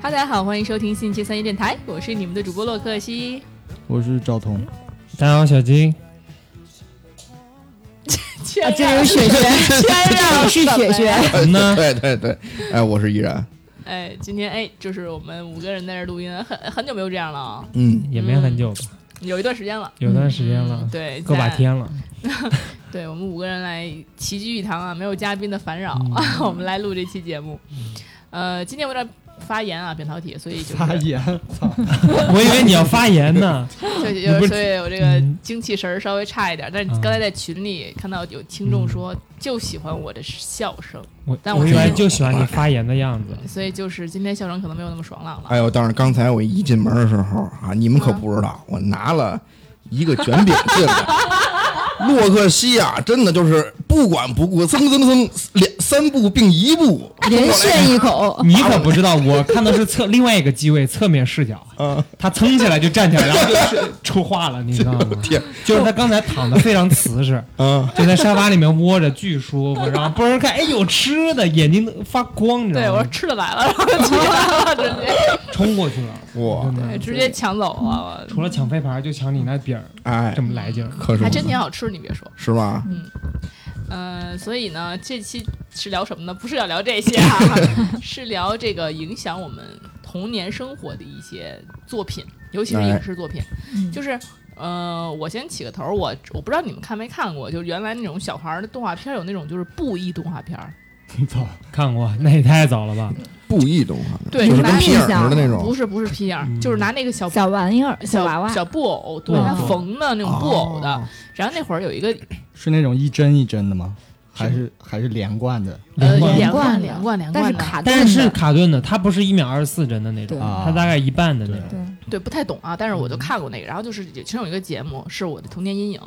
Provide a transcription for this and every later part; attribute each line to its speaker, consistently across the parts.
Speaker 1: 哈，大家好，欢迎收听星期三一电台，我是你们的主播洛克西。
Speaker 2: 我是赵彤，
Speaker 3: 大家好，小金。啊
Speaker 1: 天
Speaker 4: 这有雪雪，这里是雪雪，
Speaker 3: 嗯呐
Speaker 2: 对对对，哎，我是依然，
Speaker 1: 哎，今天哎，就是我们五个人在这儿录音，很很久没有这样了啊，
Speaker 2: 嗯，
Speaker 3: 也没很久吧，
Speaker 1: 有一段时间了，
Speaker 3: 有段时间了
Speaker 1: 嗯，对，
Speaker 3: 个把
Speaker 1: 在。
Speaker 3: 天了。
Speaker 1: 对我们五个人来齐聚一堂啊，没有嘉宾的烦扰，
Speaker 3: 嗯
Speaker 1: 我们来录这期节目。呃，今天我有点发炎啊，扁桃体，所以就是
Speaker 5: 发言，操！
Speaker 3: 我以为你要发言 呢，
Speaker 1: 所以就
Speaker 3: 你不
Speaker 1: 是，
Speaker 3: 是
Speaker 1: 所以我这个
Speaker 3: 嗯
Speaker 1: 精气神儿稍微差一点儿。但是
Speaker 3: 啊
Speaker 1: 刚才在群里看到有听
Speaker 3: 嗯
Speaker 1: 众说就喜欢我的笑声，
Speaker 3: 我
Speaker 1: 但我
Speaker 3: 我以
Speaker 1: 是
Speaker 3: 为就喜欢你发言的样子。
Speaker 1: 所以就是今天笑声可能没有那么爽朗了。
Speaker 2: 哎呦，但是刚才我一进门的时候啊，你们可
Speaker 1: 啊
Speaker 2: 不知道，我拿了一个卷饼进 来。洛克西啊，真的就是不管不顾，噌噌噌，两三步并一步，
Speaker 4: 人炫一
Speaker 1: 哦
Speaker 4: 口，
Speaker 3: 你可不知道，我看的是侧另外一个机位侧面视角，
Speaker 2: 啊，
Speaker 3: 他噌起来就站起来，然后就是出话了，你知道 吗？
Speaker 2: 天，
Speaker 3: 就是他刚才躺的非常瓷实，
Speaker 2: 啊，
Speaker 3: 就在沙发里面窝着，巨舒服。然后嘣儿看，哎，有吃的，眼睛都发光，
Speaker 2: 啊
Speaker 3: 你知
Speaker 1: 对，
Speaker 3: 道
Speaker 1: 我
Speaker 3: 吗
Speaker 1: 说？吃的来了，然后就去了， 直接
Speaker 3: 冲过去了，
Speaker 2: 哇
Speaker 3: 真，的
Speaker 1: 对直接抢走了，
Speaker 2: 嗯
Speaker 3: 除了抢飞盘，就抢你那饼儿，
Speaker 2: 哎
Speaker 3: 这，么来劲儿。
Speaker 2: 可是
Speaker 1: 还真挺好吃，你别说。
Speaker 2: 是吧？
Speaker 1: 呃，所以呢，这期是聊什么呢？不是要聊这些啊， 是聊这个影响我们童年生活的一些作品，尤其是
Speaker 2: 哎
Speaker 1: 影视作品。
Speaker 4: 嗯
Speaker 1: 就是，呃，我先起个头儿，我我不知道你们看没看过，就是原来那种小孩儿的动画片儿，有那种就是布艺动画片儿，
Speaker 5: 操！
Speaker 3: 看过，那也太早了吧？
Speaker 2: 布艺动画，
Speaker 1: 对
Speaker 2: 就是
Speaker 1: 拿
Speaker 2: 跟
Speaker 4: 那
Speaker 2: 皮影儿
Speaker 4: 像
Speaker 2: 的那
Speaker 1: 不
Speaker 2: 种，
Speaker 1: 是不是皮影儿，
Speaker 3: 嗯
Speaker 1: 哦就是拿那个小
Speaker 4: 小玩意儿，
Speaker 1: 小
Speaker 4: 娃娃，
Speaker 1: 小布偶，对，
Speaker 3: 嗯
Speaker 1: 他缝的那种布偶的。
Speaker 2: 哦
Speaker 1: 然后那会儿有一个
Speaker 5: 是那种一帧一帧的吗？还是还是连贯的？
Speaker 1: 呃
Speaker 3: 连贯
Speaker 1: 连
Speaker 4: 贯的
Speaker 1: 连贯连
Speaker 4: 但
Speaker 1: 贯
Speaker 4: 是
Speaker 1: 的，
Speaker 4: 卡顿
Speaker 3: 但
Speaker 4: 的，
Speaker 3: 是卡顿的，它不是一秒二十四帧的那种，
Speaker 4: 对
Speaker 5: 啊
Speaker 3: 它大概一半的那种。
Speaker 4: 对，
Speaker 1: 对，不太懂啊，但是我就看过那个，然后就是也其中有一个节目是我的童年阴影，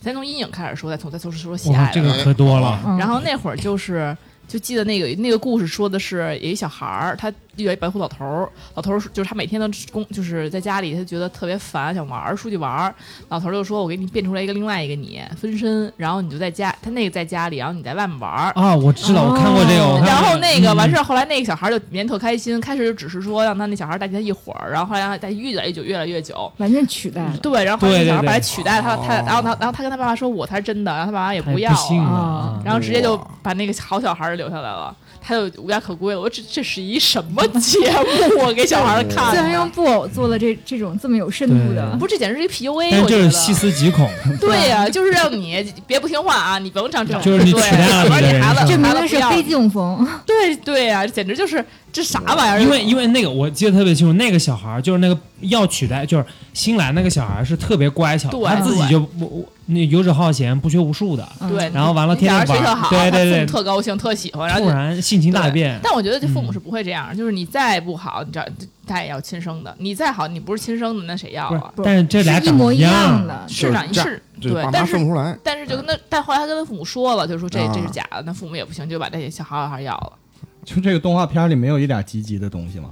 Speaker 1: 咱从阴影开始说，再从再从说喜
Speaker 3: 哇，
Speaker 1: 爱
Speaker 3: 这
Speaker 1: 吧
Speaker 3: 个可多了。
Speaker 4: 嗯
Speaker 1: 然后那会儿就是就记得那个那个故事说的是有一小孩儿，他遇到一白胡老头儿，老头儿就是他每天都工就是在家里，他觉得特别烦，想玩儿出去玩儿，老头儿就说我给你变出来一个另外一个你分身，然后你就在家，他那个在家里，然后你在外面玩儿，
Speaker 3: 啊，我知道，我看过这个。
Speaker 4: 哦
Speaker 3: 我看过嗯
Speaker 1: 然后那个完事
Speaker 3: 儿，
Speaker 1: 儿，后来那个小孩儿就连特开心，开始就只是说让他那小孩儿带他一会儿，然后后来让他带越来越久，越来越久。
Speaker 4: 完全取代了，
Speaker 1: 对，然后后来那
Speaker 3: 对对
Speaker 1: 小孩儿
Speaker 3: 对
Speaker 1: 把他取代他，
Speaker 4: 哦
Speaker 1: 他然后他然后他跟他爸爸说我才是真的，然后他爸爸也
Speaker 3: 他也
Speaker 1: 要
Speaker 3: 不信
Speaker 1: 啊，
Speaker 3: 了
Speaker 4: 啊
Speaker 3: 啊。
Speaker 1: 然后直接就
Speaker 2: 哇
Speaker 1: 把那个好小孩儿留下来了，他就无家可归了。我这这是一什么节目？啊 我给小孩儿看
Speaker 4: 居然
Speaker 1: 的
Speaker 4: 用，布偶做了这这种这么有深度的
Speaker 3: 对，
Speaker 1: 不是这简直是一 PUA，
Speaker 3: 但
Speaker 1: 我
Speaker 3: 就
Speaker 1: 觉
Speaker 3: 是
Speaker 1: 得。
Speaker 3: 细思极恐，
Speaker 1: 对呀、就是让你别不听话啊，你甭长这种，
Speaker 3: 就是你取代了
Speaker 1: 对
Speaker 3: 你的
Speaker 1: 孩子，
Speaker 3: 人生
Speaker 4: 这明
Speaker 1: 孩子
Speaker 4: 明是
Speaker 1: 不要
Speaker 4: 非进风，
Speaker 1: 对对呀、这简直就是这啥玩意儿？
Speaker 3: 嗯因为因为那个我记得特别清楚，那个小孩儿就是那个要取代，就是新来那个小孩儿是特别乖小，
Speaker 1: 对
Speaker 3: 他自己就不不那游手好闲、不学无术的，
Speaker 1: 对，
Speaker 4: 嗯
Speaker 3: 然后完了
Speaker 1: 你
Speaker 3: 天天
Speaker 1: 小孩儿学
Speaker 3: 玩
Speaker 1: 校好，
Speaker 3: 对对
Speaker 1: 他父
Speaker 3: 对
Speaker 1: 母特高兴，特喜欢，然后
Speaker 3: 突
Speaker 1: 就
Speaker 3: 然嗯性情大变。
Speaker 1: 但我觉得这父母是不会这样，就是你再不好，你知道他也要亲生的，你再好，你不是亲生的，那谁要
Speaker 3: 不是
Speaker 1: 啊？，
Speaker 3: 但是这俩
Speaker 4: 是一
Speaker 3: 长
Speaker 4: 模
Speaker 3: 得
Speaker 4: 一
Speaker 3: 样
Speaker 4: 样，的，
Speaker 1: 是长一
Speaker 2: 就是就是
Speaker 1: 对
Speaker 2: 爸，妈
Speaker 1: 但
Speaker 2: 生
Speaker 1: 是
Speaker 2: 不出来，
Speaker 1: 但是就跟他，但后来他跟他父母说了，就说这
Speaker 2: 啊
Speaker 1: 这是假的，那父母也不行，就把这小孩儿小孩儿要了。
Speaker 5: 就这个动画片里没有一点积极的东西吗？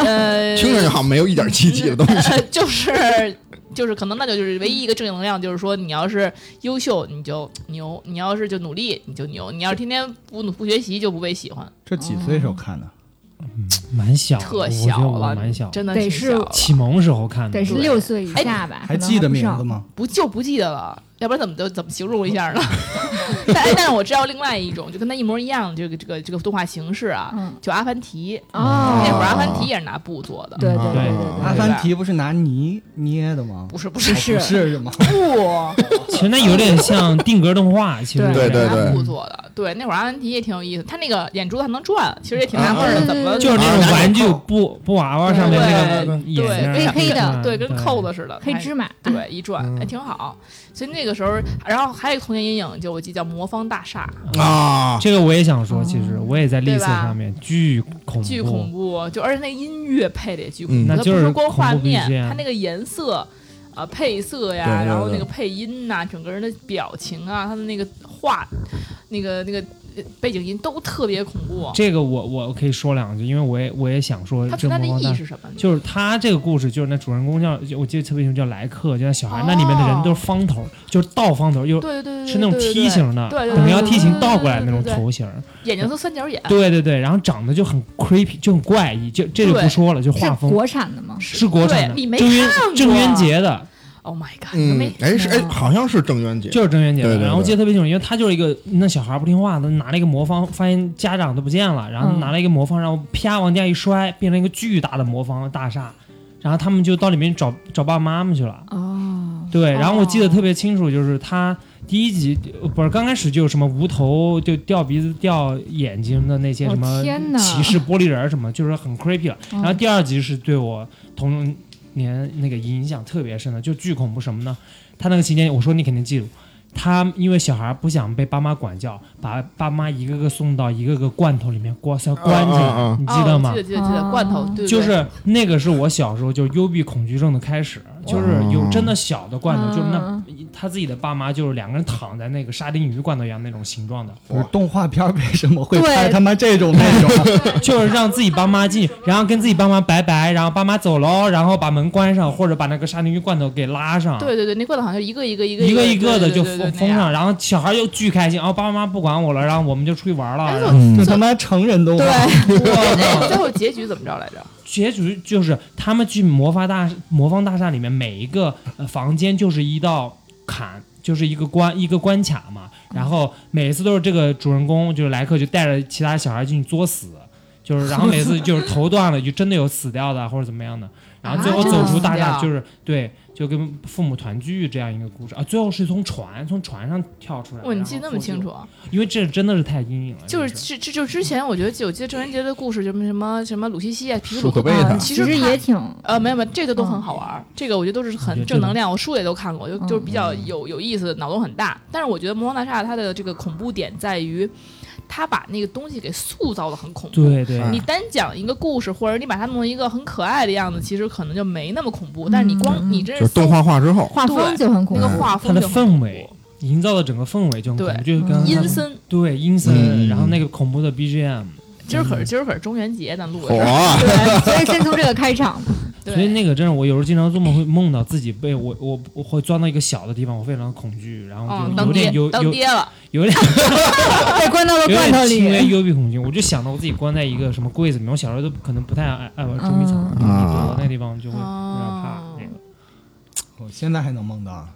Speaker 1: 呃，
Speaker 2: 听着就好像没有一点积极的东 西。
Speaker 1: 呃就是就是可能那就就是唯一一个正能量，就是说你要是优秀你就牛，你要是就努力你就牛，你要是天天不努不学习就不被喜欢，
Speaker 5: 这几岁时候看的？
Speaker 3: 蛮小的，
Speaker 1: 特
Speaker 3: 哦我觉得
Speaker 1: 小
Speaker 3: 我
Speaker 1: 了，
Speaker 3: 蛮小的，
Speaker 1: 真的
Speaker 4: 得
Speaker 1: 挺
Speaker 4: 是
Speaker 1: 小了
Speaker 3: 启蒙时候看的，
Speaker 4: 得是
Speaker 3: 对
Speaker 4: 六岁以下吧，
Speaker 5: 还记得名字
Speaker 4: 吗？
Speaker 5: 吗？
Speaker 1: 不就不记得了，要不然怎么就怎么形容一下呢？但但是我知道另外一种，就跟它一模一样，这个这个这个动画形式啊，
Speaker 4: 嗯
Speaker 1: 就阿凡提，
Speaker 4: 哦，
Speaker 1: 那会儿阿凡提也是拿布做的，
Speaker 3: 嗯
Speaker 4: 对对
Speaker 2: 对
Speaker 4: 对
Speaker 5: 阿
Speaker 4: 对
Speaker 5: 凡提不是拿泥捏的吗？哦
Speaker 1: 不是不是
Speaker 4: 对，不是
Speaker 5: 不是 是吗？
Speaker 1: 布，
Speaker 3: 其实那有点像定格 动画，其实
Speaker 2: 对对
Speaker 1: 拿布做的。对，那会儿阿凡提也挺有意思，它那个眼珠子还能转，其实也挺纳闷儿的，
Speaker 4: 啊
Speaker 1: 怎么
Speaker 3: 就是那种玩具布布娃娃上面那个啊
Speaker 1: 对
Speaker 3: 眼睛
Speaker 4: 对黑黑的
Speaker 1: 对跟扣子似的，
Speaker 4: 黑
Speaker 1: 还
Speaker 4: 芝麻，
Speaker 1: 对，一转还挺好，所以那个时候，然后还有一个童年阴影，就我记得叫魔方大厦，
Speaker 2: 啊，
Speaker 3: 这个我也想说，其实我也在历次上面巨恐怖，
Speaker 1: 哦巨恐怖，就而且那音乐配的也巨恐
Speaker 2: 嗯
Speaker 1: 怖，它
Speaker 3: 嗯那就
Speaker 1: 不
Speaker 3: 是
Speaker 1: 是光画
Speaker 3: 恐怖
Speaker 1: 面
Speaker 3: BGM，
Speaker 1: 它那个颜色。啊、配色呀，
Speaker 2: 对对对
Speaker 1: 然后那个配音呐、整个人的表情啊，他的那个画，那个那个背景音都特别恐怖。
Speaker 3: 这个我我可以说两句，因为我也我也想说
Speaker 1: 它
Speaker 3: 这
Speaker 1: 存在
Speaker 3: 个
Speaker 1: 的
Speaker 3: 魔
Speaker 1: 意
Speaker 3: 方
Speaker 1: 义
Speaker 3: 大厦。
Speaker 1: 是什么？
Speaker 3: 就是他这个故事，就是那主人公叫，就我记得特别清楚，叫莱克，就那小孩，那里面的人都是方头，就是倒方头，就是
Speaker 1: 哦对对对对，
Speaker 3: 是那种
Speaker 1: 对对
Speaker 3: 梯形的，
Speaker 1: 对对对
Speaker 3: 等
Speaker 1: 对
Speaker 3: 腰
Speaker 1: 对
Speaker 3: 梯
Speaker 1: 对
Speaker 3: 形
Speaker 1: 对
Speaker 3: 倒
Speaker 1: 对
Speaker 3: 过来
Speaker 1: 对
Speaker 3: 那种
Speaker 1: 对对
Speaker 3: 头型儿，
Speaker 1: 眼睛都三角眼，
Speaker 3: 对对对，然后长得就很 creepy，就很怪异，就这就不
Speaker 1: 对
Speaker 3: 说了，就画
Speaker 4: 是
Speaker 3: 风
Speaker 4: 国产的吗？
Speaker 3: 是国产
Speaker 1: 对
Speaker 3: 的，
Speaker 1: 你没
Speaker 3: 郑渊
Speaker 1: 看过
Speaker 3: 郑渊洁的，
Speaker 1: Oh my god！你都没
Speaker 2: 嗯，哎是哎
Speaker 1: 看，过
Speaker 2: 好像是郑渊洁，
Speaker 3: 就是郑渊洁的。
Speaker 2: 对对对
Speaker 3: 然后我记得特别清楚，因为他就是一个那小孩不听话的，拿了一个魔方，发现家长都不见了，然后
Speaker 4: 嗯
Speaker 3: 拿了一个魔方，然后啪往地下一摔，变成一个巨大的魔方大厦。然后他们就到里面找找爸爸妈妈去了。
Speaker 4: 哦，
Speaker 3: 对，
Speaker 1: 哦
Speaker 3: 然后我记得特别清楚，就是他第一集呃不是刚开始就有什么无头就掉鼻子掉眼睛的那些
Speaker 4: 我
Speaker 3: 什么
Speaker 4: 哦天哪
Speaker 3: 骑士玻璃人儿什么，就是很 creepy 了。
Speaker 4: 嗯
Speaker 3: 然后第二集是对我童年那个影响特别深的，就巨恐怖什么呢？他那个期间，我说你肯定记住，他因为小孩不想被爸妈管教，把爸妈一个个送到一个个罐头里面关塞关起来，
Speaker 2: 啊啊啊
Speaker 3: 你记
Speaker 1: 哦
Speaker 3: 得吗？
Speaker 1: 记得记得记得，罐头
Speaker 4: 哦，
Speaker 1: 对对对
Speaker 3: 就是啊那个是我小时候就是幽闭恐惧症的开始，就是有真的小的罐头，
Speaker 4: 嗯
Speaker 3: 就是那他自己的爸妈就是两个人躺在那个沙丁鱼罐头一样那种形状的，
Speaker 5: 不是动画片儿为什么会
Speaker 4: 对
Speaker 5: 拍他妈这种内容？啊
Speaker 3: 就是让自己爸妈进，然后跟自己爸妈拜拜，然后爸妈走喽，然后把门关上，或者把那个沙丁鱼罐头给拉上。
Speaker 1: 对对对，那罐头好像一个一个一个
Speaker 3: 一
Speaker 1: 个
Speaker 3: 个一个的就封封。
Speaker 1: 对
Speaker 3: 上，
Speaker 1: 对对对对对对对对
Speaker 3: 然后小孩又巨开心，哦，爸爸妈妈不管我了，然后我们就出去玩了。嗯
Speaker 1: 哎
Speaker 3: 然后
Speaker 5: 就他妈成人动画。
Speaker 1: 那样 哎，最后结局怎么着来着？
Speaker 3: 结局就是他们去魔法大魔方大厦里面，每一个呃房间就是一道坎，就是一个关一个关卡嘛。然后每次都是这个主人公就是莱克就带着其他小孩进去作死，就是然后每次就是头断了，就真的有死掉的啊或者怎么样的。然后最后
Speaker 1: 啊真
Speaker 3: 走
Speaker 1: 的
Speaker 3: 出大
Speaker 1: 死
Speaker 3: 厦
Speaker 1: 掉
Speaker 3: 就是、对，就跟父母团聚这样一个故事啊。最后是从船从船上跳出来，
Speaker 1: 哇，你
Speaker 3: 然
Speaker 1: 记得那
Speaker 3: 后
Speaker 1: 么
Speaker 3: 后续
Speaker 1: 清楚？啊
Speaker 3: 因为这真的是太阴影了，
Speaker 1: 就是
Speaker 3: 这个事
Speaker 1: 这这就之前，我觉得记我记得郑渊洁的故事，什么什么什么鲁西西啊，皮鲁
Speaker 2: 舒克贝塔
Speaker 4: 啊，
Speaker 1: 其
Speaker 4: 其
Speaker 1: 实
Speaker 4: 实
Speaker 1: 看
Speaker 4: 也挺
Speaker 1: 呃，没有没有，这个都很好玩儿，这个我觉得都是
Speaker 3: 我觉
Speaker 1: 很
Speaker 3: 得
Speaker 1: 正
Speaker 3: 这个
Speaker 1: 能量，我书也都看过，就
Speaker 4: 嗯
Speaker 1: 就是比较有有意思，脑洞很大。但是我觉得《魔方大厦》它的这个恐怖点在于，它把那个东西给塑造的很恐怖。
Speaker 3: 对对，
Speaker 1: 你单讲一个故事，或者你把它弄一个很可爱的样子，其实可能就没那么恐怖。但是你光
Speaker 4: 嗯
Speaker 1: 你真
Speaker 2: 就是是动画化之后，
Speaker 4: 画风就很恐
Speaker 1: 那
Speaker 4: 怖
Speaker 1: 个，画
Speaker 3: 它
Speaker 1: 风
Speaker 3: 的
Speaker 1: 就很恐
Speaker 3: 氛
Speaker 1: 怖
Speaker 3: 围营造的整个氛围就很恐怖，
Speaker 1: 对
Speaker 3: 就是刚刚
Speaker 4: 嗯
Speaker 3: 他
Speaker 1: 阴
Speaker 3: 们
Speaker 1: 森，
Speaker 3: 对阴森，
Speaker 2: 嗯
Speaker 3: 然后那个恐怖的 BGM，
Speaker 1: 今儿可是
Speaker 3: 嗯
Speaker 1: 今儿可是中元节，咱录的是，
Speaker 2: 哇，
Speaker 4: 对，所以先从这个开 场嘛。
Speaker 3: 哦所以
Speaker 1: 对，
Speaker 3: 那个真是我有时候经常做梦会梦到自己被我我我会钻到一个小的地方，我非常恐惧，然后
Speaker 1: 嗯，
Speaker 3: 就
Speaker 1: 当
Speaker 3: 有
Speaker 1: 爹
Speaker 3: 点有
Speaker 1: 当
Speaker 3: 有
Speaker 1: 爹了，
Speaker 3: 有 点
Speaker 4: 被关到了
Speaker 3: 有
Speaker 4: 罐头
Speaker 3: 点轻微
Speaker 4: 里，
Speaker 3: 幽闭恐惧，我就想到我自己关在一个什么柜子里面，我小时候都可能不太爱爱
Speaker 1: 啊
Speaker 3: 玩捉迷藏，
Speaker 4: 嗯
Speaker 3: 就躲到那地方就会有点怕
Speaker 1: 哦。
Speaker 3: 那个
Speaker 5: 我现在还能梦到啊，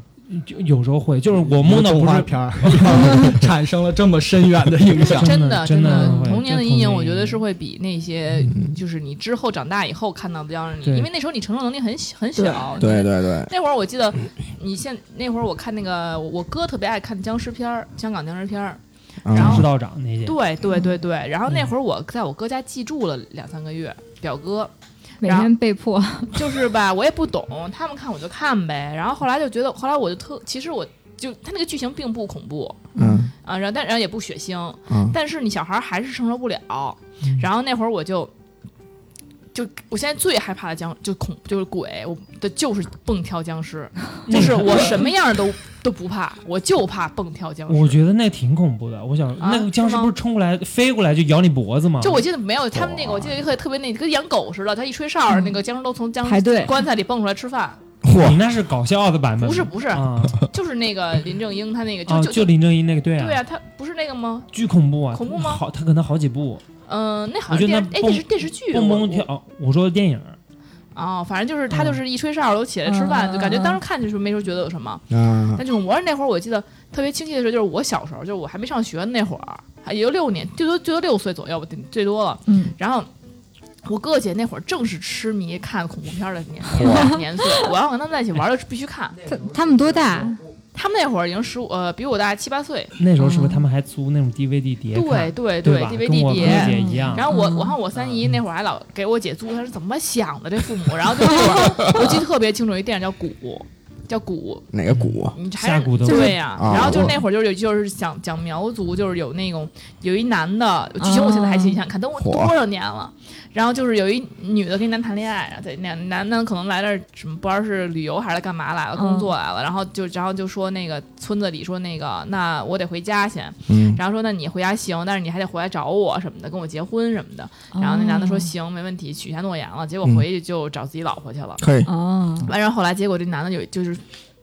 Speaker 3: 就有时候会，就是我梦到
Speaker 5: 动
Speaker 3: 不
Speaker 5: 画
Speaker 2: 啊
Speaker 3: 是
Speaker 5: 片儿 产生了这么深远的 影响。
Speaker 1: 真
Speaker 3: 的真
Speaker 1: 真
Speaker 3: 会
Speaker 1: 童年的
Speaker 3: 真童
Speaker 1: 阴影，我
Speaker 3: 阴
Speaker 1: 觉得是会比那些就是你之后长大以后看到的要让你，
Speaker 3: 对
Speaker 1: 因为那时候你承受能力很小很小，
Speaker 2: 对对对，
Speaker 1: 那会儿我记得，你现那会儿我看那个，我我哥特别爱看僵尸片儿，香港僵尸片儿。
Speaker 2: 嗯
Speaker 1: 然后
Speaker 3: 知道长那些，
Speaker 1: 对对
Speaker 3: 嗯
Speaker 1: 对对，然后那会儿我在我哥家寄住了两三个月，表哥
Speaker 4: 每天被迫
Speaker 1: 就是吧，我也不懂，他们看我就看呗。然后后来就觉得，后来我就特，其实我就他那个剧情并不恐怖
Speaker 2: 嗯
Speaker 1: 啊，然后但然后也不血腥，
Speaker 2: 嗯，
Speaker 1: 但是你小孩儿还是承受不了。
Speaker 3: 嗯
Speaker 1: 然后那会儿我就。就我现在最害怕的僵就恐就是鬼，我的就是蹦跳僵尸， 就是我什么样儿都都不怕，我就怕蹦跳僵尸。
Speaker 3: 我觉得那挺恐怖的。我想、
Speaker 1: 啊
Speaker 3: 那个僵尸
Speaker 1: 是吗
Speaker 3: 不是冲过来飞过来就咬你脖子吗？
Speaker 1: 就我记得没有他们那个，我记得特特别那跟养狗似的，他一吹哨儿，
Speaker 4: 嗯
Speaker 1: 那个僵尸都从僵
Speaker 4: 排队
Speaker 1: 棺材里蹦出来吃饭。
Speaker 3: 你
Speaker 2: 嚯，
Speaker 3: 那是搞笑的版本，
Speaker 1: 不是不是，
Speaker 3: 啊
Speaker 1: 就是那个林正英他那个
Speaker 3: 啊，
Speaker 1: 就
Speaker 3: 就
Speaker 1: 就
Speaker 3: 林正英那个对啊，
Speaker 1: 对啊，他不是那个吗？
Speaker 3: 巨恐怖啊，
Speaker 1: 恐怖吗
Speaker 3: 好，他可能好几部，
Speaker 1: 嗯，那好
Speaker 3: 我觉
Speaker 1: 像
Speaker 3: 得
Speaker 1: 电哎
Speaker 3: 那蹦
Speaker 1: 电视电视剧
Speaker 3: 蹦
Speaker 1: 我
Speaker 3: 蹦跳。我说的电影，
Speaker 1: 啊，反正就是他
Speaker 3: 嗯
Speaker 1: 就是一吹哨儿都起来吃饭，
Speaker 4: 嗯
Speaker 1: 就感觉当时看就是没说觉得有什么。
Speaker 2: 啊，
Speaker 1: 但这种我那会儿，我记得特别清晰的时候，就是我小时候，就是我还没上学那会儿，还也就六年，最多最多六岁左右吧，顶最多了。
Speaker 4: 嗯，
Speaker 1: 然后我哥姐那会儿正是痴迷看恐怖片儿的年
Speaker 2: 哇
Speaker 1: 年 年岁，我要跟他们在一起玩儿就必须看。
Speaker 4: 他他们多大？
Speaker 1: 他们那会儿已经十五，呃，比我大七八岁。
Speaker 3: 那时候是不是他们还租那种 DVD 碟
Speaker 1: 嗯
Speaker 3: 看？
Speaker 1: 对对
Speaker 3: 对吧？跟我
Speaker 1: ，DVD
Speaker 3: 哥
Speaker 1: 碟。
Speaker 3: 姐一样。
Speaker 1: 然后我，
Speaker 4: 嗯
Speaker 1: 我和我三姨那会儿还老 给我姐租，她是怎么想的这父母？然后就那会儿，我记得特别清楚，一电影叫《蛊》，叫鼓，
Speaker 2: 哪个鼓？
Speaker 1: 你还
Speaker 3: 下
Speaker 1: 是
Speaker 3: 蛊的
Speaker 1: 对呀、
Speaker 2: 啊
Speaker 1: 然后就
Speaker 2: 我
Speaker 1: 那会儿就是有就是讲讲苗族，就是有那种有一男的剧情，我现在还挺想看，都
Speaker 2: 啊火
Speaker 1: 多少年了。然后就是有一女的跟男谈恋爱，然后在那男男可能来这儿什么不知道是旅游还是干嘛来了，
Speaker 4: 嗯
Speaker 1: 工作来了，然后就然后就说那个村子里说那个那我得回家先，
Speaker 2: 嗯，
Speaker 1: 然后说那你回家行，但是你还得回来找我什么的，跟我结婚什么的。
Speaker 4: 哦
Speaker 1: 然后那男的说行，没问题，许下诺言了。结果
Speaker 2: 哦嗯
Speaker 1: 回去就找自己老婆去了。
Speaker 2: 可 以，
Speaker 4: 哦，
Speaker 1: 完，然后后来结果这男的有就是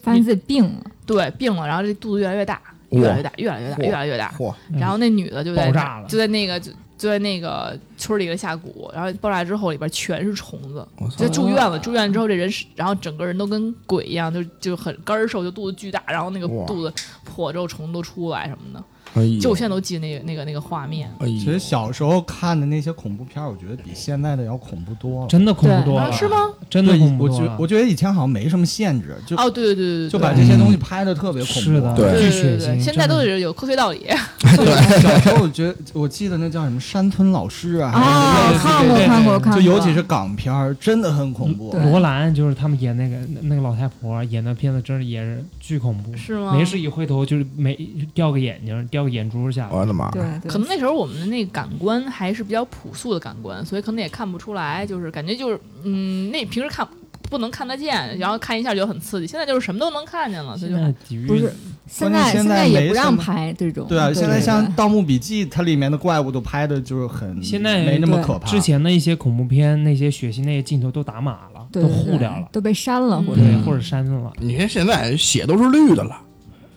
Speaker 4: 发现自己病了，
Speaker 1: 对，病了，然后这肚子越来越大，
Speaker 2: 哇
Speaker 1: 越来越大，越来越大，
Speaker 2: 哇
Speaker 1: 越来越大。
Speaker 2: 嚯，
Speaker 3: 嗯
Speaker 1: 然后那女的就在
Speaker 3: 爆
Speaker 1: 那
Speaker 3: 炸了
Speaker 1: 就在那个就就在那个村里的下蛊，然后爆炸之后里边全是虫子，
Speaker 2: 我操
Speaker 1: 就！住院了。住院之后这人是，然后整个人都跟鬼一样，就就很干儿瘦，就肚子巨大，然后那个
Speaker 2: 哇
Speaker 1: 肚子破之后虫都出来什么的，
Speaker 2: 哎呦
Speaker 1: 就我现在都记得那个那个那个画面。
Speaker 2: 哎呦
Speaker 5: 其实小时候看的那些恐怖片儿，我觉得比现在的要恐怖多了。
Speaker 3: 真的恐怖多
Speaker 1: 啊，
Speaker 3: 了，
Speaker 1: 是？吗？
Speaker 3: 真的
Speaker 5: 对
Speaker 3: 恐，怖
Speaker 5: 我
Speaker 3: 多
Speaker 5: 觉
Speaker 3: 了。
Speaker 5: 我觉得以前好像没什么限制，就
Speaker 1: 哦，对对对对对，
Speaker 5: 就把
Speaker 1: 对
Speaker 5: 这些东西拍的特别恐怖。啊
Speaker 3: 是的，
Speaker 2: 对
Speaker 1: 对
Speaker 3: 巨
Speaker 1: 对
Speaker 3: 血
Speaker 1: 对对，
Speaker 3: 腥。
Speaker 1: 现在都
Speaker 3: 真的
Speaker 1: 是有科学道理。
Speaker 5: 对，小时候我觉得，我记得那叫什么山村老师啊，还
Speaker 4: 哦，
Speaker 5: 是什
Speaker 4: 看过
Speaker 5: 么
Speaker 3: 对对对
Speaker 4: 看过看过，
Speaker 5: 就尤其是港片儿，真的很恐怖。
Speaker 3: 罗兰就是他们演那个那那个老太婆演的片子，真是也是巨恐怖。
Speaker 1: 是吗
Speaker 3: 没事，一回头就是没掉个眼睛，掉个眼珠下
Speaker 5: 哦
Speaker 3: 来。
Speaker 2: 我的妈！
Speaker 4: 对对，
Speaker 1: 可能那时候我们的那个感官还是比较朴素的感官，所以可能也看不出来，就是感觉就是嗯，那平时看不能看得见，然后看一下就很刺激。现在就是什么都能看见了，所以
Speaker 3: 现
Speaker 1: 就
Speaker 3: 在体育
Speaker 4: 不是现
Speaker 5: 关
Speaker 4: 在
Speaker 5: 键现在
Speaker 4: 也
Speaker 5: 没
Speaker 4: 不
Speaker 5: 什
Speaker 4: 让
Speaker 5: 么
Speaker 4: 拍这种，
Speaker 5: 对啊，现在
Speaker 4: 对
Speaker 5: 像
Speaker 4: 对
Speaker 5: 《盗墓笔记》，它里面的怪物都拍的就是很
Speaker 3: 现在
Speaker 5: 没那么可怕。
Speaker 3: 之前的一些恐怖片，那些血腥那些镜头都打码了，
Speaker 4: 对
Speaker 3: 都
Speaker 4: 对
Speaker 3: 糊
Speaker 4: 对
Speaker 3: 掉了，
Speaker 4: 都被删了
Speaker 1: 嗯
Speaker 4: 或者
Speaker 5: 嗯
Speaker 3: 对，或者删了，
Speaker 2: 你看现在血都是绿的了，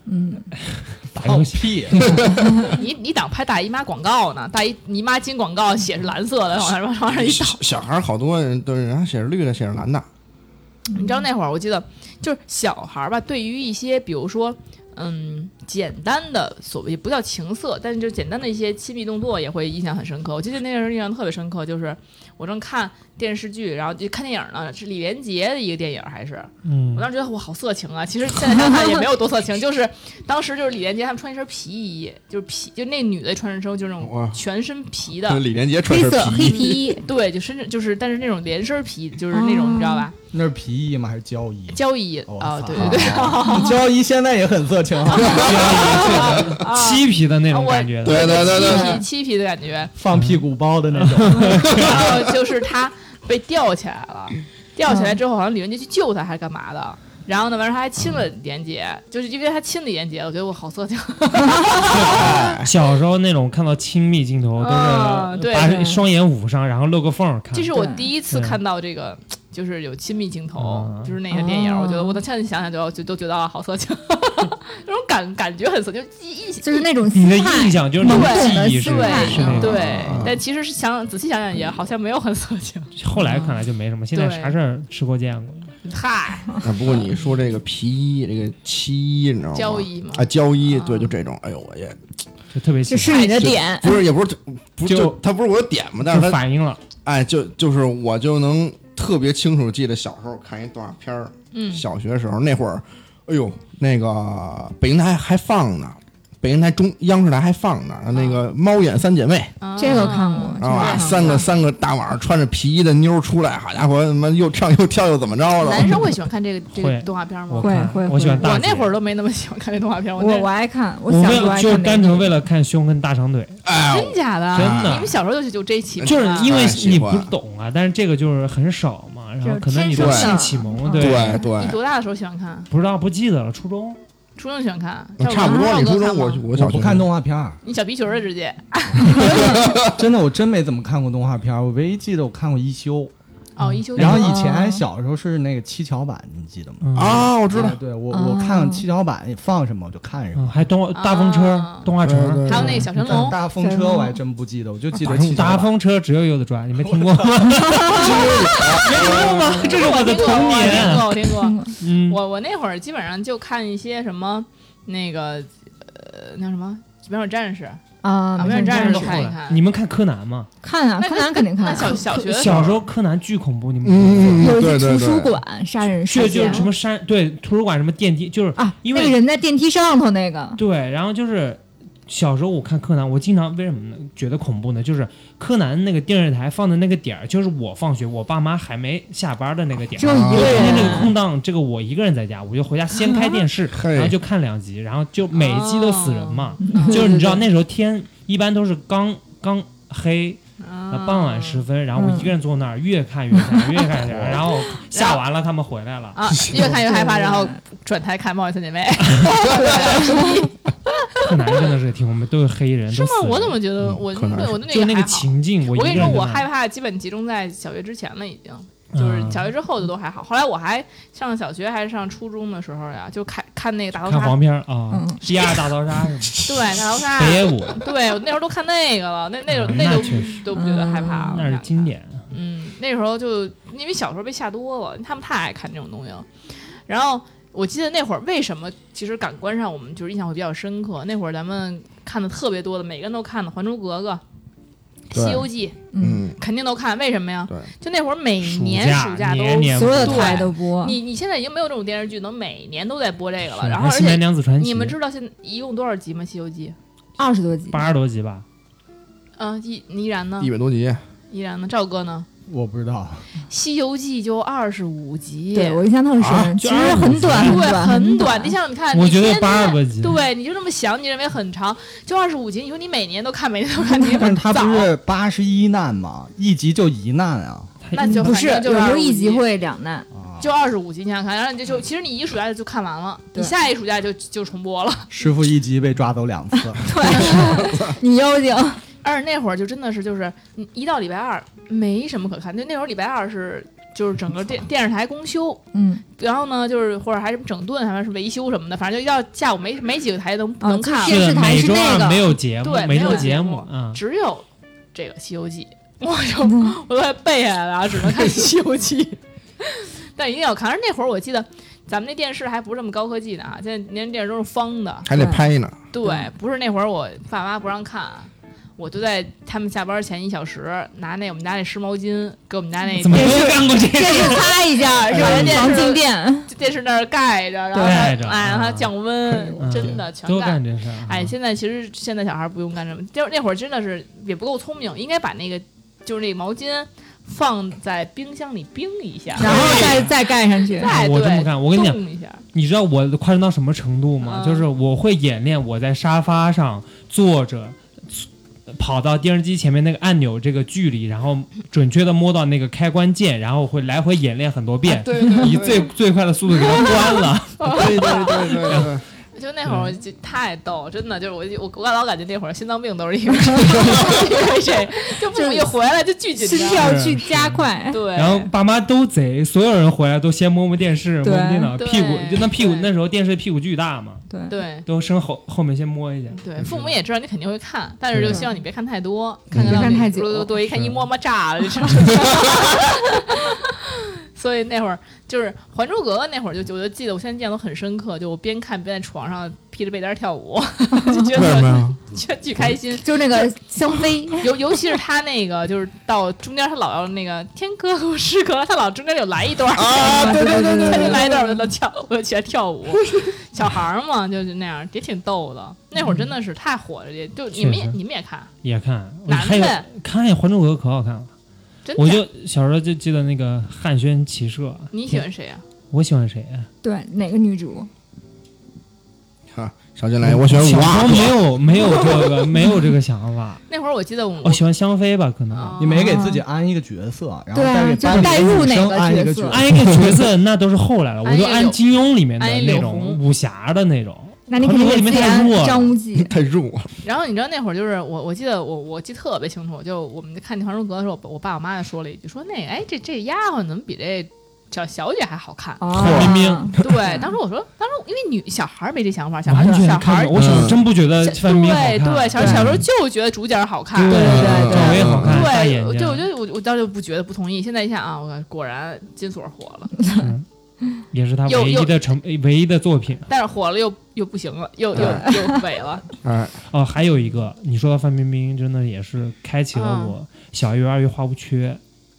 Speaker 4: 嗯，
Speaker 3: 打
Speaker 1: 哦
Speaker 5: 放
Speaker 3: 游戏。
Speaker 5: 哦屁，
Speaker 1: 你你党拍大姨妈广告呢，大姨姨妈巾广告写是蓝色的，往上往上一
Speaker 2: 小
Speaker 1: 倒。
Speaker 2: 小孩儿好多人都是人家血是绿的，血是蓝的，
Speaker 1: 你知道那会儿我记得就是小孩儿吧，对于一些比如说。嗯，简单的所谓也不叫情色，但是就简单的一些亲密动作也会印象很深刻。我记得那时候印象特别深刻，就是我正看电视剧，然后就看电影呢，是李连杰的一个电影还是？
Speaker 3: 嗯
Speaker 1: 我，当时觉得我好色情啊！其实现在想想也没有多 色情，就是当时就是李连杰他们穿一身皮衣，就是皮，就那女的穿一身就是那
Speaker 2: 哇
Speaker 1: 种全身皮
Speaker 2: 跟
Speaker 1: 的，
Speaker 2: 李连杰穿
Speaker 4: 嗯
Speaker 2: 身
Speaker 4: 黑色
Speaker 2: 皮
Speaker 4: 黑
Speaker 2: 衣
Speaker 4: 皮衣，
Speaker 1: 对，就甚至就是但是那种连身皮，就是那种、
Speaker 4: 哦
Speaker 1: 你知道吧，
Speaker 5: 那是皮衣吗？还是胶衣？
Speaker 1: 交易
Speaker 5: 哦
Speaker 1: 啊、
Speaker 5: 操
Speaker 1: 对对 对，
Speaker 5: 胶衣现在也很色情啊，
Speaker 3: 漆皮的那
Speaker 1: 啊
Speaker 3: 种
Speaker 1: 我
Speaker 3: 感觉的，
Speaker 2: 对对对对，
Speaker 1: 漆皮漆皮的感觉，
Speaker 5: 放屁股包的那
Speaker 3: 嗯
Speaker 5: 种。
Speaker 1: 然后就是他被吊起来了，吊起来之后好像李连杰去救他还是干嘛的。然后呢，完事儿他还亲了李连杰，就是因为他亲李连杰，我觉得我好色 情。
Speaker 3: 小时候那种看到亲密镜头都
Speaker 1: 啊
Speaker 3: 是
Speaker 1: 对
Speaker 3: 把
Speaker 1: 对
Speaker 3: 双眼捂上，然后露个缝儿看
Speaker 1: 这。是我
Speaker 4: 对
Speaker 1: 第一次
Speaker 3: 对
Speaker 1: 看到这个，就是有亲密镜头
Speaker 3: 啊，
Speaker 1: 就是那个电影，
Speaker 2: 嗯
Speaker 4: 啊
Speaker 1: 我觉得我到现在想想都要就 都觉得啊好色情，那种感感觉很色情，就一一
Speaker 4: 就是那种
Speaker 3: 你的
Speaker 4: 心态
Speaker 3: 印象就是那种
Speaker 4: 对
Speaker 3: 记忆是
Speaker 4: 对
Speaker 3: 是那种。
Speaker 1: 对，
Speaker 2: 嗯
Speaker 1: 但其实是想仔细想想也好像没有很色情。
Speaker 3: 后来看来就没什么，现在
Speaker 1: 对
Speaker 3: 啥事儿吃过见过。
Speaker 1: 嗨，
Speaker 2: 啊，不过你说这个皮衣，这个漆衣，你知道吗？
Speaker 1: 交易嘛
Speaker 2: 啊，交易，对，
Speaker 1: 啊
Speaker 2: 就这种。哎呦，我也
Speaker 3: 就特别喜
Speaker 4: 这
Speaker 3: 欢，
Speaker 4: 是你的点，
Speaker 2: 不是，也不是，不是，
Speaker 3: 就
Speaker 2: 就他不是我的点嘛，但是
Speaker 3: 就
Speaker 2: 他，
Speaker 3: 反应了，
Speaker 2: 哎，就就是我就能特别清楚记得小时候看一动画片儿，
Speaker 1: 嗯
Speaker 2: 小学时候那会儿，哎呦，那个北京台还放呢，北京台中央视台还放呢，那个猫眼三姐妹。
Speaker 1: 啊
Speaker 4: 这个看过，这个
Speaker 2: 啊，
Speaker 4: 看过
Speaker 2: 三个三个大晚上穿着皮衣的妞儿出来，好家伙，他妈又唱又跳又怎么着了？
Speaker 1: 男生会喜欢看这个这个
Speaker 3: 会
Speaker 1: 动画片
Speaker 3: 我
Speaker 1: 吗？
Speaker 4: 会
Speaker 3: 看
Speaker 4: 会
Speaker 3: 我喜欢
Speaker 4: 会
Speaker 3: 大
Speaker 1: 我
Speaker 3: 姐。
Speaker 1: 那会儿都没那么喜欢看这动画片，
Speaker 4: 我我
Speaker 1: 那
Speaker 4: 爱看，我
Speaker 3: 我
Speaker 4: 小时候
Speaker 3: 为
Speaker 4: 爱
Speaker 3: 就
Speaker 4: 看
Speaker 3: 单
Speaker 4: 那
Speaker 3: 纯
Speaker 4: 个，
Speaker 3: 为了看胸跟大长腿，
Speaker 2: 哎呦，
Speaker 1: 真假的，
Speaker 3: 真的
Speaker 1: 你们小时候就就这一期，
Speaker 3: 就是因为
Speaker 2: 哎喜
Speaker 3: 你
Speaker 2: 欢
Speaker 3: 不懂啊，但是这个就是很少嘛，然
Speaker 4: 就
Speaker 3: 后
Speaker 4: 是
Speaker 3: 可能你
Speaker 4: 天
Speaker 3: 都
Speaker 2: 生
Speaker 3: 性
Speaker 4: 的
Speaker 3: 启蒙，
Speaker 4: 嗯
Speaker 3: 对，
Speaker 2: 对对
Speaker 1: 你，多大的时候喜欢看？
Speaker 3: 不知道不记得了，初中
Speaker 1: 初中喜欢看，
Speaker 3: 嗯
Speaker 2: 嗯差不多。你初中我我
Speaker 5: 我
Speaker 2: 小
Speaker 5: 不
Speaker 2: 学
Speaker 5: 看动画片儿，
Speaker 1: 你小皮裙儿啊直
Speaker 3: 嗯
Speaker 1: 接
Speaker 5: 真的，我真没怎么看过动画片儿。我唯一记得我看过一休，
Speaker 1: 哦，一休
Speaker 5: 然后以前小时候是那个七巧板，你记得吗？
Speaker 3: 嗯，
Speaker 2: 啊，我知道
Speaker 5: 对，对我
Speaker 4: 哦
Speaker 5: 我看七巧板放什么我就看什么。
Speaker 3: 嗯还动大风车
Speaker 1: 啊、
Speaker 3: 动画
Speaker 2: 对
Speaker 3: 城
Speaker 2: 对、
Speaker 1: 还有那个小
Speaker 4: 哦
Speaker 1: 神
Speaker 5: 但
Speaker 1: 龙
Speaker 3: 嗯
Speaker 5: 是，大风车我还真不记得，我就
Speaker 3: 哎
Speaker 5: 记得七巧
Speaker 3: 啊大
Speaker 5: 板。
Speaker 3: 风车只有柚子抓，你没听过吗？没有吗？ 这是我的
Speaker 1: 听
Speaker 3: 童年。
Speaker 1: 哦过，我听过，我听
Speaker 4: 嗯
Speaker 1: 过。
Speaker 3: 嗯，
Speaker 1: 我我那会儿基本上就看一些什么那个呃那叫什么。美少女战士，
Speaker 4: 啊，
Speaker 1: 啊没
Speaker 4: 没
Speaker 1: 有
Speaker 4: 事
Speaker 1: 这样
Speaker 4: 这
Speaker 1: 人
Speaker 4: 样
Speaker 1: 看一看
Speaker 3: 你们看柯南吗？
Speaker 4: 看啊，
Speaker 1: 那
Speaker 4: 柯南肯定
Speaker 1: 那
Speaker 4: 看，
Speaker 3: 嗯
Speaker 1: 小小学的
Speaker 3: 小时
Speaker 1: 候，
Speaker 3: 候柯南巨恐怖，你们不知道
Speaker 2: 嗯，
Speaker 4: 有一
Speaker 2: 对
Speaker 4: 些
Speaker 2: 对
Speaker 4: 图书
Speaker 2: 对，
Speaker 4: 馆杀人
Speaker 3: 就
Speaker 4: 事
Speaker 3: 就是
Speaker 4: 件
Speaker 3: 什么山对图书馆什么电梯，就是
Speaker 4: 啊，
Speaker 3: 因
Speaker 4: 那
Speaker 3: 为
Speaker 4: 个人在电梯上头那个，
Speaker 3: 对，然后就是小时候我看柯南，我经常为什么呢？觉得恐怖呢？就是柯南那个电视台放的那个点儿，就是我放学我爸妈还没下班的那个点儿，
Speaker 4: 只有一个
Speaker 3: 中
Speaker 4: 人啊
Speaker 3: 间这个空档，这个我一个人在家，我就回家先开电 视，
Speaker 2: 嘿
Speaker 3: 然后就看两集，然后就每一集都死人嘛，就
Speaker 4: 对
Speaker 3: 是
Speaker 4: 对
Speaker 3: 你知道
Speaker 4: 哦对
Speaker 3: 那时候天一般都是刚刚黑，
Speaker 1: 嗯
Speaker 4: 哦
Speaker 3: 呃傍晚时分，然后我一个人坐那儿越看越吓，越看越吓，然后吓完了他们回来了。
Speaker 1: 啊，越看越害 怕，然后转台看《猫与三姐妹》
Speaker 3: 哎柯南真的是挺恐怖，都是黑 人，
Speaker 1: 是
Speaker 3: 都
Speaker 1: 吗
Speaker 3: 死？人
Speaker 1: 我怎么觉得
Speaker 2: 嗯
Speaker 1: 我
Speaker 2: 可能
Speaker 1: 对
Speaker 2: 是
Speaker 1: 我对那
Speaker 3: 就那
Speaker 1: 还
Speaker 3: 个
Speaker 1: 好
Speaker 3: 情境，我一
Speaker 1: 我
Speaker 3: 个
Speaker 1: 跟
Speaker 3: 人
Speaker 1: 你说，我
Speaker 3: 在那儿
Speaker 1: 害怕基本集中在小学之前了，已经就是
Speaker 3: 嗯
Speaker 1: 小学之后就都还好。后来我还上小学还是上初中的时候呀，就看看那个大逃
Speaker 3: 看
Speaker 1: 杀，
Speaker 3: 黄片儿啊
Speaker 4: 嗯，
Speaker 3: 第二大逃杀是 吗？
Speaker 1: 对大逃杀，
Speaker 3: 北野武，
Speaker 1: 对我那时候都看那个了，那那种
Speaker 3: 嗯
Speaker 1: 那
Speaker 3: 那
Speaker 1: 就
Speaker 3: 确实
Speaker 1: 都不觉得害怕了，
Speaker 3: 那是经。典。
Speaker 1: 嗯，那时候就因为小时候被吓多了，他们太爱看这种东西了。然后我记得那会儿为什么其实感官上我们就是印象会比较深刻，那会儿咱们看的特别多的，每个人都看的《还珠格格》
Speaker 2: 对
Speaker 1: 《西游记》，
Speaker 4: 嗯，
Speaker 2: 嗯，
Speaker 1: 肯定都看。为什么呀？
Speaker 2: 对，
Speaker 1: 就那会儿每年
Speaker 3: 暑
Speaker 1: 暑假都。
Speaker 3: 年年
Speaker 4: 所有的
Speaker 3: 播
Speaker 4: 台都播，
Speaker 1: 你你现在已经没有这种电视剧能每年都在播这个了，
Speaker 3: 是
Speaker 1: 然后
Speaker 3: 还
Speaker 1: 而
Speaker 3: 新白
Speaker 1: 且
Speaker 3: 娘子传奇，
Speaker 1: 你们知道现在一共多少集吗？《西游记
Speaker 4: 二十多集，
Speaker 3: 八十多集吧？》
Speaker 1: 嗯，依依然呢
Speaker 2: 一？百多集，
Speaker 1: 依然呢？赵哥呢？
Speaker 5: 我不知道，
Speaker 1: 《西游记》就二十五集，
Speaker 4: 对我印象特深，
Speaker 2: 啊
Speaker 3: 就
Speaker 4: 其实
Speaker 3: 25
Speaker 4: 很
Speaker 3: 集
Speaker 4: 短
Speaker 1: 对，很
Speaker 4: 短，很
Speaker 1: 短。你想，你看，
Speaker 3: 我
Speaker 1: 你
Speaker 3: 觉得
Speaker 1: 天天
Speaker 3: 八十多集，
Speaker 1: 对，你就这么想，你认为很长，就二十五集。你说你每年都看，每年都 看，你
Speaker 5: 但
Speaker 1: 很
Speaker 5: 是他
Speaker 1: 早
Speaker 5: 不是八十一难吗？一集就一难啊，
Speaker 1: 那就
Speaker 4: 不
Speaker 1: 反
Speaker 4: 是，
Speaker 1: 正就
Speaker 4: 有时候
Speaker 1: 25
Speaker 4: 一集
Speaker 1: 集
Speaker 4: 会两难，
Speaker 5: 啊
Speaker 1: 就二十五集，你想想看，然后你就就其实你一暑假就看完了，你
Speaker 4: 对
Speaker 1: 下一暑假就就重播了。
Speaker 5: 师傅一集被抓走两 次，
Speaker 4: 你妖精，
Speaker 1: 而且那会儿就真的是就是嗯一到礼拜二没什么可看，就那会儿礼拜二是就是整个电电视台公休，
Speaker 4: 嗯，
Speaker 1: 然后呢就是或者还什么整顿，还是维修什么的，反正就一到下午没没几个台能
Speaker 4: 啊
Speaker 1: 能
Speaker 4: 就
Speaker 1: 看
Speaker 4: 电
Speaker 1: 了，
Speaker 4: 是视
Speaker 3: 是的，每
Speaker 4: 台是
Speaker 3: 周
Speaker 4: 那
Speaker 3: 二
Speaker 4: 个
Speaker 3: 没有节目
Speaker 1: 对，
Speaker 3: 每
Speaker 1: 没
Speaker 3: 周
Speaker 1: 有
Speaker 3: 节
Speaker 1: 节
Speaker 3: 目
Speaker 1: 目
Speaker 3: 啊，
Speaker 1: 只有这个《西游记》，我就我都快背下来了啊，只能看《西游记》， 但一定要看。而那会儿我记得。咱们那电视还不是这么高科技呢啊！现在连电视都是方的，
Speaker 2: 还得拍呢。
Speaker 3: 嗯
Speaker 1: 对，不是那会儿我爸妈不让看，我就在他们下班前一小时拿那我们家那湿毛巾给我们家那
Speaker 3: 怎么都干过这
Speaker 4: 电
Speaker 3: 个？嗯
Speaker 4: 视擦一下，是
Speaker 1: 哎
Speaker 4: 吧？
Speaker 1: 呀
Speaker 4: 防静电，
Speaker 1: 电视那儿盖着，然后
Speaker 3: 盖着
Speaker 1: 它哎，让它
Speaker 3: 啊
Speaker 1: 降温，
Speaker 3: 嗯
Speaker 1: 真的全
Speaker 3: 都
Speaker 1: 盖。
Speaker 3: 干这嗯事儿。啊
Speaker 1: 哎，，现在其实现在小孩不用干这么，就那会儿真的是也不够聪明，应该把那个就是那个毛巾放在冰箱里冰一下，
Speaker 4: 然后
Speaker 3: 嗯
Speaker 4: 再再盖上去，
Speaker 1: 再
Speaker 3: 哎我
Speaker 1: 对
Speaker 3: 这么干我跟你讲
Speaker 1: 冻一下，
Speaker 3: 你知道我夸张到什么程度吗？
Speaker 1: 嗯
Speaker 3: 就是我会演练我在沙发上坐着。跑到电视机前面那个按钮这个距离，然后准确的摸到那个开关键，然后会来回演练很多
Speaker 6: 啊
Speaker 3: 遍，
Speaker 2: 对
Speaker 3: 以最最快的速度给它关了。
Speaker 2: 对对对对对，
Speaker 1: 就那会儿我
Speaker 3: 嗯
Speaker 1: 就太逗，真的就是我就我我老感觉那会儿心脏病都是因为因 为这 就不容易回来就巨紧
Speaker 4: 心
Speaker 1: 张，
Speaker 3: 嗯
Speaker 4: 跳去加 快，
Speaker 1: 对，
Speaker 3: 然后爸妈都贼，所有人回来都先摸摸电视，摸
Speaker 4: 对
Speaker 3: 摸电脑，
Speaker 1: 对
Speaker 3: 屁股就那屁股
Speaker 1: 对
Speaker 3: 那时候电视屁股巨大嘛，
Speaker 4: 对，
Speaker 1: 对。
Speaker 3: 都伸后后面先摸一下。
Speaker 1: 对，父母也知道你肯定会看，但是就
Speaker 3: 嗯对
Speaker 1: 希望你别看太多，
Speaker 3: 嗯
Speaker 1: 看
Speaker 4: 别看太久
Speaker 1: 久，对，一看
Speaker 3: 是
Speaker 1: 一摸摸炸了，就 知道。所以那会儿就是《还珠格格》那会儿就，我就记得，我现在印象都很深刻，就我边看边在床上披着被单跳舞， 就觉
Speaker 2: 为什么
Speaker 1: 得
Speaker 2: 呀？
Speaker 1: 巨巨开心。
Speaker 4: 就那个香妃，
Speaker 1: 尤尤其是他那个，就是到中间他老要那个天哥和诗歌，他老中间有来一段儿
Speaker 2: 啊，对对对对
Speaker 1: 他
Speaker 2: 对
Speaker 1: 就来一段儿，我就能跳，我就起来跳 舞。小孩儿嘛，就是那样，也挺逗的。那会儿真的是太火了，也就你们也
Speaker 3: 确实
Speaker 1: 你们也看，
Speaker 3: 也看，我
Speaker 1: 男
Speaker 3: 还有
Speaker 1: 的
Speaker 3: 看《还珠格格》可好看了。
Speaker 1: 真
Speaker 3: 我
Speaker 1: 的。
Speaker 3: 就小时候就记得那个汉宣骑射，
Speaker 1: 你喜欢谁呀、
Speaker 3: 我喜欢谁啊？
Speaker 4: 对，哪个女主？
Speaker 2: 啊， 小进来，我选五
Speaker 3: 小时候
Speaker 2: 啊，
Speaker 3: 没有没有这个没有这个想法， 哦
Speaker 1: 那会儿我记得我嗯
Speaker 3: 我喜欢啊香妃吧，可
Speaker 1: 哦
Speaker 3: 能。
Speaker 5: 你没给自己安一个角色，然后
Speaker 4: 对啊
Speaker 5: 再给班
Speaker 4: 就是代
Speaker 5: 里的
Speaker 4: 入
Speaker 5: 女
Speaker 4: 哪
Speaker 5: 生
Speaker 4: 个
Speaker 5: 安一个
Speaker 4: 角色啊
Speaker 5: 角
Speaker 3: 按一个角色那都是后 来了，我就
Speaker 1: 安一
Speaker 3: 按
Speaker 1: 柳
Speaker 3: 金庸里面的
Speaker 1: 安一
Speaker 3: 那
Speaker 1: 柳
Speaker 3: 种
Speaker 1: 红
Speaker 3: 武侠的那种。
Speaker 4: 那你肯
Speaker 3: 哦
Speaker 4: 定给自己安张无忌，
Speaker 3: 嗯
Speaker 2: 太入了，
Speaker 1: 然后你知道那会儿就是我，我记得我我记得特别清楚，就我们看《还珠格格》的时候，我爸我妈就说了一句，说那个哎这这丫鬟怎么比这小小姐还好看？
Speaker 4: 啊，
Speaker 3: 冰冰
Speaker 1: 对，当时我说，当时我因为女小孩儿没这想法，小孩
Speaker 3: 完
Speaker 1: 儿
Speaker 3: 全
Speaker 1: 小孩
Speaker 3: 看
Speaker 1: 儿
Speaker 3: 不，我小时候真不觉得
Speaker 1: 小
Speaker 3: 范冰冰好
Speaker 1: 对
Speaker 3: 看，
Speaker 1: 对，小
Speaker 4: 对
Speaker 1: 小时候就觉得主角好看，
Speaker 4: 对对
Speaker 3: 赵薇好看，大眼
Speaker 1: 对，
Speaker 3: 睛，
Speaker 1: 就我觉得我我当时不觉得不同意，现在一下啊，我果然金锁火了，
Speaker 3: 也是她
Speaker 1: 又
Speaker 3: 唯一
Speaker 1: 又
Speaker 3: 的成唯一的作品。
Speaker 1: 但是火了又又不行了，又又又萎 了，
Speaker 2: 哎，
Speaker 3: 哦，还有一个，你说到范冰冰，真的也是开启了
Speaker 1: 嗯
Speaker 3: 我小一、幼儿园花无缺。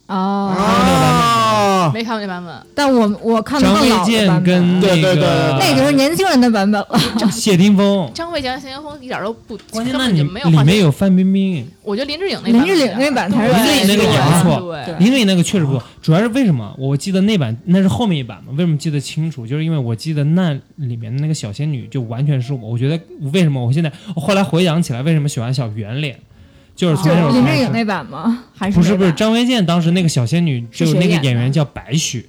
Speaker 4: 哦，
Speaker 3: 啊
Speaker 2: 啊，
Speaker 1: 没看过那版本，
Speaker 4: 但我我看的
Speaker 3: 张
Speaker 4: 更
Speaker 3: 卫
Speaker 4: 老的
Speaker 3: 健
Speaker 4: 版
Speaker 3: 跟
Speaker 4: 本，
Speaker 2: 对对
Speaker 3: 那
Speaker 2: 对
Speaker 3: 个
Speaker 4: 那个就是年轻人的版本了。
Speaker 3: 谢霆锋。
Speaker 1: 张卫健、谢霆锋一点都不，
Speaker 3: 关
Speaker 1: 根
Speaker 3: 键那
Speaker 1: 本
Speaker 3: 你
Speaker 1: 就没有
Speaker 3: 里
Speaker 1: 话
Speaker 3: 面
Speaker 1: 题。
Speaker 3: 有范冰冰，
Speaker 1: 我觉得林志颖那
Speaker 4: 林
Speaker 1: 版
Speaker 4: 志
Speaker 1: 本
Speaker 4: 颖那版才
Speaker 1: 对
Speaker 4: 是
Speaker 3: 林志颖那个
Speaker 1: 对
Speaker 3: 也不错
Speaker 1: 对
Speaker 3: 林志颖那个确实不错。主要是为什么？我记得那版那是后面一版嘛，为什么记得清楚？就是因为我记得那里面的那个小仙女就完全是我。我觉得为什么我现在我后来回想起来，为什么喜欢小圆脸，就是从
Speaker 4: 就
Speaker 3: 哦那首
Speaker 4: 是林
Speaker 3: 开
Speaker 4: 志
Speaker 3: 始
Speaker 4: 颖那版吗？还是
Speaker 3: 不是不是，
Speaker 4: 那版
Speaker 3: 张卫健当时那个小仙女，就是有
Speaker 4: 谁
Speaker 3: 那个
Speaker 4: 演的
Speaker 3: 演员叫白雪，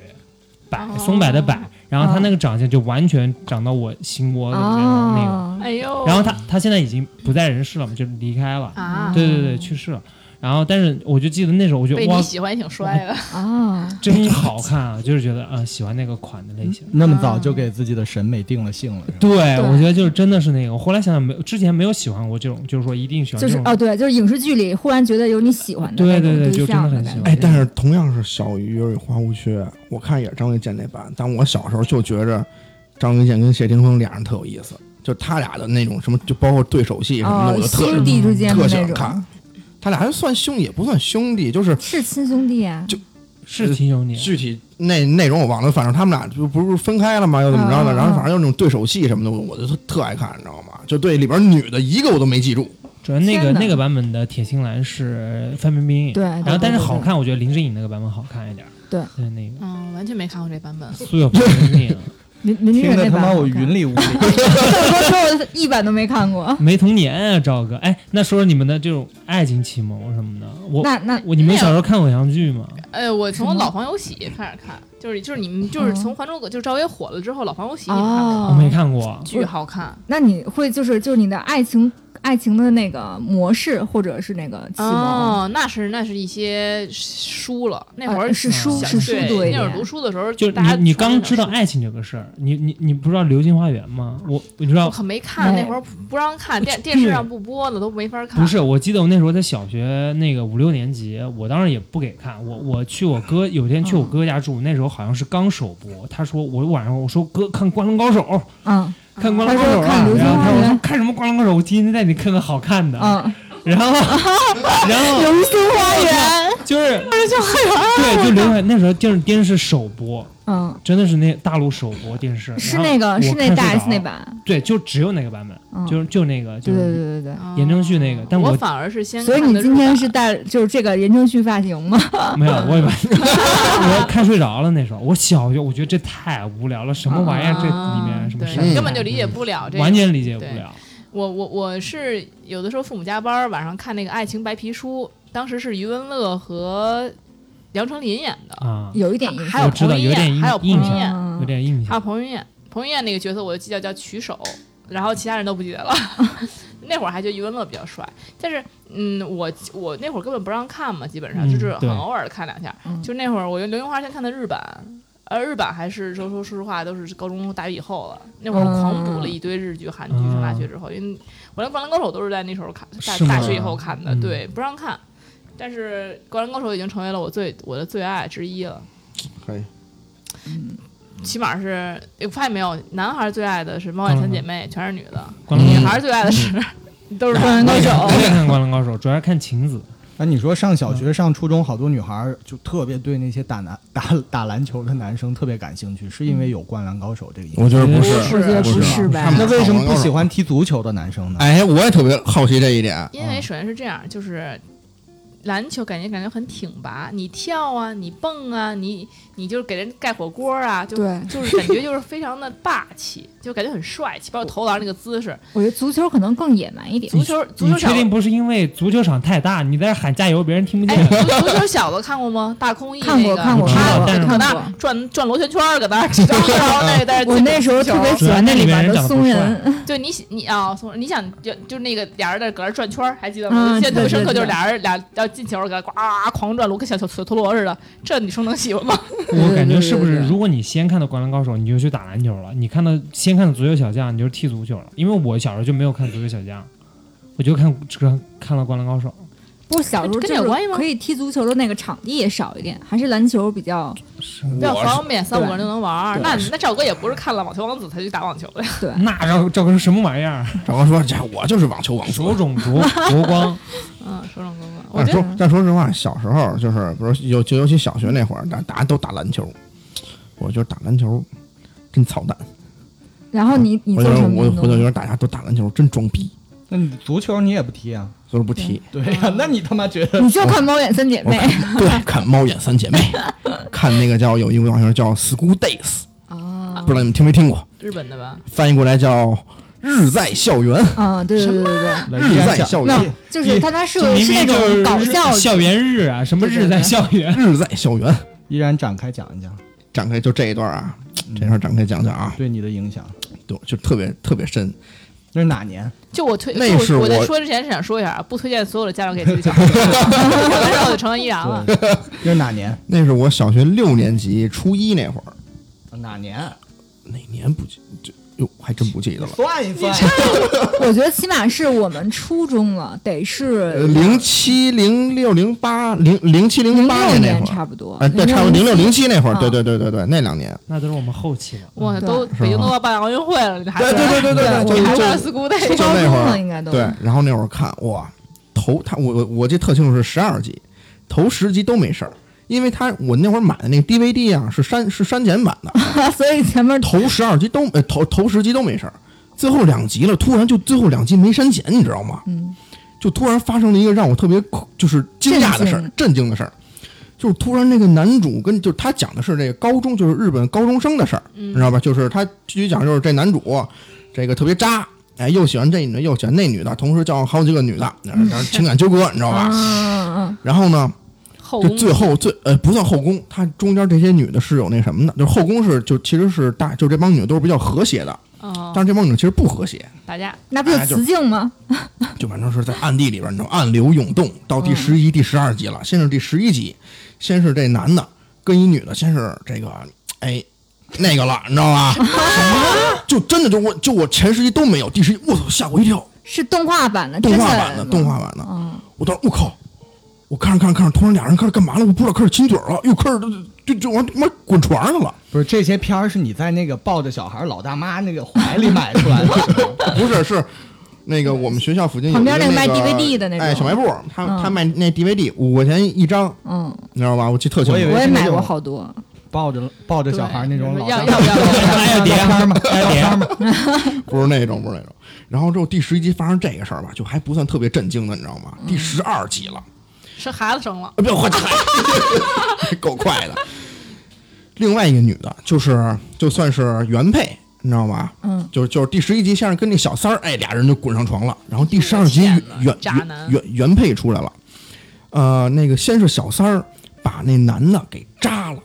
Speaker 3: 白
Speaker 1: 哦
Speaker 3: 松柏的柏，然后她那个长相就完全长到我心窝子里面的那个。
Speaker 4: 哦，
Speaker 1: 哎呦，
Speaker 3: 然后她她现在已经不在人世了嘛，就是离开
Speaker 4: 哦
Speaker 3: 了，
Speaker 1: 啊，
Speaker 3: 对对对，去世了。然后但是我就记得那时候，我觉得
Speaker 1: 被
Speaker 3: 哇
Speaker 1: 你，喜欢也挺帅的，
Speaker 4: 啊，
Speaker 3: 真好看啊，就是觉得啊、呃喜欢那个款的类型。
Speaker 5: 那么
Speaker 4: 嗯
Speaker 5: 早就给自己的审美定了性了，是吧
Speaker 3: 对，我觉得就是真的是那个。我后来想想，没有之前没有喜欢过这种，就是说一定喜欢
Speaker 4: 就
Speaker 3: 这
Speaker 4: 是
Speaker 3: 种。
Speaker 4: 哦，对，就是影视剧里忽然觉得有你喜欢的
Speaker 3: 对
Speaker 4: 那
Speaker 3: 对
Speaker 4: 种
Speaker 3: 对就
Speaker 4: 对
Speaker 3: 真的很
Speaker 4: 象感
Speaker 3: 喜
Speaker 4: 觉。
Speaker 3: 欢
Speaker 2: 哎，但是同样是小鱼儿与花无缺，我看也是张卫健那版，但我小时候就觉着张卫健跟谢霆锋俩人特有意思，就他俩的那种什么，就包括对手戏什么的，
Speaker 4: 哦
Speaker 2: 我，就特
Speaker 4: 兄弟之间的
Speaker 2: 特
Speaker 4: 那
Speaker 2: 想
Speaker 4: 种
Speaker 2: 看。他俩还算兄弟，也不算兄弟，就是
Speaker 4: 是亲兄弟啊，
Speaker 2: 就是
Speaker 3: 挺有你。
Speaker 2: 具体内内容我忘了，反正他们俩就不是分开了吗？又怎么着的？
Speaker 4: 嗯嗯
Speaker 2: 然后反正就那种对手戏什么的，我我就特特爱看，你知道吗？就对里边女的一个我都没记住，
Speaker 3: 主要那个
Speaker 4: 天哪
Speaker 3: 那个版本的铁心兰是范冰冰，
Speaker 4: 对对
Speaker 3: 然后但是
Speaker 4: 对对
Speaker 3: 好看，我觉得林志颖那个版本好看一点，
Speaker 4: 对，
Speaker 3: 就是那个
Speaker 1: 嗯，完全没看过这版本。
Speaker 3: 苏有朋的那个
Speaker 4: 林林志
Speaker 5: 听
Speaker 4: 颖
Speaker 5: 得
Speaker 4: 那
Speaker 5: 他
Speaker 4: 版
Speaker 5: 妈
Speaker 4: 好
Speaker 5: 我
Speaker 4: 看
Speaker 5: 云里雾里。
Speaker 4: 我说我一版都没 看过。
Speaker 3: 没童年啊，赵哥。哎，那说说你们的这种爱情启蒙什么的，我
Speaker 4: 那那
Speaker 3: 我你们小时候看偶像剧吗？
Speaker 1: 哎，我
Speaker 4: 什
Speaker 1: 从
Speaker 4: 么
Speaker 1: 《老黄有喜》开始看，就是就是你们就是
Speaker 4: 嗯
Speaker 1: 从《还珠格》就是赵薇火了之后，《老黄有
Speaker 4: 啊
Speaker 1: 喜》你们看过吗？
Speaker 3: 我没看过，
Speaker 1: 巨好看，
Speaker 4: 哦那你会就是就是你的爱情爱情的那个模式，或者是那个启蒙，
Speaker 1: 哦，那是那是一些书了，那会儿
Speaker 4: 呃是书
Speaker 1: 小
Speaker 4: 是书
Speaker 1: 对
Speaker 4: 多一
Speaker 1: 那会儿
Speaker 4: 点
Speaker 1: 读。书的时候，
Speaker 3: 就是
Speaker 1: 大家
Speaker 3: 你你刚
Speaker 1: 穿
Speaker 3: 知道
Speaker 1: 那种书，
Speaker 3: 爱情这个事儿，你你你不知道《流星花园》吗？我你知
Speaker 1: 我
Speaker 3: 道哎
Speaker 1: 可没看，
Speaker 4: 没
Speaker 1: 那会儿不不让看，电电视上不播了，都没法
Speaker 4: 啊
Speaker 1: 看。
Speaker 3: 不是？我记得我那时候在小学那个五六年级，我当时也不给看，我我去我哥有一天去我哥家住，那时候好像是刚首播，他说我晚上我说哥看《灌篮高手》。
Speaker 4: 嗯
Speaker 3: 看《灌篮高手》
Speaker 4: 他
Speaker 3: 啊，
Speaker 4: 说看流星
Speaker 3: 然后
Speaker 4: 花
Speaker 3: 他
Speaker 4: 园
Speaker 3: 我说看什么《灌篮高手》，我今天带你看个好看的，
Speaker 4: 嗯，
Speaker 3: 然 后然后
Speaker 4: 流星花园，
Speaker 3: 就是对，就流星那时候电视电视首播，
Speaker 4: 嗯，
Speaker 3: 真的是那大陆首播电视，
Speaker 4: 是
Speaker 3: 然后
Speaker 4: 那个是
Speaker 3: 我
Speaker 4: 那
Speaker 3: 看
Speaker 4: 大
Speaker 3: 睡
Speaker 4: S 那
Speaker 3: 着
Speaker 4: 版，
Speaker 3: 对，就只有那个版本，
Speaker 4: 嗯，
Speaker 3: 就是就那个就
Speaker 4: 对对
Speaker 3: 是
Speaker 4: 对对
Speaker 1: 哦
Speaker 3: 言承旭那个但
Speaker 1: 我
Speaker 3: 我
Speaker 1: 反而是先
Speaker 4: 对。所以
Speaker 1: 看
Speaker 4: 你
Speaker 1: 的
Speaker 4: 今
Speaker 1: 日
Speaker 4: 天
Speaker 1: 版
Speaker 4: 是带就是这个言承旭发型吗？
Speaker 3: 没有，我也没我看睡着了那时候，我小学我觉得这太无聊了，什么玩意儿这里面什么
Speaker 1: 啊对
Speaker 3: 山寨
Speaker 1: 根本就理解不了这个。
Speaker 3: 完全理解不
Speaker 1: 对
Speaker 3: 了，
Speaker 1: 我我我是有的时候父母加班儿，晚上看那个《爱情白皮书》，当时是余文乐和杨丞琳演的，
Speaker 3: 啊，
Speaker 4: 有一点印
Speaker 1: 还
Speaker 4: 象
Speaker 1: 有
Speaker 3: 我，知道
Speaker 1: 彭于
Speaker 3: 有点
Speaker 1: 晏
Speaker 3: 印
Speaker 1: 还有彭于
Speaker 3: 印
Speaker 1: 晏
Speaker 3: 象有
Speaker 4: 嗯
Speaker 3: 点印
Speaker 1: 还
Speaker 3: 象
Speaker 1: 有。啊彭于晏，彭于晏那个角色我就记得叫曲手，然后其他人都不记得了。 那会儿还觉得余文乐比较帅，但是嗯，我我那会儿根本不让看嘛，基本上
Speaker 3: 嗯
Speaker 1: 就是很
Speaker 3: 对
Speaker 1: 偶尔看两下。
Speaker 4: 嗯
Speaker 1: 就那会儿我用《流星花园》看的日版。而日版还是说说说实话，都是高中大学以后了。那会儿我狂补了一堆日剧、韩剧，上大学之后，因为我连《灌篮高手》都是在那时候看，大
Speaker 3: 嗯是吗
Speaker 1: 大学以后看的，
Speaker 3: 嗯
Speaker 1: 对，不让看。但是《灌篮高手》已经成为了我最我的最爱之一了。
Speaker 2: 可以
Speaker 1: 起码是，哎我发现没有，男孩最爱的是《猫眼
Speaker 3: 嗯
Speaker 1: 三姐妹》，全是女的；
Speaker 3: 灌篮
Speaker 1: 女
Speaker 3: 高手
Speaker 1: 孩最爱的是
Speaker 3: 嗯
Speaker 1: 都是
Speaker 4: 灌篮高手
Speaker 3: 我也看《灌篮高手》，主要是看晴子。
Speaker 5: 那你说上
Speaker 4: 嗯
Speaker 5: 小学、上初中，好多女孩儿就特别对那些打篮打打篮球的男生特别感兴趣，是
Speaker 4: 嗯
Speaker 5: 因为有《灌篮高手》这个影响。
Speaker 2: 我觉得不是，
Speaker 1: 我觉得
Speaker 2: 不
Speaker 4: 不
Speaker 2: 是
Speaker 4: 是吧
Speaker 2: 他们
Speaker 5: 那为什么不喜
Speaker 2: 欢？
Speaker 5: 欢踢足球的男生呢？
Speaker 2: 哎，我也特别好奇这一点。
Speaker 1: 因为首先是这样，就是篮球感觉感觉很挺拔，你跳啊，你蹦啊，你你就是给人盖火锅啊，就
Speaker 4: 对
Speaker 1: 就是感觉就是非常的霸气，就感觉很帅气，包括投篮那个姿势。
Speaker 4: 我觉得足球可能更野蛮一点。
Speaker 1: 足球足
Speaker 3: 你
Speaker 1: 球
Speaker 3: 确
Speaker 1: 小
Speaker 3: 定不是因为足球场太大，你在这喊加油，别人听不
Speaker 1: 哎，
Speaker 3: 见？
Speaker 1: 足足球小子看过吗？大空翼
Speaker 4: 看
Speaker 1: 那
Speaker 4: 过
Speaker 1: 个，
Speaker 4: 看过
Speaker 3: 我知道
Speaker 1: 他
Speaker 3: 但是
Speaker 1: 搁那
Speaker 4: 看
Speaker 1: 儿
Speaker 4: 过
Speaker 1: 转转螺旋圈儿，搁 那儿招招那个，但是
Speaker 4: 我那时候特
Speaker 2: 啊
Speaker 4: 别喜欢那里边的松人，
Speaker 1: 对你喜你啊，从你想就就那个俩人在搁那转圈儿，还记得
Speaker 4: 嗯
Speaker 1: 吗？我记得特别
Speaker 4: 对对
Speaker 1: 深刻，就是
Speaker 4: 对
Speaker 1: 俩人俩要进球，搁那呱狂转，我跟小小小陀螺似的。这女生能喜欢吗？
Speaker 3: 我感觉是不
Speaker 4: 对对
Speaker 3: 是？
Speaker 4: 对
Speaker 3: 如果你先看到《灌篮高手》，你就去打篮球了；你看到先看到《足球小将》，你就是踢足球了。因为我小时候就没有看《足球小将》，我就看只看看了《灌篮高手》。
Speaker 4: 不是小时候
Speaker 1: 跟这有
Speaker 4: 就
Speaker 1: 关系
Speaker 4: 是
Speaker 1: 吗
Speaker 4: 可以踢足球的那个场地也少一点，还是篮球比较
Speaker 1: 比较方便，三五
Speaker 4: 对
Speaker 1: 个人就能玩儿。
Speaker 4: 对
Speaker 1: 那那赵哥也不是看了《网球王子》才去打网球 的呀，
Speaker 4: 对。
Speaker 3: 那赵赵哥什么玩意儿？啊
Speaker 2: 赵刚说：“这我就是网球王子。
Speaker 3: 手 肿足，国光，
Speaker 1: 嗯，手掌哥哥，我
Speaker 2: 但
Speaker 1: 觉得
Speaker 2: 说但说实话，小时候就是，比如尤就尤其小学那会儿，大大家都打篮球，我就是打篮球，真操蛋。
Speaker 4: 然后你你
Speaker 2: 我
Speaker 4: 做
Speaker 2: 就
Speaker 4: 什么
Speaker 2: 我
Speaker 4: 运
Speaker 2: 回头
Speaker 4: 动
Speaker 2: 觉？得大家都打篮球，真装逼，
Speaker 5: 那你足球你也不踢啊？
Speaker 2: 所以我不踢。
Speaker 5: 对呀、那你他妈觉得
Speaker 4: 你就看《猫眼三姐
Speaker 2: 我
Speaker 4: 妹
Speaker 2: 看》对看《猫眼三姐妹》， 看那个叫有一部网球叫《School Days》，
Speaker 4: 啊
Speaker 2: 不知道你们听没听过？
Speaker 1: 日本的吧，
Speaker 2: 翻译过来叫《日在校园》。
Speaker 4: 啊，对对对对对，
Speaker 5: 来
Speaker 2: 日在校园，
Speaker 4: 就是但它是
Speaker 3: 这明
Speaker 4: 是那
Speaker 3: 明就是
Speaker 4: 种搞
Speaker 3: 日
Speaker 4: 笑
Speaker 3: 校园日啊，什么日
Speaker 4: 对对
Speaker 3: 在
Speaker 4: 对
Speaker 3: 校园？
Speaker 2: 日在校园，
Speaker 5: 依然展开讲一讲嗯
Speaker 2: 展开就这一段啊，这段展开讲讲啊，
Speaker 5: 对你的影响。
Speaker 2: 对，就特别特别深。
Speaker 5: 那是哪年？
Speaker 1: 就我推，
Speaker 2: 那
Speaker 1: 就是我在
Speaker 2: 我
Speaker 1: 说之前是想说一下啊，不推荐所有的家长给自己小孩 看，我的时候就成了依然了。
Speaker 5: 对，那是哪年？
Speaker 2: 那是我小学六年级初一那会儿，
Speaker 5: 哪年？
Speaker 2: 哪年不记？这哟，还真不记得了。
Speaker 5: 算一算，
Speaker 4: 我觉得起码是我们初中了，得
Speaker 2: 呃，
Speaker 4: 是
Speaker 2: 零七、零六、零八、零零七、零
Speaker 4: 零
Speaker 2: 八
Speaker 4: 六
Speaker 2: 那
Speaker 4: 年
Speaker 2: 会儿，
Speaker 4: 差不多，
Speaker 2: 哎，对，差不多零六、零七那会儿，
Speaker 4: 啊
Speaker 2: 对对对对对，那两年。
Speaker 3: 那都是我们后期了。
Speaker 1: 哇，
Speaker 4: 对
Speaker 1: 都北京都要办奥运会了，你还
Speaker 2: 对对对对对，
Speaker 1: 你
Speaker 2: 就
Speaker 1: 还办
Speaker 2: 就
Speaker 1: school day？
Speaker 4: 初
Speaker 2: 就
Speaker 4: 高
Speaker 2: 那
Speaker 4: 中
Speaker 2: 会儿
Speaker 4: 了应该都
Speaker 2: 对，然后那会儿看哇，头他我我我记得特清楚是十二集，头十集都没事儿，因为他我那会儿买的那个 DVD 啊是删是删减版的，
Speaker 4: 所以前面
Speaker 2: 头十二集都呃头头十集都没事儿，最后两集了，突然就最后两集没删减，你知道吗？
Speaker 4: 嗯，
Speaker 2: 就突然发生了一个让我特别恐就是惊讶的事儿
Speaker 4: 震惊，
Speaker 2: 震惊的事儿，就是突然那个男主跟就是他讲的是这个高中，就是日本高中生的事儿，你知道吧？就是他具体讲就是这男主这个特别渣，哎，又喜欢这女的，又喜欢那女的，同时交往好几个女的，然后情感纠葛，你知道
Speaker 4: 啊
Speaker 2: 吧？
Speaker 4: 嗯 嗯
Speaker 2: 然后呢，
Speaker 1: 后
Speaker 2: 就
Speaker 1: 宫
Speaker 2: 最后最呃不算后宫，他中间这些女的是有那什么的，就是后宫是就其实是大，就这帮女的都是比较和谐的，
Speaker 1: 啊
Speaker 2: 但，是这帮女的其实不和谐，
Speaker 1: 打架
Speaker 4: 那不就
Speaker 2: 哎就
Speaker 4: 雌竞吗？
Speaker 2: 就反正是在暗地里边，你知道暗流涌动，到第十
Speaker 1: 嗯
Speaker 2: 一、第十二集了。先是第十一集，先是这男的跟一女的，先是这个哎那个了，你知 道吧？就真的就我就我前十集都没有，第十一我操吓我一跳，
Speaker 4: 是动画版的，
Speaker 2: 动画
Speaker 4: 真
Speaker 2: 版的
Speaker 4: 吗
Speaker 2: 动画版的，
Speaker 4: 嗯，
Speaker 2: 我当时我靠，我看着看着看着，突然俩人开始干嘛了？我不知道开始亲嘴了，又开始就就就往他妈滚床上了。
Speaker 5: 不是这些片儿是你在那个抱着小孩老大妈那个怀里买出来 的。
Speaker 2: 不是，是那个我们学校附近有
Speaker 4: 旁边
Speaker 2: 一个
Speaker 4: 那个卖
Speaker 2: 那
Speaker 4: DVD 的那种
Speaker 2: 哎，小卖部，他
Speaker 4: 嗯
Speaker 2: 他卖那 DVD 五块钱一张，
Speaker 4: 嗯，
Speaker 2: 你知道吧？我记得特清
Speaker 5: 我以
Speaker 2: 楚
Speaker 5: 为。
Speaker 4: 我也
Speaker 5: 是那
Speaker 4: 买过
Speaker 5: 种
Speaker 4: 好多，
Speaker 5: 抱着抱着小孩那种老
Speaker 1: 要
Speaker 5: 大
Speaker 1: 要不
Speaker 5: 妈。哎
Speaker 1: 要不要？
Speaker 3: 还有碟，还有碟，
Speaker 2: 不是那种，不是那种。然后之后第十一集发生这个事儿吧，就还不算特别震惊的，你知道吗？
Speaker 4: 嗯
Speaker 2: 第十二集了，
Speaker 1: 生孩子生了，
Speaker 2: 啊，不要换台， 够快的。另外一个女的，就是就算是原配，你知道吗？
Speaker 4: 嗯，
Speaker 2: 就就是第十一集先是跟那小三儿，哎，俩人就滚上床了。然后第十二集
Speaker 1: 天
Speaker 2: 原
Speaker 1: 哪
Speaker 2: 原
Speaker 1: 渣男
Speaker 2: 原原配出来了，呃，那个先是小三儿把那男的给扎了，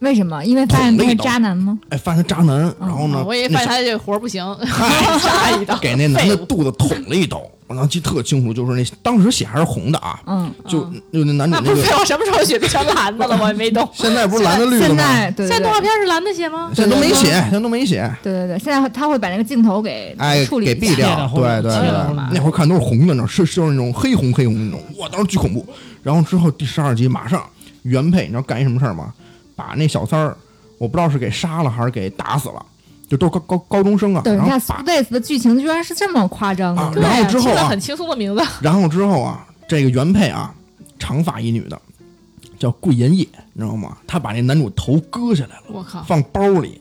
Speaker 4: 为什么？因为发现
Speaker 2: 捅
Speaker 4: 他
Speaker 2: 了一
Speaker 4: 是
Speaker 2: 刀
Speaker 4: 渣男吗？
Speaker 2: 哎，发现渣男，然后呢，
Speaker 1: 嗯哦我以为
Speaker 2: 那
Speaker 1: 发现
Speaker 2: 小
Speaker 1: 他这活儿不行，扎 一刀，
Speaker 2: 给那男的
Speaker 1: 废物
Speaker 2: 肚子捅了一刀，我能记得特清楚，就是那当时血还是红的啊，
Speaker 4: 嗯，
Speaker 2: 就就那男主
Speaker 1: 那
Speaker 2: 那
Speaker 1: 不
Speaker 2: 个
Speaker 1: 是废物，什么时候血变成蓝的了？我也没懂。
Speaker 2: 现在不是蓝的绿的
Speaker 4: 现
Speaker 2: 吗？
Speaker 4: 在对
Speaker 1: 现在
Speaker 4: 对
Speaker 1: 动画
Speaker 4: 对
Speaker 1: 片是蓝的血吗？
Speaker 2: 现在都没写，现在都没写，
Speaker 4: 对对对，现在他会把那个镜头给
Speaker 2: 哎，
Speaker 4: 处理
Speaker 2: 给
Speaker 4: 一
Speaker 2: 毙
Speaker 4: 下
Speaker 3: 切
Speaker 2: 掉
Speaker 3: 的，红
Speaker 2: 对对
Speaker 3: 切
Speaker 2: 对
Speaker 1: 的红，
Speaker 2: 那会儿看都是红的呢，是就是那种黑红黑红那种，哇，当时巨恐怖。然后之后第十二集马上原配，你知道干一什么事儿吗？把那小三儿，我不知道是给杀了还是给打死了，就都是高高高中生啊，
Speaker 4: 等
Speaker 2: 然
Speaker 4: 一下
Speaker 2: 后把
Speaker 4: ，School Days 的剧情居然是这么夸张
Speaker 2: 啊
Speaker 4: 的，
Speaker 1: 对
Speaker 2: 然后之后
Speaker 1: 起
Speaker 2: 啊
Speaker 1: 了很轻松的名 字，
Speaker 2: 然后之后啊，这个原配啊，长发一女的，叫桂妍叶，你知道吗？她把那男主头割下来了。
Speaker 1: 我靠，
Speaker 2: 放包里。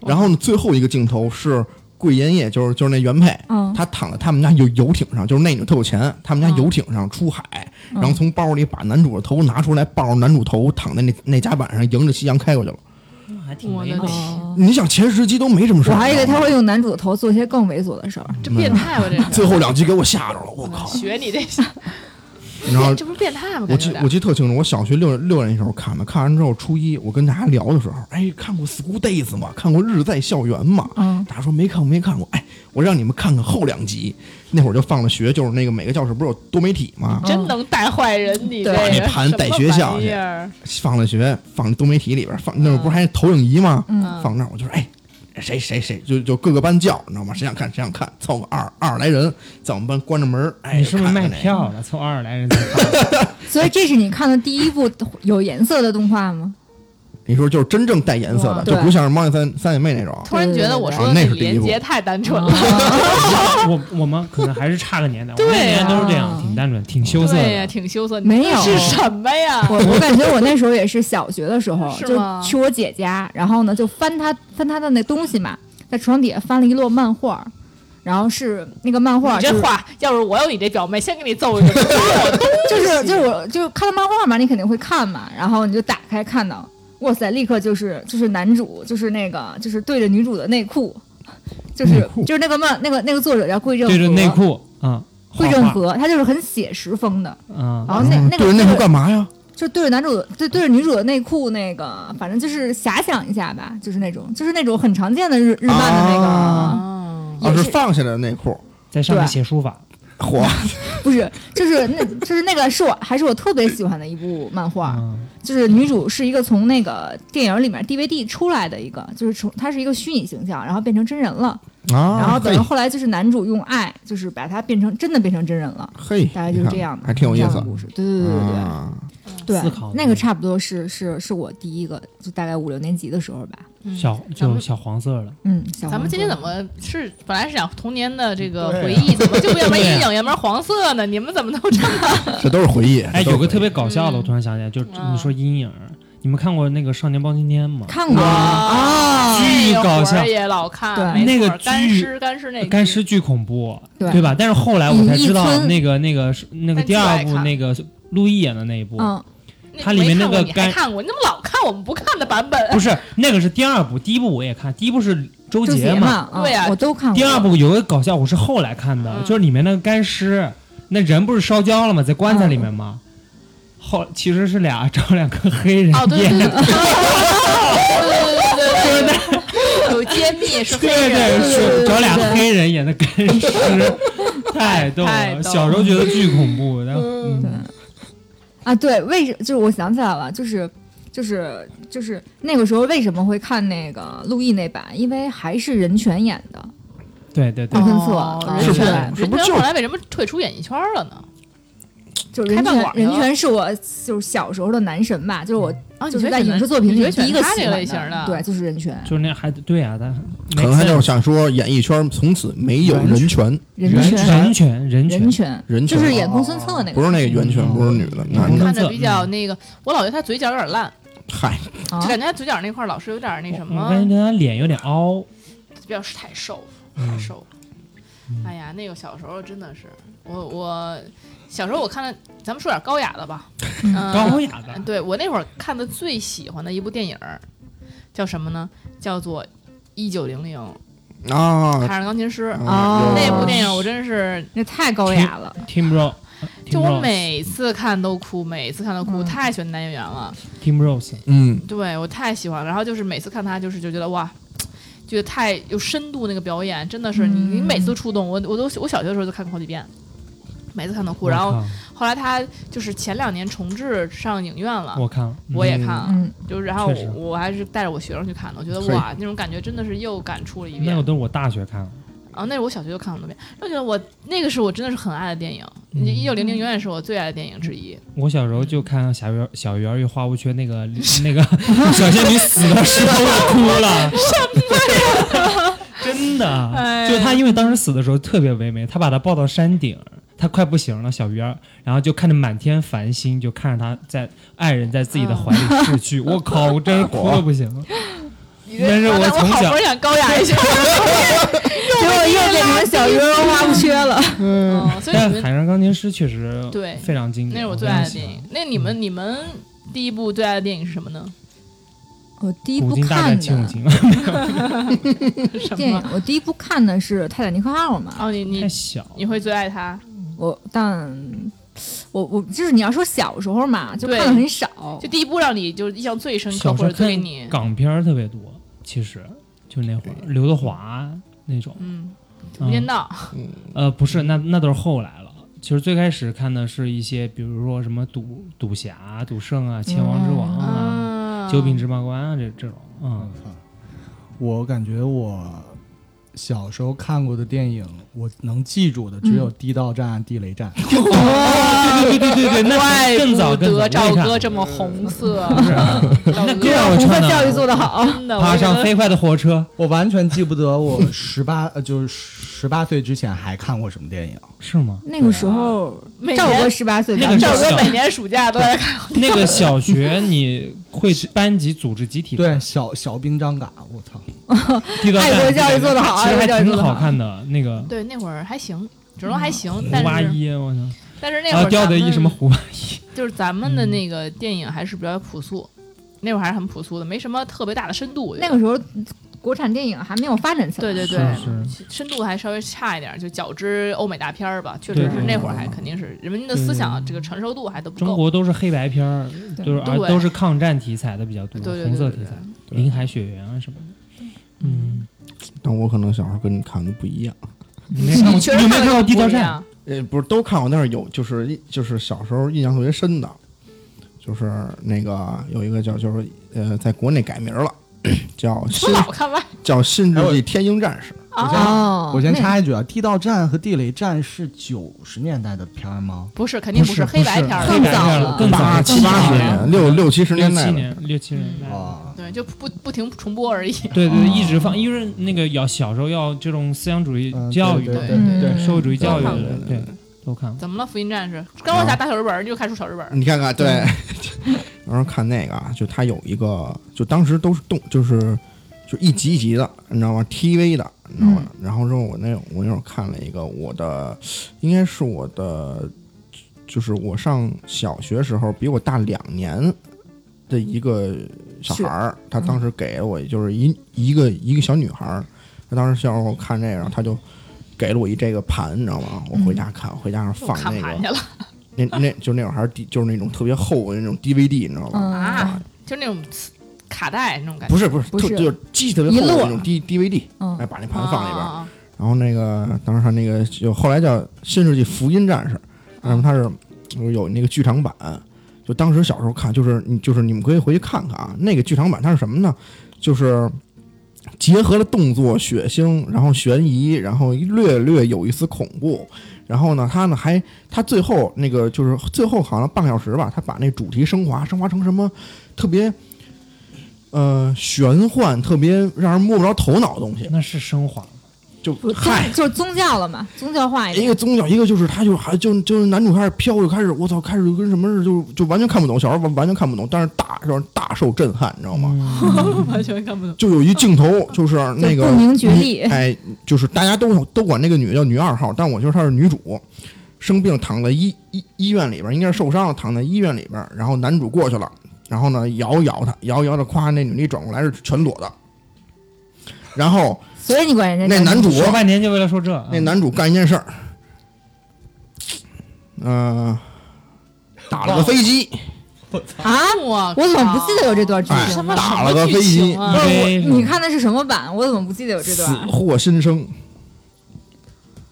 Speaker 2: 然后呢，最后一个镜头是桂妍叶，就是就是那原配，
Speaker 4: 嗯
Speaker 2: 她躺在他们家游游艇上，就是那女特有钱，他们家
Speaker 1: 嗯
Speaker 2: 游艇上出海，
Speaker 4: 嗯
Speaker 2: 然后从包里把男主的头拿出来，抱着男主头躺在那那甲板上，迎着夕阳开过去了。
Speaker 3: 还挺
Speaker 1: 我的
Speaker 3: 唯美。
Speaker 4: 哦
Speaker 2: 你想前十集都没什么事
Speaker 4: 我
Speaker 2: 儿，
Speaker 4: 还以为
Speaker 2: 你知道
Speaker 4: 他
Speaker 2: 吗
Speaker 4: 会用男主的头做一些更猥琐的事儿。
Speaker 1: 这变态吧？这是
Speaker 2: 嗯最后两集给我吓着了，我靠！
Speaker 1: 学你这，
Speaker 4: 嗯
Speaker 2: 然 后
Speaker 1: 这不是变态吗？
Speaker 2: 我
Speaker 1: 感觉
Speaker 2: 记
Speaker 1: 有点
Speaker 2: 我记得特清楚，我小学六六年级时候看的，看完之后初一我跟大家聊的时候，哎，看过《School Days》吗？看过《日在校园》吗？
Speaker 4: 嗯
Speaker 2: 大家说没看过没看过，哎，我让你们看看后两集。那会儿就放了学，就是那个每个教室不是有多媒体吗？
Speaker 1: 真能带坏人，你这
Speaker 4: 对
Speaker 1: 个
Speaker 4: 把
Speaker 2: 那盘带学校去
Speaker 1: 什么玩意儿
Speaker 2: 放了学放多媒体里边放，那会儿不是还投影仪吗？
Speaker 4: 嗯
Speaker 2: 放那儿我就说，哎，谁谁谁就就各个班叫，你知道吗？谁想看谁想看，凑个二二十来人，在我们班关着门儿，哎，
Speaker 3: 嗯你是不是
Speaker 2: 看
Speaker 3: 卖
Speaker 2: 看这个？
Speaker 3: 票了？从爱尔兰人才看
Speaker 4: 所以这是你看的第一部有颜色的动画吗？
Speaker 2: 你说就是真正带颜色的，
Speaker 4: 哇
Speaker 2: 就
Speaker 4: 哦对
Speaker 2: 不像是猫眼三三姐妹那种。
Speaker 1: 突然觉得我说
Speaker 2: 啊
Speaker 1: 的
Speaker 2: 那
Speaker 1: 那
Speaker 2: 是
Speaker 1: 个
Speaker 2: 第一
Speaker 1: 连
Speaker 2: 部
Speaker 1: 接太单纯了，
Speaker 4: 哦
Speaker 3: 我我们可能还是差个年代，我们那
Speaker 1: 对
Speaker 3: 年都是这样，
Speaker 4: 啊
Speaker 3: 挺单纯，挺羞涩
Speaker 1: 对呀，
Speaker 3: 的。
Speaker 1: 挺羞涩。
Speaker 4: 没有啊
Speaker 1: 那是什么呀？，
Speaker 4: 我我感觉我那时候也是小学的时候
Speaker 1: 是
Speaker 4: 就
Speaker 1: 吗
Speaker 4: 去我姐家，然后呢就翻她翻她的那东西嘛，在床底下翻了一摞漫画，然后是那个漫画、
Speaker 1: 你
Speaker 4: 就是，
Speaker 1: 这话，要是我有你这表妹，先给你揍一顿。
Speaker 4: 就是就是我就看到漫画嘛，你肯定会看嘛，然后你就打开看到，哇塞，立刻就是就是男主就是那个就是对着女主的内裤，就是就是那个漫那个那个作者叫桂正
Speaker 3: 对着内
Speaker 4: 和，
Speaker 3: 裤，嗯，画
Speaker 4: 桂正
Speaker 3: 画，
Speaker 4: 和他就是很写实风的，
Speaker 3: 嗯，
Speaker 4: 然后那
Speaker 2: 嗯
Speaker 4: 那个
Speaker 2: 对着那
Speaker 4: 作
Speaker 2: 会
Speaker 4: 者
Speaker 2: 干嘛呀？
Speaker 4: 就对着男主的对对着女主的内裤那个，反正就是遐想一下吧，就是那种就是那种很常见的日日漫的那个，
Speaker 1: 啊
Speaker 2: 啊，
Speaker 4: 也
Speaker 2: 是
Speaker 4: 是
Speaker 2: 放下来的内裤，
Speaker 3: 在上面
Speaker 4: 对
Speaker 3: 写书法，
Speaker 2: 嚯，
Speaker 4: 不是就是那就是那个是我还是我特别喜欢的一部漫画，
Speaker 3: 嗯，
Speaker 4: 就是女主是一个从那个电影里面 DVD 出来的一个，就是从她是一个虚拟形象，然后变成真人了，
Speaker 2: 啊，
Speaker 4: 然后等
Speaker 2: 嘿
Speaker 4: 后来就是男主用爱就是把她变成真的变成真人了。
Speaker 2: 嘿，
Speaker 4: 大概就是这样
Speaker 2: 你看
Speaker 4: 的，
Speaker 2: 还挺有意
Speaker 4: 这
Speaker 2: 思
Speaker 4: 样的。故事。对对对对对、
Speaker 2: 啊
Speaker 4: 对，
Speaker 3: 思考
Speaker 4: 那个差不多是是是我第一个，就大概五六年级的时候吧。
Speaker 3: 小
Speaker 1: 咱
Speaker 3: 就
Speaker 1: 们
Speaker 3: 小黄色了。
Speaker 4: 嗯，小
Speaker 1: 咱们
Speaker 4: 黄
Speaker 1: 今天
Speaker 4: 色
Speaker 1: 怎么是本来是讲童年的这个
Speaker 5: 对啊
Speaker 1: 回忆，怎么就变成
Speaker 3: 对啊
Speaker 1: 阴影，要不然黄色呢？你们怎么都 这么
Speaker 2: 这都是回忆。
Speaker 3: 哎，
Speaker 2: 这都是
Speaker 3: 有个特
Speaker 2: 回忆
Speaker 3: 别搞笑的，我突然想起来，就是
Speaker 1: 嗯
Speaker 3: 你说阴影，你们看过那个《少年包青天》吗？
Speaker 4: 看
Speaker 1: 啊
Speaker 4: 过啊？
Speaker 3: 巨搞笑
Speaker 1: 那会儿也老看，没
Speaker 4: 对
Speaker 1: 错
Speaker 3: 那个巨
Speaker 1: 干尸干尸那个
Speaker 3: 干尸巨恐怖，
Speaker 4: 对
Speaker 3: 吧？但是后来我才知
Speaker 4: 隐逸
Speaker 3: 道，
Speaker 4: 村
Speaker 3: 那个那个是那个第二
Speaker 1: 但巨
Speaker 3: 部
Speaker 1: 爱看
Speaker 3: 那个陆毅演的那一部，
Speaker 4: 嗯，
Speaker 1: 那
Speaker 3: 它里面那个
Speaker 1: 没看过你还
Speaker 3: 干
Speaker 1: 看过，你怎么老看我们不看的版本？
Speaker 3: 不是那个是第二部，第一部我也看，第一部是周
Speaker 4: 周
Speaker 3: 杰
Speaker 4: 杰
Speaker 3: 嘛，
Speaker 4: 嘛，
Speaker 1: 对
Speaker 4: 啊
Speaker 1: 呀
Speaker 4: 我都看过。
Speaker 3: 第二部有一个搞笑，我是后来看的，
Speaker 1: 嗯
Speaker 3: 就是里面那个干尸，那人不是烧焦了吗？在棺材里面吗？后其实是俩找两个黑人
Speaker 1: 哦，对对
Speaker 3: 演
Speaker 1: 对对对
Speaker 3: 的，
Speaker 1: 对对对对，有揭秘是黑
Speaker 3: 对
Speaker 1: 人，
Speaker 3: 是找俩黑人演的干尸，太逗
Speaker 1: 太
Speaker 3: 了。
Speaker 1: 逗
Speaker 3: 小时候觉得巨恐怖，然后嗯
Speaker 4: 啊，对，为什就是我想起来了，就是。就是就是那个时候为什么会看那个陆毅那版？因为还是任泉演的，
Speaker 3: 对对对
Speaker 4: 哦，
Speaker 1: 哦人
Speaker 2: 是不是
Speaker 1: 权，
Speaker 2: 是
Speaker 1: 人
Speaker 2: 不是
Speaker 1: 权
Speaker 2: 就
Speaker 1: 后来为什么退出演艺圈了呢？
Speaker 4: 就任
Speaker 1: 开饭馆
Speaker 4: 泉
Speaker 1: 去了
Speaker 4: 任泉是我就是小时候的男神吧，就是我
Speaker 1: 啊，你
Speaker 4: 就
Speaker 1: 觉
Speaker 4: 是
Speaker 1: 得
Speaker 4: 在
Speaker 1: 选
Speaker 4: 影视作品
Speaker 1: 你
Speaker 4: 里
Speaker 1: 觉得
Speaker 4: 第
Speaker 1: 选
Speaker 4: 一个
Speaker 1: 他
Speaker 4: 喜
Speaker 1: 这个
Speaker 4: 欢
Speaker 1: 类型的，
Speaker 4: 对，，就是任泉，
Speaker 3: 就是那还对呀，但
Speaker 2: 可能他就是想说，演艺圈从此没有人权，
Speaker 4: 任
Speaker 5: 人
Speaker 4: 泉
Speaker 3: 人权人权
Speaker 4: 任泉
Speaker 2: 人权
Speaker 4: 就是演公孙策那个，
Speaker 2: 不是那个源泉，
Speaker 3: 嗯
Speaker 2: 不是女的，
Speaker 3: 嗯
Speaker 2: 男的。
Speaker 1: 看着比较那个，我老觉得他嘴角有点烂，
Speaker 2: 嗨，
Speaker 4: 啊
Speaker 1: 就感觉他嘴角那块儿老是有点那什
Speaker 3: 我感
Speaker 1: 么，
Speaker 3: 觉他脸有点凹，
Speaker 1: 比较太瘦，太瘦。哎呀，那个小时候真的是，我我小时候我看了，咱们说点高雅的吧，嗯，
Speaker 3: 高雅的。
Speaker 1: 对我那会儿看的最喜欢的一部电影儿叫什么呢？叫做《一九零零
Speaker 2: 啊，
Speaker 1: 海上钢琴师》
Speaker 4: 哦
Speaker 1: 那部
Speaker 2: 有啊
Speaker 1: 电影，我真是
Speaker 4: 那太高雅了，
Speaker 3: Tim Rose，
Speaker 1: 就我每次看都哭，每次看都哭，
Speaker 4: 嗯
Speaker 1: 太喜欢男演员了。
Speaker 3: Tim Rose，
Speaker 2: 嗯，
Speaker 1: 对我太喜欢了，然后就是每次看他，就是就觉得哇，觉得太有深度，那个表演真的是你，你每次都触动我，我都我小学的时候就看过好几遍，每次看都哭。然后后来他就是前两年重置上影院了，
Speaker 3: 我看了，
Speaker 1: 啊我也看了，
Speaker 4: 嗯，
Speaker 1: 就是然后
Speaker 3: 确实
Speaker 1: 我还是带着我学生去看的，我觉得
Speaker 2: 嘿
Speaker 1: 哇，那种感觉真的是又感触了一
Speaker 3: 嗯那
Speaker 1: 遍
Speaker 3: 个。都是我大学看的，
Speaker 1: 啊，那是我小学就看了很多遍，我觉得我那个是我真的是很爱的电影，
Speaker 3: 嗯
Speaker 1: 一九零零永远是我最爱的电影之一。
Speaker 3: 我小时候
Speaker 1: 嗯
Speaker 3: 就看小鱼儿小鱼儿与花无缺那个那个小仙女死的时候我哭 了， 真的，
Speaker 1: 哎
Speaker 3: 就她因为当时死的时候特别唯美，她把她抱到山顶。她快不行了，小鱼儿，然后就看着满天繁星，就看着她在爱人在自己的怀里逝
Speaker 1: 嗯
Speaker 3: 去。我靠，我真是哭的不行了。但是我
Speaker 1: 我
Speaker 3: 从
Speaker 1: 好
Speaker 3: 小
Speaker 1: 不容易想高雅一下，
Speaker 4: 结果又变成小鱼儿花不缺了，
Speaker 1: 嗯，所以
Speaker 3: 但
Speaker 1: 你
Speaker 3: 《
Speaker 1: 们
Speaker 3: 海上钢琴师》确实
Speaker 1: 对
Speaker 3: 非常经典，
Speaker 1: 那是我
Speaker 3: 我
Speaker 1: 最
Speaker 3: 非常
Speaker 1: 爱的
Speaker 3: 喜
Speaker 1: 电
Speaker 3: 欢
Speaker 1: 影。那你
Speaker 3: 嗯
Speaker 1: 们你们第一部最爱的电影是什么呢？
Speaker 4: 我第一
Speaker 3: 古
Speaker 4: 部
Speaker 3: 今大
Speaker 4: 看
Speaker 3: 战
Speaker 4: 的
Speaker 3: 秦俑情，
Speaker 1: 什
Speaker 4: 电
Speaker 1: 么
Speaker 4: 影？，我第一部看的是《泰坦尼克号》嘛，
Speaker 1: 哦，你你
Speaker 3: 太小了。
Speaker 1: 你会最爱它？
Speaker 4: 我但我我就是你要说小时候嘛，就
Speaker 1: 对
Speaker 4: 看的很少
Speaker 1: 就，第一部让你就是印象最深刻，
Speaker 3: 小时
Speaker 1: 或
Speaker 3: 候
Speaker 1: 者最给
Speaker 3: 看
Speaker 1: 你
Speaker 3: 港片儿特别多，其实就那会儿刘德华那种，
Speaker 1: 嗯《
Speaker 3: 嗯
Speaker 1: 无间道》
Speaker 3: 呃，不是，那那都是后来了。其实最开始看的是一些，比如说什么赌赌侠、赌圣啊、千王之王啊、
Speaker 1: 啊
Speaker 3: 九品芝麻官啊这这种，嗯，
Speaker 5: 我操 我感觉我小时候看过的电影，我能记住的只有《地道战》《地雷战》
Speaker 3: 对对对对对，那
Speaker 1: 怪
Speaker 3: 更早
Speaker 1: 不
Speaker 3: 更早，
Speaker 1: 得赵哥
Speaker 3: 这
Speaker 1: 这么红 色，赵
Speaker 3: 嗯那更
Speaker 1: 哥
Speaker 3: 让我
Speaker 4: 红
Speaker 3: 穿
Speaker 4: 色教育
Speaker 3: 的，
Speaker 4: 做 得好，
Speaker 1: 真的，
Speaker 3: 啊爬
Speaker 1: 我
Speaker 3: 上
Speaker 1: 觉 得
Speaker 3: 飞快的火车，
Speaker 5: 我完全记不得我十八呃，就是十八岁之前还看过什么电影。
Speaker 3: 是吗？
Speaker 4: 那个时候
Speaker 1: 啊每
Speaker 4: 赵哥
Speaker 1: 年
Speaker 4: 十八岁吧，
Speaker 3: 那个时
Speaker 1: 赵
Speaker 3: 候
Speaker 1: 哥每年暑假都在 看，
Speaker 3: 那个小学你会班级组织集体
Speaker 5: 对，小小兵张嘎，我操！
Speaker 3: 地道战
Speaker 4: 爱国教育做得好
Speaker 3: 其实
Speaker 4: 爱国教
Speaker 3: 还
Speaker 4: 育
Speaker 3: 挺
Speaker 4: 做得
Speaker 3: 好
Speaker 4: 好
Speaker 3: 看的。那个
Speaker 1: 对那会儿还行，只能还行，
Speaker 3: 胡八
Speaker 1: 但是
Speaker 3: 一，嗯啊我操，
Speaker 1: 但是那
Speaker 3: 然
Speaker 1: 会
Speaker 3: 后
Speaker 1: 儿
Speaker 3: 刁
Speaker 1: 咱
Speaker 3: 德一
Speaker 1: 们
Speaker 3: 什么嗯胡八
Speaker 1: 就是咱们的那个电影还是比较朴素，那会儿还是很朴素的，没什么特别大的深度。我觉得
Speaker 4: 那个时候国产电影还没有发展起来，
Speaker 1: 对对对，
Speaker 3: 是
Speaker 1: 深度还稍微差一点，就较之欧美大片儿吧，确实
Speaker 3: 对
Speaker 1: 是那会儿还肯定是人们的思想这个承受度还都不
Speaker 3: 中
Speaker 1: 够。
Speaker 3: 国都是黑白片儿，
Speaker 4: 对
Speaker 3: 就是而
Speaker 1: 对
Speaker 3: 都是抗战题材的比较多，
Speaker 1: 对对
Speaker 3: 红
Speaker 1: 对
Speaker 3: 色
Speaker 1: 对
Speaker 3: 题
Speaker 1: 对
Speaker 3: 材，《林海雪原》啊什么的。嗯，
Speaker 2: 但我可能小时候跟你看的不一样。
Speaker 3: 你没看过？
Speaker 1: 你确实
Speaker 3: 你有没有看过《地道
Speaker 1: 不一
Speaker 3: 战
Speaker 1: 样？
Speaker 2: 呃，不是都看过，但是有就是一就是小时候印象特别深的，就是那个有一个叫就是呃，在国内改 名了，叫
Speaker 1: 我
Speaker 2: 新
Speaker 1: 老看外
Speaker 2: 叫《新世纪天鹰战士》，
Speaker 1: 啊，
Speaker 4: 哦，
Speaker 5: 我先
Speaker 4: 那
Speaker 5: 插一句啊，《地道战》和《地雷战》是九十年代的片儿吗？
Speaker 1: 不是肯定
Speaker 3: 是
Speaker 1: 是黑白片儿
Speaker 3: 不是黑
Speaker 4: 更
Speaker 3: 白片
Speaker 4: 早
Speaker 3: 儿
Speaker 4: 了
Speaker 3: 更早
Speaker 2: 八
Speaker 3: 了
Speaker 2: 七八十
Speaker 1: 啊
Speaker 2: 年，六六七十
Speaker 3: 六
Speaker 2: 年代了。
Speaker 3: 七
Speaker 2: 哦
Speaker 3: 年六七年代。
Speaker 5: 哇，
Speaker 1: 对，就不不停重播而已。
Speaker 3: 对对，
Speaker 1: 哦
Speaker 3: 一直放，因为那个要小时候要这种思想主义教育
Speaker 5: 嗯
Speaker 3: 嘛
Speaker 4: 对
Speaker 5: 对，
Speaker 4: 对
Speaker 3: 对
Speaker 4: 对
Speaker 3: 社会主义教育
Speaker 1: 对
Speaker 3: 的
Speaker 2: 对，对
Speaker 3: 对，都看过。
Speaker 1: 怎么了？福音战士刚往下打小日本儿，你就开出小日
Speaker 3: 嗯
Speaker 1: 本儿。嗯
Speaker 2: 你看看，对， 然后看那个啊，就他有一个，就当时都是动，就是就一集一集的，你知道吗？TV 的，你知道吗？
Speaker 1: 嗯
Speaker 2: 然后之后我那我那会儿看了一个，我的应该是我的，就是我上小学时候比我大两年的一个小孩儿，他当时给我就是一一个一个小女孩儿，她当时小时候看这个，然后她就。给了我一这个盘，你知道吗？我回家看，回家上
Speaker 1: 又
Speaker 2: 放
Speaker 1: 看
Speaker 2: 那个
Speaker 1: 盘去了
Speaker 2: 那 那就那会儿还是 D，就是那种特别厚的那种 DVD，你知道吗？
Speaker 4: 嗯
Speaker 1: 啊，就那种卡带那种感觉。
Speaker 2: 不是不是，
Speaker 4: 不
Speaker 2: 特
Speaker 4: 是
Speaker 2: 就是机器特别厚的那种 D DVD，哎，
Speaker 4: 嗯
Speaker 2: 把那盘放里边儿。
Speaker 1: 啊
Speaker 2: 然后那个当时他那个就后来叫《新世纪福音战士》，然后他是就是有那个剧场版，就当时小时候看，就是你就是你们可以回去看看啊。那个剧场版它是什么呢？就是结合了动作、血腥，然后悬疑，然后略略有一丝恐怖。然后呢，他呢还他最后那个就是最后好像半个小时吧，他把那主题升华，升华成什么特别呃玄幻、特别让人摸不着头脑的东西，
Speaker 3: 那是升华，
Speaker 2: 就
Speaker 4: 不
Speaker 2: 嗨
Speaker 4: 宗。就是宗教了嘛，宗教化一
Speaker 2: 一
Speaker 4: 点，
Speaker 2: 个宗教，一个就是他就还就就是男主开始飘，就开始我操，开始跟什么似的，就就完全看不懂，小时候完完全看不懂，但是大让人大受震撼，你知道吗？
Speaker 3: 嗯
Speaker 1: 啊，完全看不懂。
Speaker 2: 就有一镜头就是那个
Speaker 4: 就不明觉厉
Speaker 2: 女哎，就是大家都都管那个女叫女二号，但我觉得她是女主，生病躺在医医医院里边，应该是受伤了，躺在医院里边，然后男主过去了，然后呢摇摇她，摇摇的夸那女的一转过来是全裸的，然后
Speaker 4: 所以你管人家
Speaker 2: 那男主
Speaker 3: 说半天就为了说这，啊
Speaker 2: 那男主干一件事儿，嗯、打了个飞机，
Speaker 4: 啊，
Speaker 1: 我
Speaker 4: 我怎么不记得有这段剧
Speaker 2: 哎
Speaker 4: 情？，啊
Speaker 2: 打了个飞机，
Speaker 1: 啊
Speaker 3: 因为
Speaker 4: 你看的是什么版？我怎么不记得有这
Speaker 2: 死
Speaker 4: 段？啊
Speaker 2: 获新生，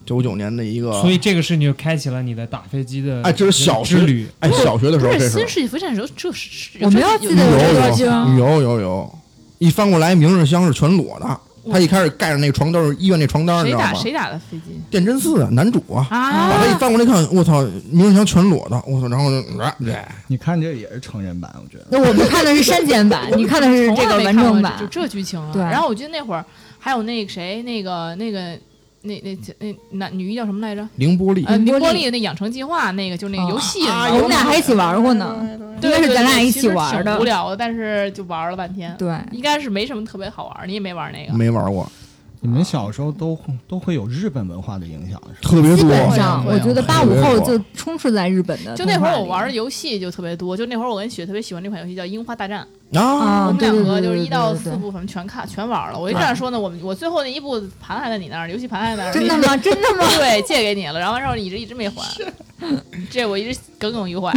Speaker 2: 九九年的一个，
Speaker 3: 所以这个事你就开启了你的打飞机的
Speaker 2: 哎，这是小
Speaker 3: 之
Speaker 2: 学
Speaker 3: 旅，
Speaker 2: 哎，小学的时
Speaker 1: 不
Speaker 2: 候
Speaker 1: 是
Speaker 2: 这
Speaker 1: 《
Speaker 2: 是
Speaker 1: 新世纪福音战士》这是
Speaker 4: 我没有记得
Speaker 2: 有
Speaker 4: 有这
Speaker 2: 有
Speaker 4: 段剧啊
Speaker 2: 有有有，一翻过来明日香是全裸的，他一开始盖着那个床单儿，医院那床单儿，你
Speaker 1: 谁
Speaker 2: 知道
Speaker 1: 打
Speaker 2: 吗？
Speaker 1: 谁打的飞机
Speaker 2: 电真寺啊，男主啊。把他一
Speaker 1: 啊？
Speaker 2: 翻过来看，我操，明日香全裸的，我操，然后就，啊对，
Speaker 5: 你看这也是成人版，我觉得。
Speaker 4: 那我们看的是删减版，你看的是这
Speaker 1: 从来
Speaker 4: 个
Speaker 1: 没
Speaker 4: 完
Speaker 1: 看
Speaker 4: 整
Speaker 1: 过
Speaker 4: 版
Speaker 1: 就。这剧情啊。
Speaker 4: 对
Speaker 1: 然后我记得那会儿还有那个谁，那个那个那那那男女一叫什么来着？
Speaker 2: 凌波丽，
Speaker 1: 呃，
Speaker 4: 凌
Speaker 1: 凌
Speaker 4: 波
Speaker 1: 波
Speaker 4: 丽
Speaker 1: 丽那养成计划，那个就那个游戏，嗯
Speaker 2: 啊
Speaker 1: 你知道吗
Speaker 4: 我们俩还一起玩过呢，应
Speaker 1: 对
Speaker 4: 该
Speaker 1: 对
Speaker 4: 是
Speaker 1: 对
Speaker 4: 咱俩一
Speaker 1: 其
Speaker 4: 起
Speaker 1: 实
Speaker 4: 玩
Speaker 1: 挺无
Speaker 4: 的。
Speaker 1: 聊的，但是就玩了半天。
Speaker 4: 对，
Speaker 1: 应该是没什么特别好玩，你也没玩那个。
Speaker 2: 没玩过，
Speaker 5: 你们小时候都都会有日本文化的影响，是吧？
Speaker 2: 特别
Speaker 4: 基
Speaker 2: 多。
Speaker 4: 本上
Speaker 1: 会啊
Speaker 4: 我觉得八
Speaker 2: 会
Speaker 4: 五
Speaker 2: 啊
Speaker 4: 后就充斥在日本的
Speaker 1: 就
Speaker 4: 动画里。
Speaker 1: 那会儿我玩的游戏就特别多，就那会儿我跟雪特别喜欢那款游戏叫《樱花大战》，
Speaker 2: 啊，
Speaker 1: 我
Speaker 4: 啊，
Speaker 1: 们
Speaker 4: 对
Speaker 1: 两
Speaker 4: 对
Speaker 1: 个
Speaker 4: 对，
Speaker 1: 就是
Speaker 4: 对
Speaker 1: 一到
Speaker 4: 对对
Speaker 1: 四部，反正全看全玩了。我一这样说呢，我们我最后那一部盘还在你那儿，游戏盘还在那儿，
Speaker 4: 真的吗？真的吗？
Speaker 1: 你？ 对，借给你了，然后然后你一直一直没还， 这我一直耿耿于 怀。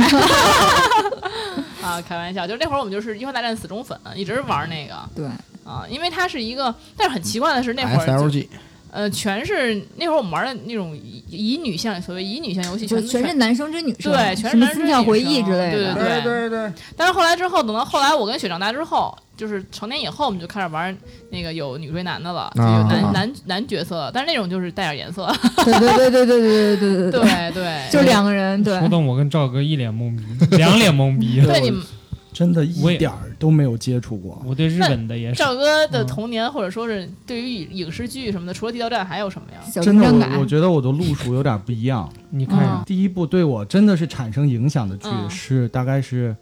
Speaker 1: 啊，开玩笑，就是那会儿我们就是《樱花大战》死忠粉，一直玩那个
Speaker 4: 对，
Speaker 1: 啊，因为它是一个，但是很奇怪的是那会儿就
Speaker 2: SLG
Speaker 1: 呃全是那会儿我们玩的那种以以女向所谓以女向游戏，
Speaker 4: 就
Speaker 1: 全
Speaker 4: 全是男生追女生，
Speaker 1: 对，全
Speaker 4: 什
Speaker 1: 是
Speaker 4: 么
Speaker 1: 男
Speaker 4: 心跳回忆之类
Speaker 1: 对
Speaker 4: 的。
Speaker 1: 对对对。但是后来之后，等到后来我跟雪长大之后，就是成年以后，我们就开始玩那个有女追男的了，就
Speaker 2: 啊
Speaker 1: 有男、
Speaker 2: 啊
Speaker 1: 男男角色了，但是那种就是带点颜色，
Speaker 4: 对对对对对对对对对对，
Speaker 1: 对对，
Speaker 4: 就两个人对
Speaker 3: 说。的我跟赵哥一脸懵逼，两脸 懵逼。
Speaker 1: 对你们
Speaker 5: 真的
Speaker 3: 我
Speaker 5: 一
Speaker 3: 也
Speaker 5: 点儿都没有接触过。
Speaker 3: 我对日本的也是，
Speaker 1: 赵哥的童年，或者说是对于影影视剧什么的，除了《地道战》还有什么呀？
Speaker 4: 小
Speaker 5: 真
Speaker 4: 成
Speaker 5: 的，
Speaker 4: 长感
Speaker 5: 我我觉得我的路数有点不一样。
Speaker 3: 你看
Speaker 4: 嗯
Speaker 5: 第一部对我真的是产生影响的剧
Speaker 1: 嗯
Speaker 5: 是大概是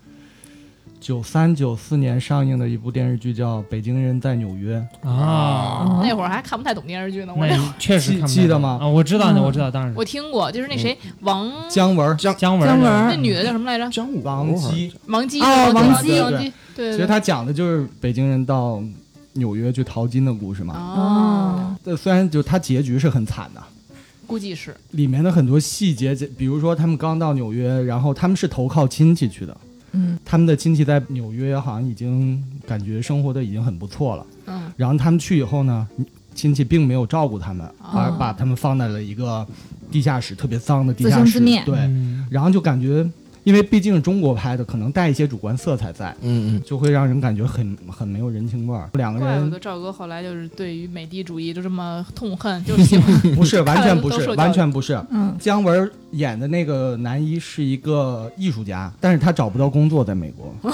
Speaker 5: 九三九四年上映的一部电视剧，叫《北京人在纽约》。
Speaker 3: 啊，
Speaker 4: 啊
Speaker 1: 那会儿还看不太懂电视剧嗯呢，我
Speaker 3: 那
Speaker 1: 这
Speaker 3: 你确实
Speaker 5: 记
Speaker 3: 看不
Speaker 5: 记
Speaker 3: 太
Speaker 5: 得
Speaker 3: 懂
Speaker 5: 吗
Speaker 3: 啊，我知道的，
Speaker 4: 嗯
Speaker 3: 我知道，当然
Speaker 1: 我听过，就是那谁王
Speaker 5: 姜文，
Speaker 3: 姜文，
Speaker 4: 姜文
Speaker 1: 那女的叫什么来着？
Speaker 2: 江武
Speaker 5: 王姬，
Speaker 1: 王姬，
Speaker 4: 哦
Speaker 1: 王
Speaker 5: 王姬
Speaker 1: 王
Speaker 5: 对
Speaker 1: 姬，对
Speaker 5: 其
Speaker 1: 对
Speaker 5: 实
Speaker 1: 对。
Speaker 5: 他讲的就是北京人到纽约去淘金的故事嘛。
Speaker 1: 哦，
Speaker 5: 这虽然就他结局是很惨的，
Speaker 1: 估计是
Speaker 5: 里面的很多细节，比如说他们刚到纽约，然后他们是投靠亲戚去的，
Speaker 4: 嗯，
Speaker 5: 他们的亲戚在纽约好像已经感觉生活的已经很不错了。
Speaker 1: 嗯，
Speaker 5: 然后他们去以后呢，亲戚并没有照顾他们，而
Speaker 1: 哦
Speaker 5: 把他们放在了一个地下室，特别脏的地
Speaker 4: 自
Speaker 5: 下
Speaker 4: 生
Speaker 5: 室。
Speaker 4: 自灭
Speaker 5: 对，
Speaker 3: 嗯
Speaker 5: 然后就感觉，因为毕竟是中国拍的，可能带一些主观色彩在，
Speaker 2: 嗯嗯，
Speaker 5: 就会让人感觉很很没有人情味儿。两个
Speaker 1: 怪不
Speaker 5: 人
Speaker 1: 得赵哥后来就是对于美帝主义就这么痛恨，就是喜欢
Speaker 5: 不是完全不
Speaker 1: 看了都
Speaker 5: 是
Speaker 1: 受教育
Speaker 5: 完全不是。
Speaker 4: 嗯，
Speaker 5: 姜文演的那个男一是一个艺术家，但是他找不到工作在美国，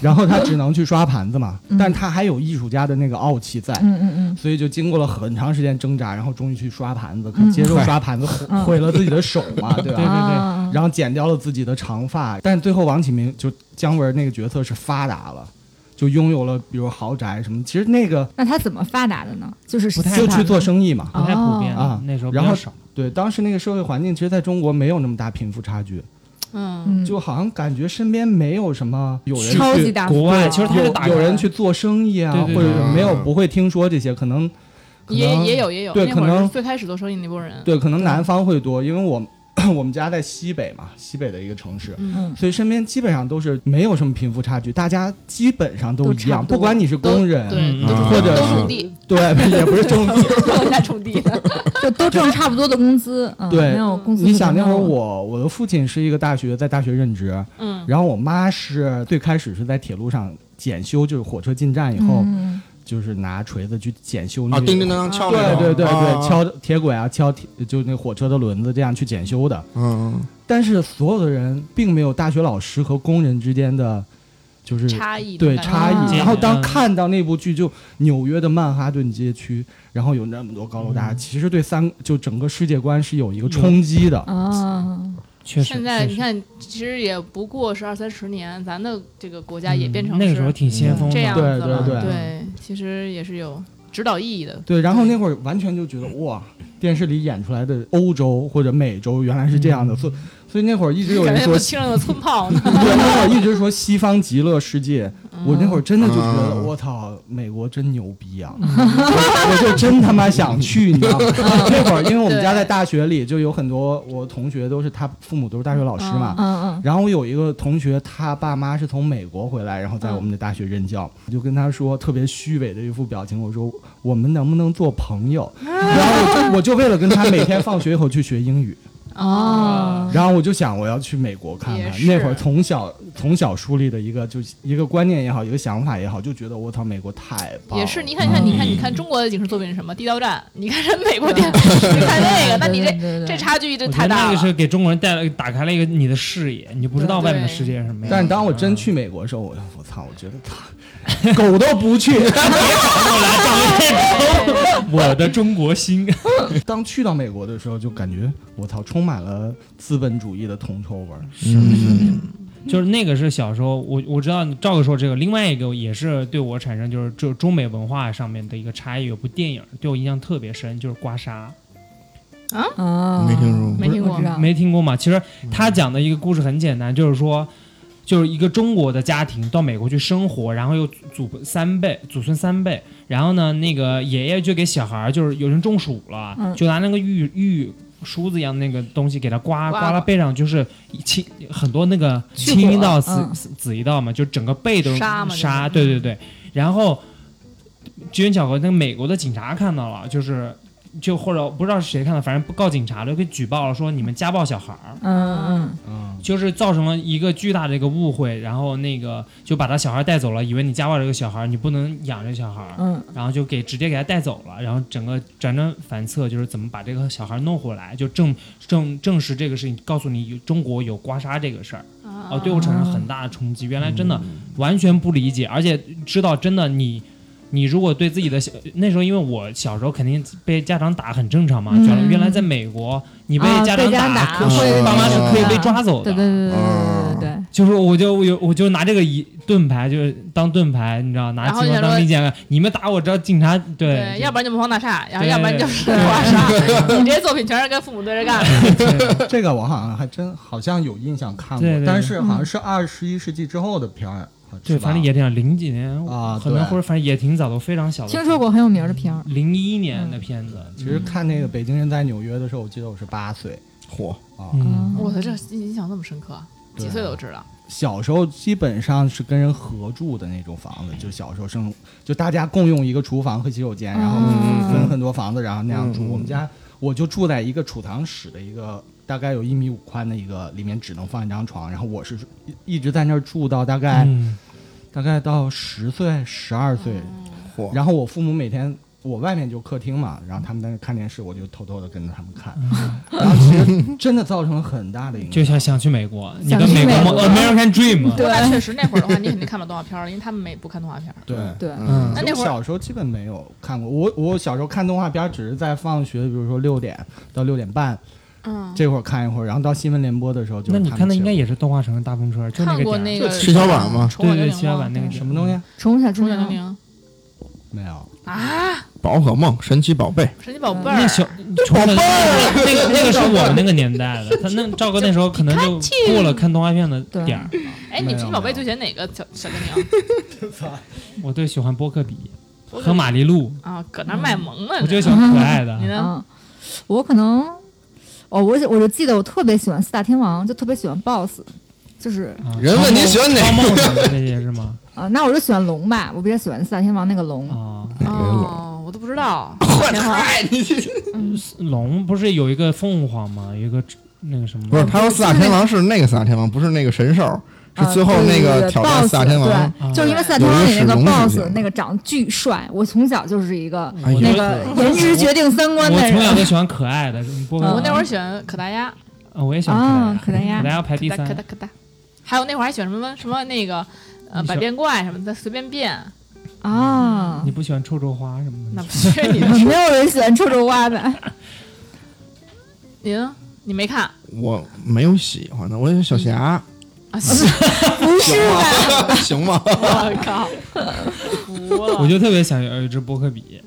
Speaker 5: 然后他只能去刷盘子嘛。
Speaker 4: 嗯
Speaker 5: 但他还有艺术家的那个傲气在，
Speaker 4: 嗯嗯嗯，
Speaker 5: 所以就经过了很长时间挣扎，然后终于去刷盘子，可
Speaker 4: 嗯
Speaker 5: 接受刷盘子毁
Speaker 4: 嗯
Speaker 5: 毁了自 己的手嘛，对
Speaker 3: 对
Speaker 5: 吧？
Speaker 4: 啊，
Speaker 5: 然后剪掉了自己的长发，但最后王启明就姜文那个角色是发达了，就拥有了比如豪宅什么，其实那个
Speaker 4: 那他怎么发达的呢？就是
Speaker 3: 不太
Speaker 5: 就
Speaker 3: 发达
Speaker 5: 去做生意嘛。
Speaker 3: 不太普遍
Speaker 4: 哦
Speaker 5: 啊
Speaker 3: 那时候比
Speaker 5: 然
Speaker 3: 较
Speaker 5: 后
Speaker 3: 少。
Speaker 5: 对，当时那个社会环境，其实在中国没有那么大贫富差距，
Speaker 1: 嗯
Speaker 4: 嗯，
Speaker 5: 就好像感觉身边没有什么有人
Speaker 4: 超级
Speaker 5: 去
Speaker 4: 大
Speaker 3: 国外
Speaker 4: 富
Speaker 3: 其实
Speaker 4: 豪
Speaker 3: 他是打
Speaker 5: 有有人去做生意啊，
Speaker 3: 对对对
Speaker 5: 或者是没有
Speaker 2: 嗯
Speaker 5: 不会听说这些，可能可
Speaker 1: 也
Speaker 5: 能
Speaker 1: 也有也有，
Speaker 5: 对
Speaker 1: 那会儿
Speaker 5: 可能
Speaker 1: 是最开始做生意那波人，
Speaker 5: 对，可能南方会多，因为我我们 家在西北嘛，西北的一个城市，
Speaker 4: 嗯
Speaker 5: 所以身边基本上都是没有什么贫富差距，大家基本上都
Speaker 4: 都
Speaker 5: 一
Speaker 4: 差
Speaker 5: 样，
Speaker 4: 不多
Speaker 5: 不管你是工人，
Speaker 1: 对，都
Speaker 2: 嗯
Speaker 1: 是
Speaker 5: 或者
Speaker 1: 都
Speaker 5: 是
Speaker 1: 种地，
Speaker 5: 对，也不是中介。
Speaker 1: 都在种地 的，
Speaker 4: 就都挣差不多的工资，嗯，
Speaker 5: 对
Speaker 4: 没有工资。
Speaker 5: 你想那会儿，我我的父亲是一个大学，在大学任职，
Speaker 1: 嗯，
Speaker 5: 然后我妈是最开始是在铁路上检修，就是火车进站以后，
Speaker 4: 嗯，
Speaker 5: 就是拿锤子去检修那
Speaker 2: 啊，
Speaker 5: 个
Speaker 2: 叮叮当当敲那
Speaker 5: 对
Speaker 2: 种
Speaker 5: 对对
Speaker 2: 啊
Speaker 5: 对，敲铁轨啊，敲铁就那火车的轮子这样去检修的。
Speaker 2: 嗯，
Speaker 5: 但是所有的人并没有大学老师和工人之间的，就是
Speaker 1: 差异的
Speaker 5: 对
Speaker 1: 感觉
Speaker 5: 差
Speaker 4: 啊
Speaker 5: 异。然后当
Speaker 3: 嗯
Speaker 5: 看到那部剧，就纽约的曼哈顿街区，然后有那么多高楼
Speaker 1: 嗯
Speaker 5: 大厦，其实对三就整个世界观是有一个冲击
Speaker 1: 嗯
Speaker 5: 的。
Speaker 4: 啊，
Speaker 3: 确实，
Speaker 1: 现在
Speaker 3: 确
Speaker 1: 你
Speaker 3: 实
Speaker 1: 看，其实也不过是二三十年，咱的这个国家也变成
Speaker 3: 嗯
Speaker 1: 是
Speaker 3: 那个时候挺先锋的，
Speaker 1: 这样子了，
Speaker 5: 对对对
Speaker 1: 其实也是有指导意义 的。
Speaker 5: 对，然后那会儿完全就觉得哇，电视里演出来的欧洲或者美洲原来是这样的，所以所以那会儿一直有
Speaker 1: 嗯感
Speaker 5: 人
Speaker 1: 觉
Speaker 5: 说
Speaker 1: 都，听上了村炮 呢。
Speaker 5: 对，那会儿一直说西方极乐世界，我那会儿真的就觉得
Speaker 2: 嗯
Speaker 5: 我操，美国真牛逼啊！ 我就真他妈想去，你知道吗？那会儿因为我们家在大学里就有很多我同学都是他父母都是大学老师嘛，
Speaker 4: 嗯嗯
Speaker 5: 然后我有一个同学，他爸妈是从美国回来，然后在我们的大学任教。我就跟他说特别虚伪的一副表情，我说我们能不能做朋友？然后我我就为了跟他每天放学以后去学英语，
Speaker 3: 啊
Speaker 5: 啊
Speaker 1: 啊
Speaker 4: 哦，
Speaker 5: 然后我就想我要去美国看
Speaker 1: 也
Speaker 5: 看。
Speaker 1: 是
Speaker 5: 那会儿从小从小树立的一个就是一个观念也好，一个想法也好，就觉得我操美国太棒了。
Speaker 1: 也是，你看，你看，你看，你看中国的影视作品是什么？《地道战》，你看人美国 电，你看那个，那你这
Speaker 4: 这
Speaker 1: 这差距这
Speaker 3: 我觉
Speaker 1: 太
Speaker 3: 得那
Speaker 1: 大
Speaker 3: 个是
Speaker 1: 了。
Speaker 3: 给中国人带来打开了一个你的视野，你就不知道
Speaker 1: 对
Speaker 3: 外面的世界是什么样的。
Speaker 5: 但是当我真去美国的时候，我我操，我觉得他 狗都 不去。
Speaker 3: 我的中国心，
Speaker 5: 当去到美国的时候，就感觉我操，充满了资本主义的铜臭味儿。
Speaker 2: 嗯
Speaker 3: 就是那个是小时候我我知道赵哥说这个，另外一个也是对我产生就是就中美文化上面的一个差异。有部电影对我印象特别深，就是《刮痧》。
Speaker 4: 啊，
Speaker 2: 没听说
Speaker 1: 没
Speaker 2: 过
Speaker 1: 听过
Speaker 4: 我知道
Speaker 3: 没听过吗？其实他讲的一个故事很简单，就是说，就是一个中国的家庭到美国去生活，然后又祖祖三辈、祖孙三辈，然后呢，那个爷爷就给小孩儿，就是有人中暑了，
Speaker 4: 嗯
Speaker 3: 就拿那个玉玉。梳子一样那个东西给他刮
Speaker 1: 刮
Speaker 3: 刮到背上，就是青很多那个
Speaker 4: 去
Speaker 3: 青一
Speaker 4: 火
Speaker 3: 道紫、
Speaker 4: 嗯
Speaker 3: 紫紫一道嘛，就整个背都是
Speaker 1: 沙嘛
Speaker 3: 沙，
Speaker 1: 就
Speaker 3: 对
Speaker 1: 是
Speaker 3: 对对。然后机缘巧合，那个美国的警察看到了，就是就或者不知道是谁看到，反正不告警察了，给举报了，说你们家暴小孩儿。
Speaker 4: 嗯嗯
Speaker 5: 嗯，
Speaker 3: 就是造成了一个巨大的一个误会，然后那个就把他小孩带走了，以为你家暴这个小孩，你不能养这个小孩，
Speaker 4: 嗯，
Speaker 3: 然后就给直接给他带走了，然后整个辗转反侧，就是怎么把这个小孩弄回来，就证证证实这个事情，告诉你有中国有刮痧这个事儿，
Speaker 1: 啊
Speaker 3: 哦，对我产生很大的冲击。原来真的完全不理解，而且知道真的你，你如果对自己的小那时候，因为我小时候肯定被家长打很正常嘛，
Speaker 4: 嗯
Speaker 3: 原来原来在美国你被
Speaker 4: 啊
Speaker 3: 家
Speaker 4: 被
Speaker 3: 长
Speaker 4: 家长
Speaker 3: 打，
Speaker 4: 打
Speaker 3: 可
Speaker 2: 会
Speaker 3: 爸妈是可以被
Speaker 4: 啊
Speaker 3: 抓走的，
Speaker 4: 对对对对
Speaker 2: 啊
Speaker 4: 对对对，
Speaker 3: 就是我就我有我就拿这个一盾牌，就是当盾牌，你知道，拿
Speaker 1: 然后
Speaker 3: 机关
Speaker 1: 你想
Speaker 3: 当
Speaker 1: 说
Speaker 3: 利剑，你们打我，只要警察对
Speaker 1: 对，要不然就魔方大厦，然后
Speaker 3: 对
Speaker 1: 要不然就是
Speaker 4: 对
Speaker 1: 刮 痧，你这些作品全是跟父母对着干的。
Speaker 5: 这个我好像还真好像有印象看
Speaker 3: 对对
Speaker 5: 过，
Speaker 3: 对
Speaker 5: 但是好像是二十一世纪之后的片儿，啊
Speaker 3: 对，
Speaker 5: 是吧
Speaker 3: 反正也这样，零几年
Speaker 5: 啊
Speaker 3: 可能
Speaker 5: 对
Speaker 3: 或者反正也挺早的，我非常小的，
Speaker 4: 听说过很有名的片儿，
Speaker 3: 零一年的片子，
Speaker 5: 其实看那个《北京人在纽约》的时候，我记得我是八岁
Speaker 2: 嚯，
Speaker 5: 啊，
Speaker 3: 嗯，
Speaker 1: 我操，这印象那么深刻，啊
Speaker 5: 对
Speaker 1: 几岁都知道。
Speaker 5: 小时候基本上是跟人合住的那种房子，就小时候生就大家共用一个厨房和洗手间，然后
Speaker 4: 嗯
Speaker 5: 分很多房子，然后那样住。
Speaker 2: 嗯嗯
Speaker 5: 我们家我就住在一个储藏室的一个大概有一米五宽的一个，里面只能放一张床，然后我是一一直在那儿住到大概、
Speaker 3: 嗯
Speaker 5: 大概到十岁十二岁，
Speaker 2: 嚯
Speaker 5: 然后我父母每天。我外面就客厅嘛，然后他们在那看电视，我就偷偷的跟着他们看，然后其实真的造成了很大的影响。
Speaker 3: 就想想去美国，你
Speaker 4: 想
Speaker 3: 的美
Speaker 4: 去
Speaker 3: 国
Speaker 4: 美
Speaker 3: 梦
Speaker 4: 国
Speaker 3: American Dream，
Speaker 4: 对
Speaker 1: 但确实那会儿的话，你肯定看不了动画片儿，因为他们没不看动画片儿。
Speaker 5: 对，
Speaker 4: 对，
Speaker 3: 嗯
Speaker 1: 那那会
Speaker 5: 我
Speaker 1: 儿
Speaker 5: 小时候基本没有看过，我我小时候看动画片儿只是在放学，比如说六点到六点半
Speaker 1: 嗯，
Speaker 5: 这会儿看一会儿，然后到新闻联播的时候就
Speaker 3: 那
Speaker 5: 是
Speaker 3: 你
Speaker 5: 他们
Speaker 3: 看的应该
Speaker 5: 起
Speaker 3: 也是动画城的大风车，就
Speaker 1: 看
Speaker 3: 个
Speaker 1: 过
Speaker 3: 点儿
Speaker 1: 那个
Speaker 2: 就七巧板吗
Speaker 1: 宠物小
Speaker 3: 对对
Speaker 1: 精
Speaker 3: 七巧
Speaker 1: 灵
Speaker 3: 板那
Speaker 1: 吗
Speaker 3: 个
Speaker 5: 来
Speaker 3: 点
Speaker 5: 什么东
Speaker 2: 啊
Speaker 5: 西啊
Speaker 4: 宠物小
Speaker 1: 宠
Speaker 4: 精
Speaker 1: 物小精
Speaker 4: 灵，
Speaker 1: 灵
Speaker 5: 没有，
Speaker 1: 嗯啊，
Speaker 2: 宝可梦、神奇宝贝，
Speaker 1: 神奇宝贝
Speaker 3: 那
Speaker 1: 儿，
Speaker 3: 小宠物那个那个那个是我们那个年代的，他那赵哥那时候可能就过了看动画片的点儿。
Speaker 1: 哎，
Speaker 5: 没
Speaker 1: 你
Speaker 5: 有
Speaker 1: 神奇宝贝
Speaker 5: 没有
Speaker 1: 最喜欢哪个小小精 灵？
Speaker 3: 我最喜欢波克比
Speaker 1: 波克比
Speaker 3: 和玛丽露，
Speaker 1: 啊，搁那儿卖萌呢。
Speaker 3: 我就
Speaker 1: 你
Speaker 3: 喜欢可爱的
Speaker 1: 你。呢？
Speaker 4: 嗯，我可能，哦，我我就记得我特别喜欢四大天王，就特别喜欢 BOSS，就是
Speaker 3: 啊
Speaker 2: 人问你喜欢哪个
Speaker 3: 超梦什么的那些是吗？
Speaker 4: 啊、那我就喜欢龙吧，我比较喜欢四大天王那个龙。
Speaker 3: 啊，
Speaker 1: 哦， 我都不知道。
Speaker 2: 哎我太你
Speaker 3: 龙不是有一个凤凰吗？有一个那个什么？
Speaker 2: 不是，他说四大天王是那个四大天王，不是那个神兽，是最后那个挑战四大天王。
Speaker 4: 啊对对对 boss，对，就是因为四大天王里那个 boss 那个长巨帅，我从小就是一个
Speaker 2: 哎
Speaker 4: 那
Speaker 2: 呀，
Speaker 4: 个颜值决定三观的
Speaker 3: 我从小
Speaker 4: 人
Speaker 3: 就喜欢可爱的，波
Speaker 4: 嗯
Speaker 1: 啊我
Speaker 3: 克
Speaker 1: 那会儿喜欢可达鸭，
Speaker 3: 比，呃我也喜欢
Speaker 4: 啊，
Speaker 3: 可
Speaker 4: 可达
Speaker 3: 爱的，
Speaker 4: 鸭
Speaker 3: 可爱要排
Speaker 1: 可
Speaker 3: 第
Speaker 1: 达可
Speaker 3: 三
Speaker 1: 达。可达，还有那会儿还喜欢什么什么那个呃
Speaker 3: 你喜
Speaker 1: 百
Speaker 3: 欢
Speaker 1: 变怪什么的，随便变。
Speaker 4: 啊
Speaker 3: 你，不喜欢臭臭花什么
Speaker 1: 那
Speaker 3: 的？
Speaker 1: 不是你 的事
Speaker 4: 没有人喜欢臭臭蛙的，
Speaker 1: 你呢？你没看
Speaker 2: 我没有喜欢的，我有小霞，
Speaker 1: 啊？是
Speaker 4: 不是吧？
Speaker 2: 行吗？
Speaker 1: 我靠， 服了。
Speaker 3: 我就特别想要一只波克比，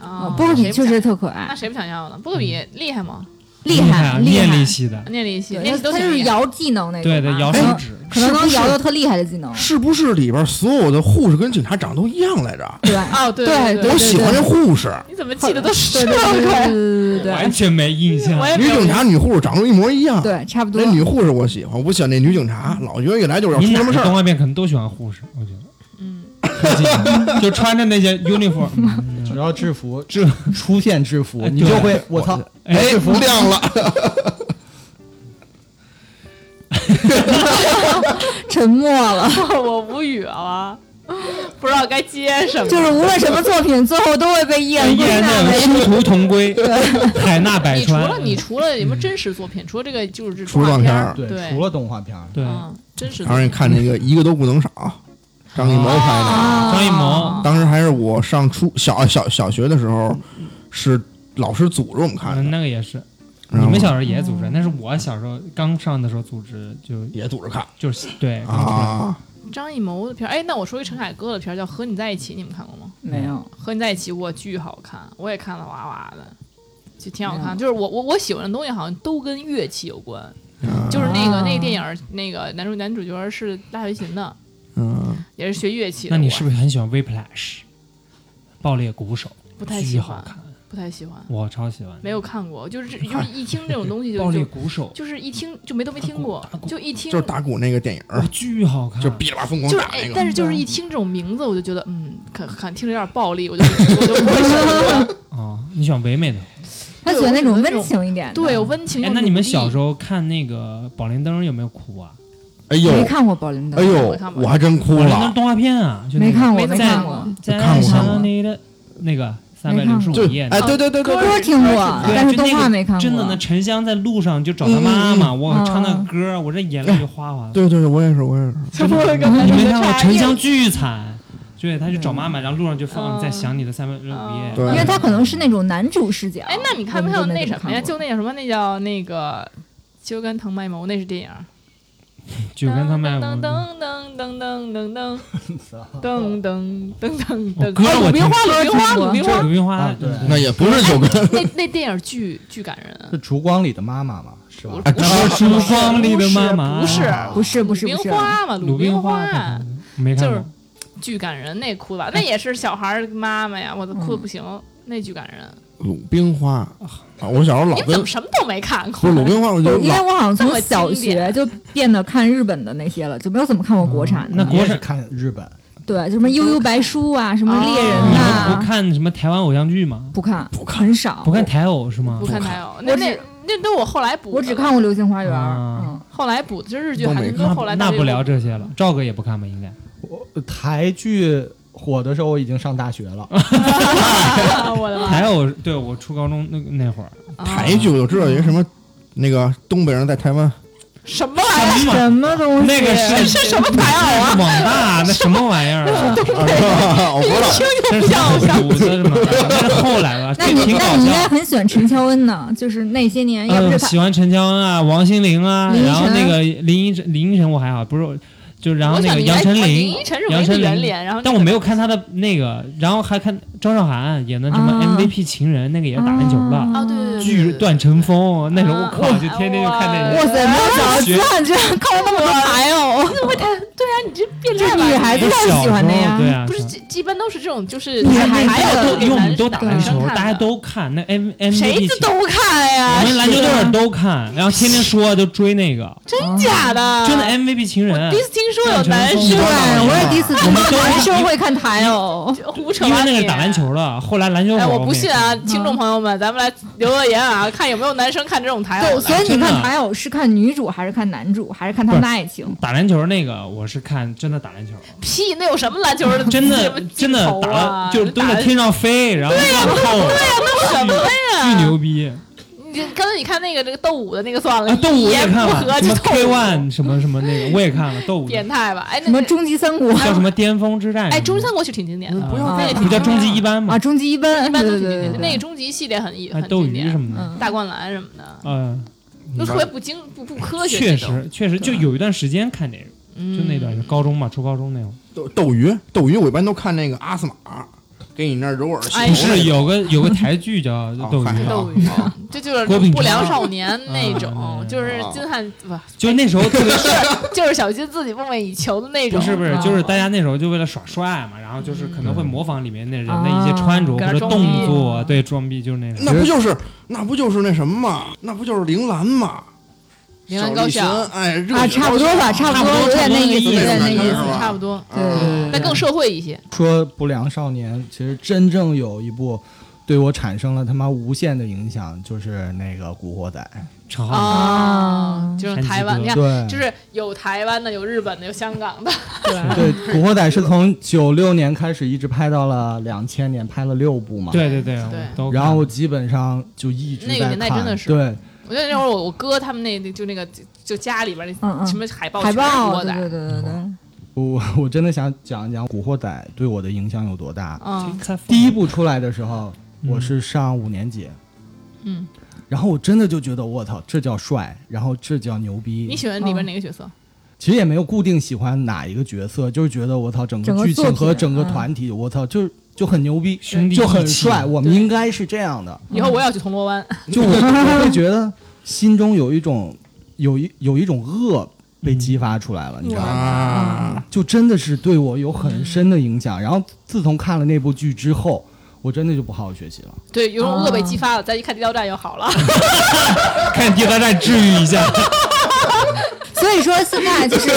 Speaker 1: 啊，
Speaker 4: 波克比
Speaker 1: 谁不
Speaker 4: 确
Speaker 1: 想
Speaker 4: 实特可
Speaker 1: 那
Speaker 4: 爱，
Speaker 1: 谁不想要呢？波克比啊厉害哎吗？
Speaker 4: 厉
Speaker 3: 害啊，
Speaker 4: 害厉
Speaker 3: 念力
Speaker 4: 害，
Speaker 3: 系的，
Speaker 1: 念力系，
Speaker 4: 对
Speaker 1: 念力都
Speaker 4: 他
Speaker 1: 挺
Speaker 4: 就是
Speaker 1: 厉害
Speaker 4: 摇技能那种
Speaker 3: 对
Speaker 4: 吧，
Speaker 3: 对，摇
Speaker 4: 可
Speaker 3: 手
Speaker 4: 能
Speaker 3: 指，
Speaker 4: 可能
Speaker 2: 是
Speaker 4: 能
Speaker 2: 不是
Speaker 4: 摇到特厉害的技能，
Speaker 2: 是不是里边所有的护士跟警察长得都一样来着？
Speaker 4: 对。
Speaker 1: 哦，对
Speaker 4: 对
Speaker 1: 对哎
Speaker 2: 我，喜欢这护士，
Speaker 1: 你怎么记得都是
Speaker 4: 对对对对对对
Speaker 3: 完全没印象
Speaker 1: 我。也没
Speaker 2: 女
Speaker 1: 有
Speaker 2: 警察、女护士长得一模一样。
Speaker 4: 对，差不多
Speaker 2: 那。女护士我喜欢，我不喜欢那女警察，老觉得一来就是要出
Speaker 3: 你哪
Speaker 2: 什么
Speaker 3: 个
Speaker 2: 事
Speaker 3: 动
Speaker 2: 儿。
Speaker 3: 画片可能都喜欢护士，我觉
Speaker 1: 嗯，
Speaker 3: 得，就穿着那些 uniform，嗯
Speaker 5: 只要制服
Speaker 3: 制
Speaker 5: 出现制服，
Speaker 3: 哎
Speaker 5: 你
Speaker 3: 对
Speaker 5: 就会我操，
Speaker 2: 哎，亮了，
Speaker 4: 沉默了，
Speaker 1: 我无语了，不知道该接什么。
Speaker 4: 就是无论什么作品，最后都会被一人
Speaker 3: 依
Speaker 4: 归
Speaker 3: 然
Speaker 4: 纳
Speaker 3: 的
Speaker 4: 为
Speaker 3: 哎殊途同归，海纳百
Speaker 1: 你除了
Speaker 3: 川。
Speaker 1: 你除了什么真实作品，除了这个就是
Speaker 2: 除了动画片
Speaker 1: 儿
Speaker 2: 儿
Speaker 5: 对，
Speaker 1: 对，
Speaker 5: 除了动画片儿，
Speaker 3: 对，
Speaker 1: 嗯，真实作
Speaker 2: 当时
Speaker 1: 品。
Speaker 2: 看那个一个都不能少，张艺谋拍的。
Speaker 4: 啊
Speaker 3: 张艺谋
Speaker 2: 当时还是我上初小小小学的时候，是老师组织我们看的。
Speaker 3: 嗯那个也是，
Speaker 2: 然后
Speaker 3: 你们小时候也组织，那是我小时候刚上的时候组织，就
Speaker 2: 也组织看
Speaker 3: 就是对，刚出来
Speaker 2: 啊？
Speaker 1: 张艺谋的片儿，哎，那我说一陈凯歌的片儿叫《和你在一起》，你们看过吗？
Speaker 4: 没有，
Speaker 1: 《和你在一起》我巨好看，我也看了哇哇的，就挺好
Speaker 4: 没
Speaker 3: 嗯
Speaker 4: 有
Speaker 1: 看。就是我我我喜欢的东西好像都跟乐器有关，
Speaker 2: 啊
Speaker 1: 就是那个那
Speaker 4: 啊
Speaker 1: 个电影儿，那个男主男主角是拉小提琴的，
Speaker 2: 嗯，
Speaker 1: 也是学乐器的。
Speaker 3: 那你
Speaker 1: 我
Speaker 3: 是不是很喜欢 Whiplash？爆裂鼓手，
Speaker 1: 不太喜
Speaker 3: 巨好
Speaker 1: 欢？
Speaker 3: 看，
Speaker 1: 不太喜欢，
Speaker 3: 我超喜欢。
Speaker 1: 没有看过，就是就是一听这种东西
Speaker 3: 爆
Speaker 1: 就
Speaker 3: 裂
Speaker 1: 就
Speaker 3: 鼓手
Speaker 1: 就是一听就没都没听过
Speaker 3: 打鼓打，鼓
Speaker 1: 就一听
Speaker 2: 就是打鼓那个电影儿，
Speaker 3: 巨好看，
Speaker 2: 就哔哩吧啦疯狂
Speaker 1: 就是
Speaker 2: 打那
Speaker 1: 哎，
Speaker 2: 个。
Speaker 1: 但是
Speaker 3: 嗯
Speaker 1: 就是一听这种名字我就觉得嗯，可可听着有点暴力，我就我就不会喜欢。
Speaker 3: 啊！你喜欢唯美的，
Speaker 4: 他喜
Speaker 1: 对
Speaker 4: 欢那
Speaker 1: 我
Speaker 4: 种
Speaker 1: 觉得那
Speaker 4: 温情一点的。
Speaker 1: 对，有温情。
Speaker 3: 哎，那你们小时候看那个《宝莲灯》有没有哭啊？
Speaker 2: 哎呦，
Speaker 4: 没看过《宝莲
Speaker 2: 哎
Speaker 4: 灯》，
Speaker 2: 呦
Speaker 1: 我看，过
Speaker 2: 我还真哭
Speaker 3: 宝莲灯
Speaker 2: 了。
Speaker 3: 动画片啊，就
Speaker 4: 没看过，
Speaker 1: 没
Speaker 4: 没
Speaker 1: 怎么
Speaker 4: 看
Speaker 1: 看
Speaker 4: 过。
Speaker 3: 在
Speaker 2: 看
Speaker 3: 爱
Speaker 2: 过
Speaker 3: 上你的那个三百
Speaker 4: 没
Speaker 3: 六
Speaker 4: 看
Speaker 3: 十
Speaker 4: 过
Speaker 2: 就
Speaker 3: 五页，
Speaker 2: 哎，对对对对对，
Speaker 4: 歌听过，
Speaker 3: 对
Speaker 4: 但是
Speaker 3: 就那
Speaker 4: 动
Speaker 3: 个
Speaker 4: 画没看过。
Speaker 3: 真的，那沉香在路上就找他妈妈，我
Speaker 4: 嗯
Speaker 3: 唱那
Speaker 4: 嗯
Speaker 3: 歌，我这眼泪就哗哗的。
Speaker 2: 对对对，我也是，我也是。
Speaker 1: 小时候跟
Speaker 4: 嗯
Speaker 1: 他
Speaker 3: 你没
Speaker 1: 们
Speaker 3: 看过
Speaker 1: 差
Speaker 3: 沉
Speaker 1: 异
Speaker 3: 香巨惨，对，他去找妈妈，然后路上就放
Speaker 1: 嗯
Speaker 3: 在想你的三百六十五夜，
Speaker 2: 对
Speaker 4: 因为他可能是那种男主视角。
Speaker 1: 哎，那你看没看
Speaker 4: 我们
Speaker 1: 那
Speaker 4: 都没
Speaker 1: 什么呀？就那叫什么？那叫那个《秋干藤卖萌》，那是电影。
Speaker 3: 就跟他们
Speaker 1: 噔噔噔噔噔噔噔 噔噔噔噔
Speaker 3: 我
Speaker 1: 噔。
Speaker 3: 哥
Speaker 1: 啊
Speaker 3: 我
Speaker 1: 鲁冰
Speaker 3: 听
Speaker 1: 花，鲁冰花，
Speaker 4: 听过
Speaker 1: 鲁冰
Speaker 3: 这
Speaker 1: 花。
Speaker 3: 鲁冰花
Speaker 5: 啊，对
Speaker 2: 那也不是九根，
Speaker 1: 哎那那电影巨巨感人。啊
Speaker 5: 是烛光里的妈妈嘛，是吧？
Speaker 2: 哎，不是
Speaker 3: 烛光里的妈妈，
Speaker 1: 不是
Speaker 4: 不是不是
Speaker 1: 鲁
Speaker 4: 不是
Speaker 1: 冰，花嘛，
Speaker 3: 鲁
Speaker 1: 鲁
Speaker 3: 冰
Speaker 1: 冰
Speaker 3: 花，
Speaker 1: 花
Speaker 3: 没看哎
Speaker 1: 就是
Speaker 3: 过。
Speaker 1: 巨感人，那哭了，那也是小孩儿妈妈呀，我都
Speaker 3: 嗯
Speaker 1: 哭的不行，那巨感人。
Speaker 2: 鲁冰花啊！我小时候老
Speaker 1: 你们
Speaker 2: 跟
Speaker 1: 怎么什么都没看
Speaker 2: 不
Speaker 1: 过
Speaker 2: 是？鲁冰花，我就
Speaker 4: 因为
Speaker 2: 老
Speaker 4: 我好像
Speaker 1: 这么
Speaker 4: 从小
Speaker 1: 经典
Speaker 4: 学就变得看日本的那些了，就没有怎么看过国产
Speaker 3: 哦那
Speaker 4: 的。
Speaker 5: 我
Speaker 3: 国
Speaker 5: 也是
Speaker 3: 产
Speaker 5: 看日本，
Speaker 4: 对，就什么《悠悠白书》啊，什么
Speaker 1: 哦
Speaker 4: 《猎人》
Speaker 3: 你们不
Speaker 4: 呐，
Speaker 3: 看什么台湾偶像剧吗？
Speaker 4: 不看，
Speaker 2: 不看
Speaker 4: 很少，
Speaker 3: 不看。台偶是吗
Speaker 1: 不？看
Speaker 2: 不
Speaker 1: 台有，那
Speaker 4: 我
Speaker 1: 那
Speaker 4: 只
Speaker 1: 那都我后来补的，
Speaker 4: 我只看过《流星花园》。
Speaker 3: 啊
Speaker 4: 嗯，
Speaker 1: 后来补的，这日剧、
Speaker 2: 都
Speaker 1: 韩
Speaker 2: 没
Speaker 1: 剧都后
Speaker 3: 那
Speaker 1: 来
Speaker 3: 那
Speaker 1: 大家
Speaker 3: 不聊
Speaker 1: 又
Speaker 3: 这些了，赵哥也不看吧？应该
Speaker 1: 啊
Speaker 5: 我台剧火的时候我已经上大学了，
Speaker 1: 啊我的妈
Speaker 3: 台偶对我初高中那那会儿，
Speaker 1: 啊！
Speaker 2: 台剧，我就知道有一个什么那个东北人在台湾，
Speaker 1: 什么玩意
Speaker 4: 嗯什么东西？
Speaker 3: 那个是
Speaker 1: 哎是什么台偶啊
Speaker 3: 那是网大那什么玩意儿 啊？
Speaker 2: 啊我不知道。
Speaker 3: 这是
Speaker 1: 像不像
Speaker 3: 五子什么的？那是后来 吧，
Speaker 4: 那
Speaker 3: 这
Speaker 4: 你
Speaker 3: 挺
Speaker 4: 那
Speaker 3: 搞
Speaker 4: 你应
Speaker 3: 笑
Speaker 4: 该。很喜欢陈乔恩呢，就是那些年，要不
Speaker 3: 嗯，
Speaker 4: 是他
Speaker 3: 喜欢陈乔恩啊，王心凌啊，
Speaker 4: 林依晨
Speaker 3: 然后那个林依晨，林依晨我还好，不是，就然后
Speaker 1: 我
Speaker 3: 那
Speaker 1: 想
Speaker 3: 个
Speaker 1: 你
Speaker 3: 杨
Speaker 1: 哎
Speaker 3: 丞
Speaker 1: 啊
Speaker 3: 琳
Speaker 1: 林依晨是，
Speaker 3: 杨
Speaker 1: 唯
Speaker 3: 丞
Speaker 1: 一圆
Speaker 3: 琳，
Speaker 1: 脸，然后
Speaker 3: 但我没有看她的那个，然后还看张韶涵演的什么
Speaker 4: 啊
Speaker 3: MVP 情人，那个也是打篮球的，
Speaker 1: 啊，对对对，
Speaker 3: 巨
Speaker 1: 对
Speaker 3: 段成风那种，我靠，
Speaker 1: 啊
Speaker 3: 就天天就看那
Speaker 4: 哇
Speaker 3: 些。
Speaker 4: 塞，没有想到
Speaker 3: 学
Speaker 4: 居然居然看过那么多台哦偶，
Speaker 1: 对对啊，你这变
Speaker 4: 这
Speaker 1: 态吧
Speaker 4: 女孩
Speaker 1: 你
Speaker 4: 子才喜欢的呀
Speaker 3: 小时候对啊，
Speaker 1: 不是
Speaker 3: 小
Speaker 1: 这一般都是这种，就是
Speaker 4: 女孩
Speaker 1: 还
Speaker 4: 子
Speaker 1: 有
Speaker 4: 都
Speaker 1: 给
Speaker 3: 因为我
Speaker 1: 男
Speaker 3: 们都打篮球
Speaker 1: 生，看
Speaker 3: 大家
Speaker 1: 的
Speaker 3: 都看那 M M
Speaker 1: 谁
Speaker 3: V P
Speaker 1: 这都啊看
Speaker 3: 我
Speaker 1: 呀？
Speaker 3: 们篮球队儿都看，然后天天说就追那个，
Speaker 1: 真假的？
Speaker 3: 真的 MVP 情人
Speaker 1: 啊
Speaker 3: 啊
Speaker 1: 第，一次听说有
Speaker 3: 段成
Speaker 1: 男
Speaker 3: 风
Speaker 1: 生
Speaker 2: 啊
Speaker 4: 对，我也第一次听
Speaker 3: 们
Speaker 4: 说
Speaker 3: 都
Speaker 4: 男生会看台哦偶，
Speaker 1: 胡扯
Speaker 3: 因为
Speaker 1: 吧
Speaker 3: 那个
Speaker 1: 你
Speaker 3: 打篮。球的，后来篮球
Speaker 1: 哎，
Speaker 3: 火，
Speaker 1: 我不
Speaker 3: 们也
Speaker 1: 信啊，听众朋友们，咱们来留个言啊，看有没有男生看这种台啊
Speaker 4: 对，
Speaker 1: 偶
Speaker 4: 所
Speaker 1: 的。
Speaker 4: 以你
Speaker 3: 哎真
Speaker 4: 看
Speaker 3: 的
Speaker 4: 台偶是看女主还是看男主，还是看他们的爱情？
Speaker 3: 打篮球那个，我是看真的打篮球，
Speaker 1: 屁，那有什么 篮球 的？
Speaker 3: 真
Speaker 1: 什
Speaker 3: 的
Speaker 1: 么
Speaker 3: 真的
Speaker 1: 镜头
Speaker 3: 打
Speaker 1: 啊
Speaker 3: 了，就是蹲在天上飞，然后乱扣，
Speaker 1: 那什么呀？
Speaker 3: 巨牛逼！
Speaker 1: 你刚才你看那个这个斗舞的那个算了，
Speaker 3: 啊，斗舞我也看
Speaker 1: 一言不合
Speaker 3: 了，什
Speaker 1: 就
Speaker 3: 么
Speaker 1: 斗
Speaker 3: K
Speaker 1: 舞
Speaker 3: One 什么什么那个我也看了，斗舞
Speaker 1: 变态吧？哎，
Speaker 4: 什
Speaker 1: 那
Speaker 4: 么
Speaker 1: 那
Speaker 4: 终极三国
Speaker 3: 叫什么巅峰之战？
Speaker 1: 哎，终极三国其实挺经典的，
Speaker 3: 嗯不要
Speaker 1: 那个
Speaker 3: 不叫终极一
Speaker 1: 一
Speaker 3: 班
Speaker 4: 啊，
Speaker 3: 嘛？
Speaker 4: 终极一
Speaker 1: 一
Speaker 4: 班，
Speaker 1: 般
Speaker 4: 对
Speaker 1: 都
Speaker 4: 对
Speaker 1: 挺经
Speaker 4: 对
Speaker 1: 典
Speaker 4: 对
Speaker 1: 的，那个终极系列很
Speaker 3: 哎
Speaker 1: 很
Speaker 3: 斗
Speaker 1: 经
Speaker 3: 鱼什
Speaker 1: 典，
Speaker 3: 么的，
Speaker 4: 嗯，
Speaker 1: 大灌篮什么的，
Speaker 3: 嗯，
Speaker 1: 都特别不经不不科学。嗯
Speaker 3: 确，实确实，
Speaker 1: 啊
Speaker 3: 就有一段时间看这个，就
Speaker 1: 就
Speaker 3: 那段是高中嘛，初高中那会儿。
Speaker 2: 斗斗鱼，斗鱼我一般都看那个阿斯玛，给你那儿揉耳
Speaker 1: 哎
Speaker 2: 细头那
Speaker 3: 不是
Speaker 2: 个
Speaker 3: 有个有个台剧叫斗
Speaker 2: 嗨
Speaker 3: 鱼，
Speaker 1: 斗
Speaker 2: 哦
Speaker 1: 鱼啊，这就是
Speaker 3: 郭品超
Speaker 1: 不良少年那
Speaker 3: 啊
Speaker 1: 种，就是金汉不
Speaker 3: 就那时 候特别帅。
Speaker 1: 就是小金自己梦寐以求的那种。
Speaker 3: 不是不是
Speaker 1: 啊，
Speaker 3: 就是大家那时候就为了耍帅嘛，然后就是可
Speaker 5: 嗯
Speaker 3: 能会模仿里面那人的
Speaker 4: 嗯
Speaker 3: 一些穿着
Speaker 1: 啊
Speaker 3: 或者
Speaker 1: 跟着
Speaker 3: 动作，
Speaker 1: 装逼
Speaker 3: 对，装逼就是那
Speaker 2: 那
Speaker 3: 种。
Speaker 2: 不就是那不就是那什么嘛？那不就是铃兰嘛？
Speaker 1: 铃兰高校
Speaker 2: 小立群哎，热
Speaker 4: 啊，
Speaker 2: 血高
Speaker 4: 差不多吧，差不
Speaker 3: 差不多
Speaker 4: 有点那意思，
Speaker 3: 差不多
Speaker 4: 有点那
Speaker 2: 那
Speaker 4: 意
Speaker 2: 种感觉
Speaker 4: 思
Speaker 3: 啊
Speaker 2: 是。吧
Speaker 1: 差不多，
Speaker 4: 对对对对
Speaker 1: 但更社会一些。
Speaker 5: 说不良少年，其实真正有一部对我产生了他妈无限的影响，就是那个《古惑仔
Speaker 3: 陈
Speaker 5: 哦
Speaker 3: 浩南
Speaker 1: 啊
Speaker 4: 啊，
Speaker 1: 就是台湾，
Speaker 3: 山
Speaker 1: 你
Speaker 3: 鸡
Speaker 1: 看，
Speaker 5: 对
Speaker 1: 就是有台湾的，有日本的，有香港的，》。
Speaker 5: 对，《古惑仔》是从九六年开始一直拍到了两千年，拍了六部嘛。。
Speaker 3: 对对对，
Speaker 1: 对
Speaker 3: 我都看
Speaker 5: 然后我基本上就一直在
Speaker 1: 那
Speaker 5: 看。
Speaker 1: 个年代真的是
Speaker 5: 对，
Speaker 1: 我觉得那会儿我我哥他们那那就那个就就家里边
Speaker 4: 嗯
Speaker 1: 那
Speaker 4: 嗯
Speaker 1: 什么海报
Speaker 4: 海
Speaker 1: 全是
Speaker 4: 报，
Speaker 1: 国
Speaker 4: 对
Speaker 1: 仔
Speaker 4: 对对对对。
Speaker 5: 我我真的想讲一讲《古惑仔》对我的影响有多大。
Speaker 4: 啊
Speaker 1: 嗯
Speaker 5: 第一部出来的时候，
Speaker 3: 嗯
Speaker 5: 我是上五年级，
Speaker 1: 嗯，
Speaker 5: 然后我真的就觉得我操，这叫帅，然后这叫牛
Speaker 1: 你
Speaker 5: 逼。
Speaker 1: 喜欢里边哪个角色？
Speaker 5: 其实也没有固定喜欢哪一个角色，就是觉得我操，整
Speaker 4: 整
Speaker 5: 个
Speaker 4: 个
Speaker 5: 剧情
Speaker 4: 作品
Speaker 5: 和整个
Speaker 4: 嗯
Speaker 5: 团体，我操，就是就很牛逼，
Speaker 3: 兄弟
Speaker 5: 就很
Speaker 3: 义气
Speaker 5: 帅。我们
Speaker 1: 对
Speaker 5: 应该是这样的，
Speaker 1: 以后我也要去铜锣 湾，
Speaker 5: 就我我会觉得心中有一种有一有一种恶被激发出来了，你知道吗？
Speaker 2: 啊，
Speaker 5: 就真的是对我有很深的影
Speaker 1: 嗯
Speaker 5: 响。然后自从看了那部剧之后，我真的就不好好学习了。
Speaker 1: 对，有种
Speaker 4: 啊
Speaker 1: 恶被激发
Speaker 5: 哦
Speaker 1: 了，再一看《地道战》又好了。
Speaker 3: 看《地道战》治愈一下，
Speaker 4: 所以说现在就是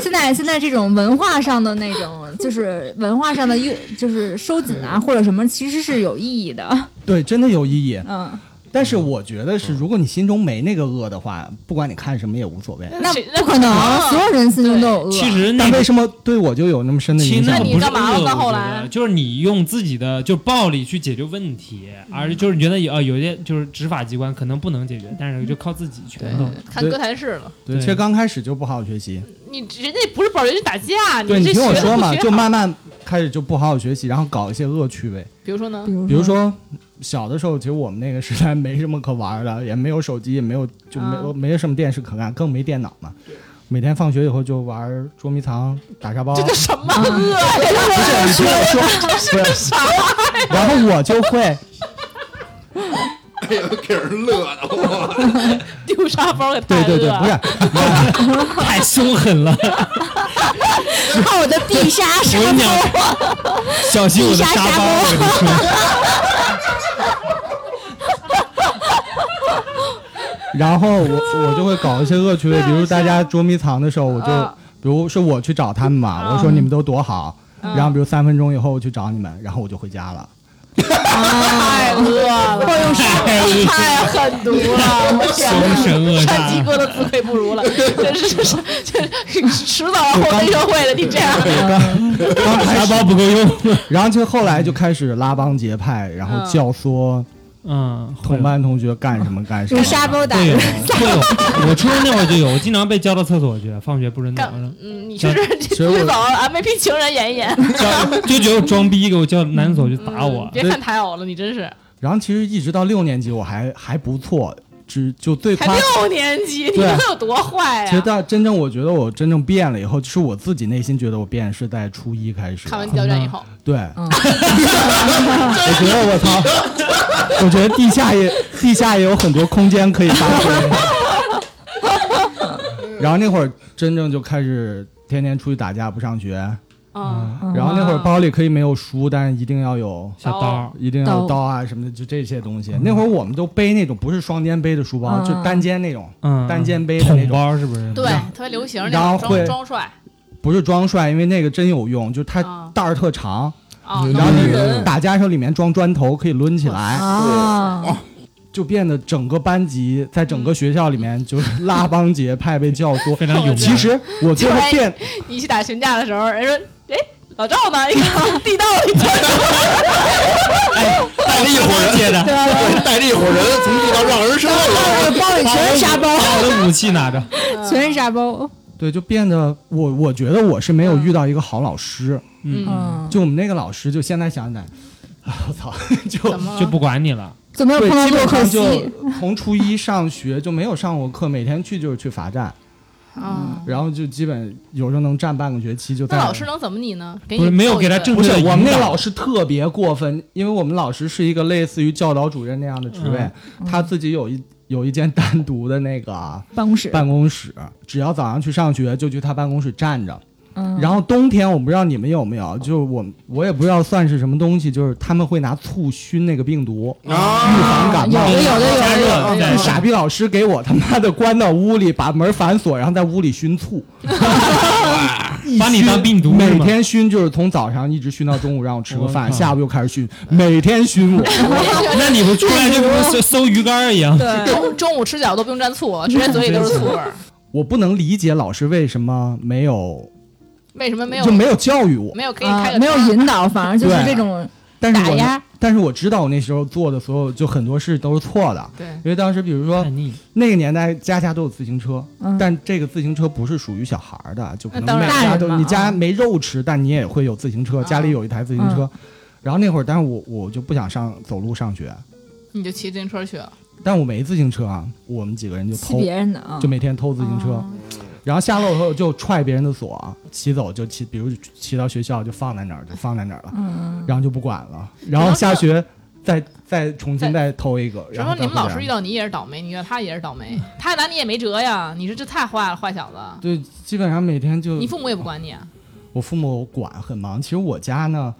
Speaker 4: 现在现在这种文化上的那种就是文化上的越就是收紧啊或者什么，其实是有意义的。
Speaker 5: 对，真的有意义。
Speaker 4: 嗯，
Speaker 5: 但是我觉得
Speaker 1: 嗯
Speaker 5: 是，如果你心中没那个恶的话，不管你看什么也无所谓。
Speaker 4: 那
Speaker 1: 谁
Speaker 4: 不可能，所有人心中都有 恶。
Speaker 3: 其实那
Speaker 5: 但
Speaker 3: 个
Speaker 5: 为什么对我就有那么深的
Speaker 3: 其
Speaker 5: 影
Speaker 3: 实
Speaker 5: 响
Speaker 1: 那
Speaker 3: 个不
Speaker 1: 你
Speaker 3: 是
Speaker 5: 呢？
Speaker 1: 干嘛了
Speaker 3: 恶
Speaker 1: 到后
Speaker 3: 我觉
Speaker 1: 来
Speaker 3: 得就是你用自己的就是暴力去解决问题，
Speaker 1: 嗯
Speaker 3: 而就是你觉得有呃有一些就是执法机关可能不能解决，但是就靠自己
Speaker 1: 嗯对
Speaker 3: 权
Speaker 5: 嗯
Speaker 3: 衡。，
Speaker 1: 看歌坛式了。
Speaker 5: 对，其实刚开始就不好好学习。
Speaker 1: 你人家不是保人家打架，
Speaker 5: 对，你
Speaker 1: 这
Speaker 5: 听我
Speaker 1: 学
Speaker 5: 说
Speaker 1: 不
Speaker 5: 嘛，
Speaker 1: 学
Speaker 5: 就
Speaker 1: 好
Speaker 5: 慢慢开始就不好好学习，然后搞一些恶趣味。
Speaker 1: 比如说呢，
Speaker 4: 比
Speaker 5: 比如
Speaker 4: 说，
Speaker 5: 说小的时候，其实我们那个时代没什么可玩的，也没有手机，也没有就没
Speaker 1: 嗯
Speaker 5: 有、没什么电视可看，更没电脑嘛。每天放学以后就玩捉迷藏、打沙包，
Speaker 1: 这
Speaker 5: 不
Speaker 1: 叫什么恶呀？
Speaker 5: 是你听我说，不是，然后我就会，
Speaker 2: 哎呦，给人乐的我。
Speaker 1: 丢沙包给太
Speaker 5: 对
Speaker 1: 恶
Speaker 5: 对对，不是，
Speaker 3: 太凶狠了，
Speaker 4: 看我的必杀
Speaker 3: 我跟你讲，小心我的沙包，我跟你说，
Speaker 5: 然后我我就会搞一些恶趣味，比如大家捉迷藏的时候，我就、比如是我去找他们嘛，我说你们都躲好，然后比如三分钟以后我去找你们，然后我就回家了。
Speaker 1: 太恶了，哎太狠毒
Speaker 2: 哎
Speaker 1: 了！我天
Speaker 3: 凶神恶
Speaker 1: 哪，
Speaker 3: 煞
Speaker 1: 山鸡哥都自愧不如 了，真是这是 这迟早要后黑社会的，你这样
Speaker 3: 嗯沙包不 够用。
Speaker 5: 然后就后来就开始拉帮结派，然后
Speaker 1: 嗯
Speaker 5: 教唆
Speaker 3: 嗯，会
Speaker 5: 同
Speaker 3: 有
Speaker 5: 班同学干什么干什么
Speaker 4: 用。沙包 打
Speaker 3: 会有
Speaker 4: 人，
Speaker 3: 会有，我初中那会儿就有，我经常被叫到厕所去，放学不准怎
Speaker 1: 干
Speaker 3: 么了，，
Speaker 1: 嗯，你这是这
Speaker 5: 实我
Speaker 1: 迟早 MVP 情人演一演，
Speaker 3: 叫就觉得装逼，给我叫男厕所去打我
Speaker 1: 嗯。别看台偶了，你真是
Speaker 5: 然后其实一直到六年级我还还不错，只就最
Speaker 1: 才
Speaker 5: 夸。
Speaker 1: 六年级，你
Speaker 5: 对
Speaker 3: 啊
Speaker 1: 能有多坏啊
Speaker 5: 其实
Speaker 1: 呀？
Speaker 5: 到真正我觉得我真正变了以后，是我自己内心觉得我变是在初一开始的。
Speaker 1: 看完地道战以后，
Speaker 5: 对，
Speaker 4: 嗯
Speaker 5: 我觉得我操，我觉得地下也地下也有很多空间可以发挥。然后那会儿真正就开始天天出去打架不上学，
Speaker 1: 嗯，
Speaker 5: 然后那会儿包里可以没有书，但是一定要有
Speaker 3: 小刀，
Speaker 5: 一定要
Speaker 4: 刀
Speaker 5: 有刀啊什么的，就这些东西。那会儿我们都背那种不是双肩背的书包，
Speaker 4: 啊
Speaker 5: 就单肩那种，
Speaker 3: 嗯，
Speaker 5: 单肩背的那
Speaker 3: 桶
Speaker 5: 种，
Speaker 3: 包是不是？
Speaker 1: 对，特别流行那
Speaker 5: 然后
Speaker 1: 种
Speaker 5: 会
Speaker 1: 装装帅，
Speaker 5: 不是装帅，因为那个真有用，就是它
Speaker 1: 啊
Speaker 5: 带儿特长，
Speaker 1: 啊，
Speaker 2: 嗯
Speaker 5: 然后
Speaker 1: 能
Speaker 5: 你打架时候里面装砖头可以抡起来，
Speaker 4: 啊，
Speaker 5: 就变得整个班级在整个学校里面就是拉帮结派被教 唆。
Speaker 3: 非常有名。
Speaker 5: 其实我最后
Speaker 1: 对
Speaker 5: 变，
Speaker 1: 你去打群架的时候，人说，哎，老赵呢？一看地道里头，
Speaker 3: 哎
Speaker 2: 带了一伙人，
Speaker 3: 借的，
Speaker 2: 对，带了一伙人从地道让人 射了。
Speaker 4: 我 包里全是沙包，
Speaker 3: 把我的武器拿着，
Speaker 5: 嗯
Speaker 4: 全是沙包。
Speaker 5: 对，就变得我我觉得我是没有遇到一个好老师，
Speaker 3: 嗯，
Speaker 4: 嗯，
Speaker 5: 就我们那个老师，就现在想起来，啊我操，就
Speaker 1: 怎么
Speaker 3: 就
Speaker 1: 了？
Speaker 3: 不管你了。
Speaker 4: 怎么有
Speaker 5: 对，
Speaker 4: 碰到
Speaker 5: 基
Speaker 4: 洛
Speaker 5: 本
Speaker 4: 克
Speaker 5: 上
Speaker 4: 西
Speaker 5: 就？ 从初一上学就没有上过课，每天去就是去罚站，
Speaker 1: 啊，
Speaker 5: 然后就基本有时候能站半个学期就在。
Speaker 1: 那老师能怎么你呢？给
Speaker 3: 不
Speaker 1: 你
Speaker 3: 是没有
Speaker 1: 揍一
Speaker 3: 给他
Speaker 1: 顿
Speaker 3: 正
Speaker 5: 不是
Speaker 3: 对
Speaker 5: 我们那
Speaker 3: 引导
Speaker 5: 个老师特别过分，因为我们老师是一个类似于教导主任那样的职位，
Speaker 3: 嗯
Speaker 5: 他自己有一有一间单独的那个
Speaker 4: 办公室，
Speaker 5: 办公室，只要早上去上学就去他办公室站着。
Speaker 4: 嗯，
Speaker 5: 然后冬天我不知道你们有没有，就是我我也不知道算是什么东西，就是他们会拿醋熏那个病毒，
Speaker 2: 啊，
Speaker 5: 预防感冒。
Speaker 4: 有的有的有
Speaker 3: 加
Speaker 4: 的有的
Speaker 3: 热
Speaker 4: 有
Speaker 3: 对
Speaker 4: 的，
Speaker 5: 傻逼老师给我他妈的关到屋里，把门反锁，然后在屋里熏醋，一
Speaker 3: 把你
Speaker 5: 熏
Speaker 3: 当病毒是
Speaker 5: 每
Speaker 3: 吗
Speaker 5: 天熏就是从早上一直熏到中午，让我吃个
Speaker 3: 我
Speaker 5: 饭，
Speaker 3: 靠
Speaker 5: 下午又开始熏，每天熏我。
Speaker 3: 那你不出来就跟
Speaker 5: 啊
Speaker 3: 搜搜鱼竿一样？
Speaker 1: 中中午吃饺子都不用蘸 醋
Speaker 5: 嗯
Speaker 1: 了，直接嘴里都是醋味儿。
Speaker 5: 我不能理解老师为什么没有
Speaker 1: 为什么没有
Speaker 5: 就没有教育我，
Speaker 1: 没有可以开
Speaker 4: 啊
Speaker 1: 个
Speaker 4: 没有
Speaker 1: 窗
Speaker 4: 引导，反而就是
Speaker 5: 对
Speaker 4: 这种
Speaker 5: 但是
Speaker 4: 打
Speaker 5: 我
Speaker 4: 压。
Speaker 5: 但是我知道我那时候做的所有就很多事都是错的，
Speaker 1: 对
Speaker 5: 因为当时比如说
Speaker 3: 叛逆，
Speaker 5: 那个年代家家都有自行车，
Speaker 4: 嗯
Speaker 5: 但这个自行车不是属于小孩儿的，就可
Speaker 1: 那当
Speaker 5: 能每
Speaker 1: 然嗯
Speaker 5: 家
Speaker 4: 大人
Speaker 5: 都
Speaker 4: 嘛
Speaker 5: 你
Speaker 4: 啊
Speaker 5: 家没肉吃，但你也会有自行车，
Speaker 1: 啊
Speaker 5: 家里有一台自行车。
Speaker 1: 嗯
Speaker 5: 然后那会儿，但是我我就不想上走路上学，
Speaker 1: 你就骑自行车去了。
Speaker 5: 但我没自行车啊，我们几个人就
Speaker 4: 骑
Speaker 5: 偷，
Speaker 4: 别人的
Speaker 1: 嗯
Speaker 4: 啊，
Speaker 5: 就每天偷自行
Speaker 1: 哦
Speaker 5: 车，然后下楼以后就踹别人的锁，骑走就骑，比如骑到学校就放在那儿，就放在那儿了，
Speaker 4: 嗯，
Speaker 5: 然后就不管了，然后下学再再重新再偷一个，
Speaker 1: 什
Speaker 5: 然
Speaker 1: 么
Speaker 5: 后
Speaker 1: 你们
Speaker 5: 再
Speaker 1: 老
Speaker 5: 回
Speaker 1: 师
Speaker 5: 来嗯
Speaker 1: 遇到你也是倒霉，你遇到他也是倒霉，他拿你也没辙呀。你说这太坏了，坏小子。
Speaker 5: 对，基本上每天就
Speaker 1: 你父母也不管你啊，
Speaker 5: 我父母管很忙。其实我家呢，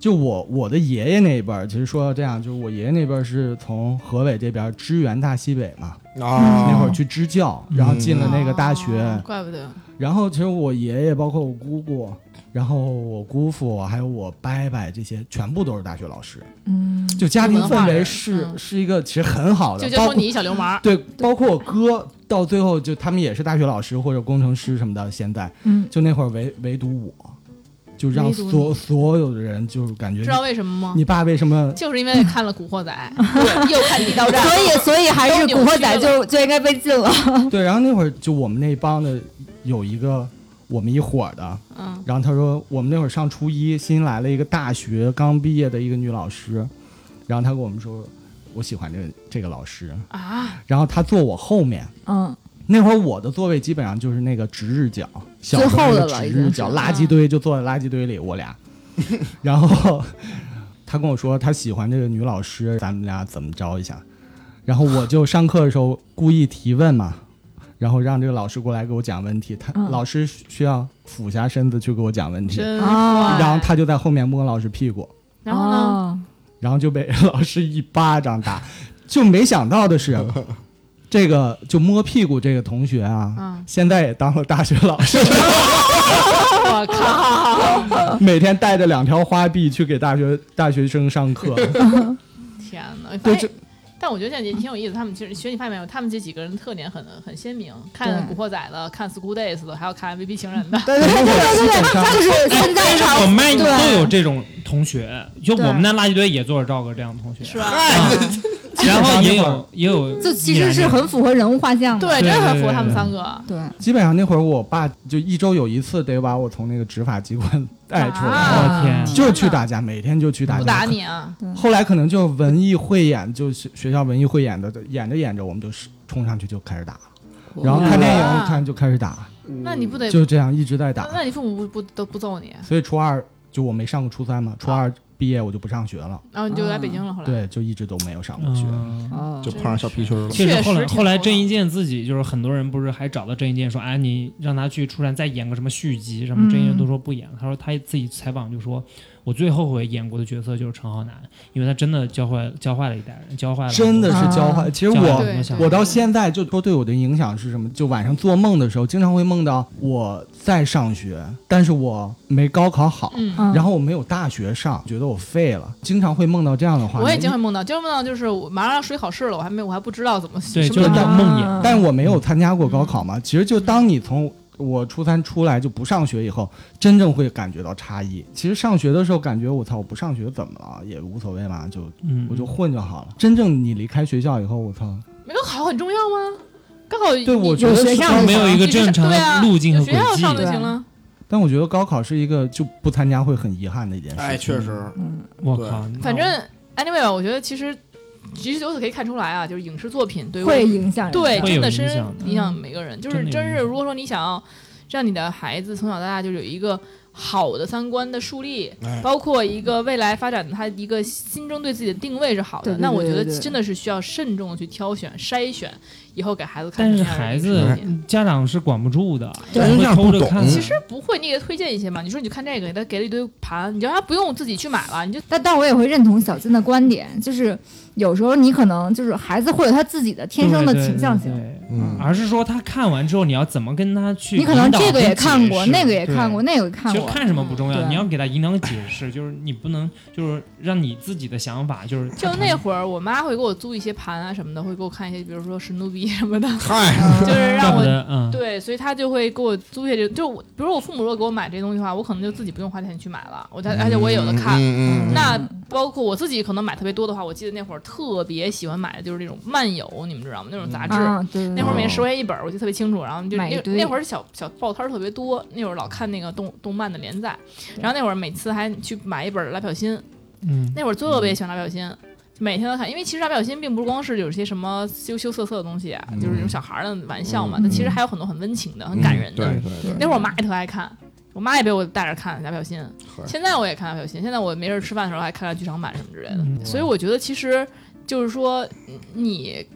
Speaker 5: 就我我的爷爷那一辈儿，其实说到这样，就是我爷爷那辈儿是从河北这边儿支援大西北嘛，那
Speaker 1: 嗯
Speaker 5: 会儿去支教，然后进了那个大学，
Speaker 1: 哦怪不得
Speaker 5: 然后其实我爷爷包括我姑姑，然后我姑父还有我伯伯这些全部都是大学老师，
Speaker 4: 嗯，
Speaker 5: 就家庭
Speaker 1: 文化
Speaker 5: 氛围
Speaker 1: 人
Speaker 5: 是、
Speaker 1: 嗯
Speaker 5: 是一个其实很好的
Speaker 1: 就，就说
Speaker 5: 包括
Speaker 1: 你一小流氓，
Speaker 5: 对，包括我哥到最后就他们也是大学老师或者工程师什么的，现在
Speaker 4: 嗯，
Speaker 5: 就那会儿唯唯独我，就让
Speaker 4: 唯独你
Speaker 5: 所所有的人就是感觉
Speaker 1: 知道为什么吗？
Speaker 5: 嗯你爸为什么
Speaker 1: 就是因为看了《古惑仔》对， 又看《地道战》，
Speaker 4: 所以所以还是
Speaker 1: 都
Speaker 4: 《
Speaker 1: 扭
Speaker 4: 古惑仔
Speaker 1: 曲》了
Speaker 4: 就就应该被禁了。
Speaker 1: 啊
Speaker 5: 对，然后那会儿就我们那帮的有一个我们一伙儿的，
Speaker 1: 嗯，
Speaker 5: 然后他说我们那会儿上初一，新来了一个大学刚毕业的一个女老师，然后她跟我们说我喜欢这个这个老师，
Speaker 1: 啊，
Speaker 5: 然后她坐我后面。
Speaker 4: 嗯，
Speaker 5: 那会儿我的座位基本上就是那个值日角，小时候
Speaker 4: 最后的
Speaker 5: 那
Speaker 4: 了
Speaker 5: 个
Speaker 4: 已
Speaker 5: 值
Speaker 4: 经
Speaker 5: 日
Speaker 4: 是
Speaker 5: 角，垃圾堆就坐在垃圾堆里，我 俩。然后他跟我说他喜欢这个女老师，咱们俩怎么着一下？然后我就上课的时候故意提问嘛，然后让这个老师过来给我讲问题。他、
Speaker 4: 嗯
Speaker 5: 老师需要俯下身子去给我讲问题，
Speaker 1: 真
Speaker 4: 啊
Speaker 1: 坏
Speaker 5: 然后，他就在后面摸老师屁股，
Speaker 1: 然后呢？
Speaker 4: 哦？
Speaker 5: 然后就被 老师一巴掌打。就没想到的是，这个就摸屁股这个同学啊，
Speaker 1: 嗯
Speaker 5: 现在也当了大学老 师，哦
Speaker 1: 我靠，
Speaker 5: 每天带着两条花臂去给大学大学生上课。
Speaker 1: 天哪！
Speaker 5: 对
Speaker 1: 哎
Speaker 5: 这
Speaker 1: 但我觉得这样也挺有意思。他们其实学你发现没有，他们这几个人特点很很鲜明。看《古惑仔》的，看《School Days》的，还有看《VP 情人》的。
Speaker 4: 对对对对对，就是现在
Speaker 3: 但哎是我们班
Speaker 4: 对
Speaker 3: 都有这种同学，就我们那垃圾堆也坐着赵哥这样的同学，啊
Speaker 1: 是吧？
Speaker 3: 然后也有也有，
Speaker 4: 啊就其实是很符合人物画像的。
Speaker 1: 对，真的很服
Speaker 3: 对对
Speaker 1: 他们
Speaker 3: 对
Speaker 1: 三个。
Speaker 4: 对，
Speaker 5: 基本上那会儿，我爸就一周有一次得把我从那个执法机关带出来，
Speaker 1: 啊
Speaker 3: 我天，
Speaker 5: 就是去打架，每天就去打
Speaker 1: 不
Speaker 5: 架。
Speaker 1: 打你啊！
Speaker 5: 后来可能就文艺汇演，就是学校文艺汇演的，演着演着我们就是冲上去就开始打，然后
Speaker 4: 嗯
Speaker 5: 看电影一看就开始打，
Speaker 1: 那你不得
Speaker 5: 就这样一直在打
Speaker 1: 嗯那。那你父母不不都不揍你，
Speaker 5: 所以初二就我没上过初三嘛，初二毕业我就不上学了，
Speaker 1: 然后你就来北京了。后来，
Speaker 5: 对，就一直都没有上过学。
Speaker 3: 嗯
Speaker 4: 哦
Speaker 2: 就碰上小皮球了。
Speaker 3: 确
Speaker 1: 确
Speaker 3: 实，
Speaker 1: 实
Speaker 3: 后来
Speaker 1: 挺
Speaker 3: 后来
Speaker 1: 头
Speaker 3: 郑
Speaker 1: 疼
Speaker 3: 伊健自己就是很多人不是还找到郑伊健说，哎，你让他去出山再演个什么续集什么，郑伊
Speaker 1: 嗯
Speaker 3: 健都说不演了。他说他自己采访就说，我最后悔演过的角色就是陈浩南，因为他真的教坏教坏了一代人，教坏了
Speaker 5: 真的是
Speaker 4: 啊
Speaker 5: 教坏。其实
Speaker 3: 嗯教坏了
Speaker 5: 我
Speaker 3: 很多小
Speaker 1: 对
Speaker 5: 我到现在就说对我的影响是什么？就晚上做梦的时候，经常会梦到我在上学，但是我没高考好，
Speaker 1: 嗯，
Speaker 4: 嗯
Speaker 5: 然后我没有大学上，觉得我废了，经常会梦到这样的话。
Speaker 1: 我也经常梦到，经常梦到就是我马上要水考试了，我还没我还不知道怎么
Speaker 3: 对，
Speaker 1: 什
Speaker 3: 就
Speaker 1: 么
Speaker 3: 是
Speaker 1: 叫
Speaker 3: 梦魇。
Speaker 5: 但我没有参加过高考嘛。
Speaker 1: 嗯
Speaker 5: 其实就当你从我初三出来就不上学以后，真正会感觉到差异。其实上学的时候感觉我操，我不上学怎么了？也无所谓嘛，就
Speaker 3: 嗯，
Speaker 5: 我就混就好了。真正你离开学校以后，我操，
Speaker 1: 没高考很重要吗？高考
Speaker 5: 对我觉
Speaker 4: 有
Speaker 5: 得
Speaker 4: 学
Speaker 5: 是
Speaker 4: 校
Speaker 5: 高
Speaker 4: 就
Speaker 3: 没有一个正常
Speaker 1: 对啊
Speaker 3: 的路径和
Speaker 1: 有
Speaker 3: 轨
Speaker 1: 学校上就
Speaker 3: 迹。
Speaker 1: 行了。
Speaker 5: 但我觉得高考是一个就不参加会很遗憾的一件事。
Speaker 2: 哎，确实，
Speaker 4: 嗯
Speaker 3: 我
Speaker 2: 对
Speaker 3: 靠，
Speaker 1: 反正 anyway 吧，我觉得其实其实由此可以看出来啊，就是影视作品对于
Speaker 4: 会影响人
Speaker 1: 对
Speaker 3: 会
Speaker 1: 真
Speaker 3: 有
Speaker 1: 的
Speaker 3: 影
Speaker 1: 深
Speaker 3: 响的
Speaker 1: 影响每个人，就
Speaker 3: 真
Speaker 1: 是
Speaker 3: 的有
Speaker 1: 真
Speaker 3: 影
Speaker 1: 是
Speaker 3: 响
Speaker 1: 如果说你想要让你的孩子从小到大就有一个好的三观的树立，
Speaker 2: 哎
Speaker 1: 包括一个未来发展的他一个心中对自己的定位是好的，
Speaker 4: 对对对
Speaker 1: 那我觉得
Speaker 4: 对对对
Speaker 1: 真的是需要慎重的去挑选筛选，以后给孩子看
Speaker 3: 但
Speaker 1: 什
Speaker 3: 是
Speaker 1: 么样的
Speaker 3: 孩
Speaker 1: 影视作
Speaker 3: 子嗯
Speaker 1: 品。
Speaker 3: 家长是管不住的，
Speaker 4: 对
Speaker 3: 会
Speaker 2: 家长
Speaker 3: 偷
Speaker 2: 不
Speaker 3: 着
Speaker 2: 懂
Speaker 3: 看。
Speaker 2: 其
Speaker 1: 其实不会，你给他推荐一些嘛。你说你就看这个，给他给了一堆盘，你让他不用自己去买了，你就
Speaker 4: 但但我也会认同小金的观点，就是有时候你可能就是孩子会有他自己的天生的倾向
Speaker 3: 对
Speaker 4: 性，
Speaker 3: 对对
Speaker 2: 嗯，
Speaker 1: 啊
Speaker 3: 而是说他看完之后你要怎么跟他去
Speaker 4: 你
Speaker 3: 引
Speaker 4: 可
Speaker 3: 导和解释。
Speaker 4: 能这个也看过，那个也看
Speaker 3: 对
Speaker 4: 过，那个也看
Speaker 3: 其实
Speaker 4: 过，
Speaker 3: 看什么不重要，
Speaker 4: 对
Speaker 3: 你要给他引导解释，就是你不能就是让你自己的想法就是
Speaker 1: 就 那会儿，我妈会给我租一些盘啊什么的，会给我看一些，比如说史努比什么的，
Speaker 2: 嗨，
Speaker 1: 就是
Speaker 3: 怪
Speaker 1: 让
Speaker 3: 不
Speaker 1: 我
Speaker 3: 得嗯，
Speaker 1: 对，所以他就会给我租下这，就我比如我父母如果给我买这些东西的话，我可能就自己不用花钱去买了，我才而且我也有的看。
Speaker 2: 嗯嗯嗯
Speaker 1: 那包括我自己可能买特别多的话，我记得那会儿特别喜欢买的就是那种漫游，你们知道吗？那种杂志。
Speaker 4: 啊，对对
Speaker 1: 那
Speaker 4: 对
Speaker 1: 会儿每十块钱一本儿，我记得特别清楚。然后就
Speaker 4: 买一
Speaker 1: 那
Speaker 4: 堆
Speaker 1: 那会儿小小报摊儿特别多，那会儿老看那个动动漫的连载。然后那会儿每次还去买一本儿《蜡笔小新》，
Speaker 3: 嗯，
Speaker 1: 那会儿特别喜欢蜡笔小新，每天都看，因为其实蜡笔小新并不光是有些什么羞羞涩涩的东西啊，就是那种小孩儿的玩笑嘛，
Speaker 4: 嗯
Speaker 1: 但其实还有很多很温情的、很感人的。
Speaker 2: 嗯对对对，
Speaker 1: 那会儿我妈也特爱看。我妈也被我带着看蜡笔小新，
Speaker 2: 嗨
Speaker 1: 现在我也看蜡笔小新。现在我没事儿吃饭的时候还看看剧场版什么之类的，
Speaker 3: 嗯
Speaker 1: 所以我觉得其实就是说，嗯你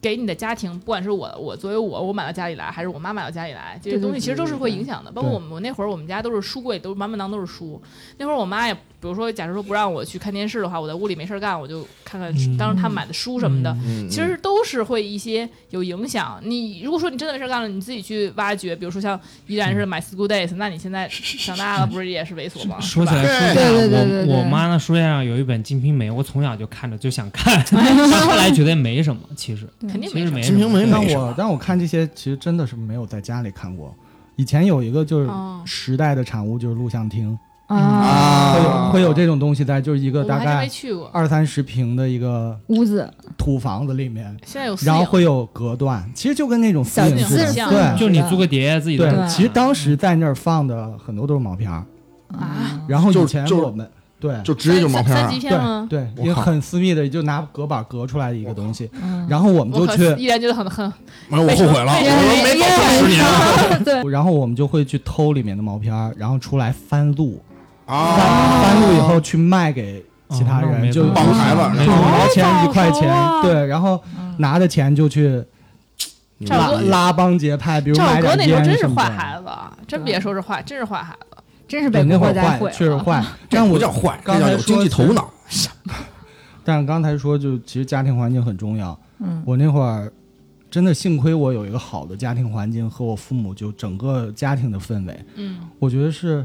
Speaker 1: 给你的家庭，不管是我我作为我我买到家里来，还是我妈买到家里来，这些
Speaker 4: 对对
Speaker 1: 东西其实都是
Speaker 4: 对对
Speaker 1: 会
Speaker 4: 对
Speaker 1: 影响的。包括我们我那会儿我们家都是书柜，都满满当都是书。那会儿我妈也比如说，假如说不让我去看电视的话，我在屋里没事儿干，我就看看当时他们买的书什么的。
Speaker 2: 嗯
Speaker 1: 其实都是会一些有影响。你如果说你真的没事儿干了，你自己去挖掘，比如说像依然是买 School Days，那你现在长大了不是也是猥琐吗？
Speaker 3: 说起来，
Speaker 1: 是吧
Speaker 2: 对
Speaker 3: 说起来，啊
Speaker 4: 对对对对
Speaker 3: 我我妈呢书架上啊有一本《金瓶梅》，我从小就看着就 想看，后来觉得没什么，其实
Speaker 1: 肯定
Speaker 3: 其
Speaker 1: 没
Speaker 3: 实
Speaker 1: 什么
Speaker 3: 没。
Speaker 2: 金瓶梅
Speaker 3: 什么
Speaker 2: 没
Speaker 5: 但
Speaker 2: 什
Speaker 5: 我
Speaker 2: 么
Speaker 5: 但我看这些，其实真的是没有在家里看过。以前有一个就是
Speaker 1: 哦
Speaker 5: 时代的产物，就是录像厅，
Speaker 4: 啊，
Speaker 5: 会
Speaker 2: 啊
Speaker 5: 有会有这种东西在，就是一
Speaker 1: 我
Speaker 5: 个
Speaker 1: 们
Speaker 5: 大
Speaker 1: 还真
Speaker 5: 概
Speaker 1: 没去过。
Speaker 5: 二三十平的一个
Speaker 4: 屋子
Speaker 5: 土房子里面，
Speaker 1: 现在有私
Speaker 5: 然后
Speaker 1: 影
Speaker 5: 会有隔断，其实就跟那种私
Speaker 1: 小
Speaker 5: 影
Speaker 1: 私
Speaker 5: 似
Speaker 1: 人
Speaker 5: 的
Speaker 1: 像
Speaker 5: 对
Speaker 3: 就你租个碟自己的
Speaker 5: 对，
Speaker 3: 看，
Speaker 5: 其实当时在那儿放的很多都是毛片
Speaker 1: 嗯
Speaker 5: 儿，
Speaker 1: 啊，
Speaker 5: 然后
Speaker 2: 就
Speaker 5: 以前
Speaker 2: 就
Speaker 5: 我们对
Speaker 2: 就直接就毛片
Speaker 1: 三
Speaker 2: 儿
Speaker 1: 级
Speaker 2: 啊，
Speaker 1: 片
Speaker 5: 对
Speaker 1: 吗？
Speaker 5: 对，
Speaker 2: 我
Speaker 5: 也
Speaker 2: 靠
Speaker 5: 很私密的，就拿隔板隔出来的一个东西，
Speaker 4: 嗯
Speaker 5: 然后我们
Speaker 1: 我
Speaker 5: 就
Speaker 1: 可
Speaker 5: 去
Speaker 1: 依然觉得很很
Speaker 2: 哎我后悔
Speaker 1: 为
Speaker 2: 了，我
Speaker 1: 什么
Speaker 2: 说没搞错十年了
Speaker 5: 然后我们就会去偷里面的毛片儿，然后出来翻录，翻
Speaker 2: 啊，
Speaker 5: 翻录以后去卖给其他
Speaker 3: 哦那我没
Speaker 5: 人，就
Speaker 3: 办
Speaker 2: 法帮孩子
Speaker 1: 嗯
Speaker 2: 哦
Speaker 5: 就五毛钱一块钱
Speaker 1: 好早熟啊，
Speaker 5: 对，然后拿着钱就去
Speaker 1: 赵
Speaker 5: 拉
Speaker 1: 哥
Speaker 5: 拉帮结派，比如
Speaker 1: 赵
Speaker 5: 买
Speaker 1: 哥
Speaker 5: 点
Speaker 1: 那时候
Speaker 5: 烟
Speaker 1: 真是
Speaker 5: 什么
Speaker 1: 坏
Speaker 5: 的。
Speaker 1: 孩子，啊，真别说是坏，真是坏孩子。
Speaker 4: 真是被
Speaker 5: 对，那
Speaker 4: 国
Speaker 5: 会
Speaker 4: 货
Speaker 5: 儿
Speaker 4: 在
Speaker 5: 坏，
Speaker 4: 毁
Speaker 5: 确实
Speaker 4: 了。
Speaker 5: 坏。
Speaker 2: 这
Speaker 5: 但
Speaker 2: 不
Speaker 5: 我
Speaker 2: 叫坏，这
Speaker 5: 刚
Speaker 2: 叫
Speaker 5: 才
Speaker 2: 有经济头
Speaker 5: 说是
Speaker 2: 脑。
Speaker 5: 但刚才说，就其实家庭环境很重要。
Speaker 4: 嗯，
Speaker 5: 我那会儿真的幸亏我有一个好的家庭环境和我父母，就整个家庭的氛围，
Speaker 1: 嗯，
Speaker 5: 我觉得是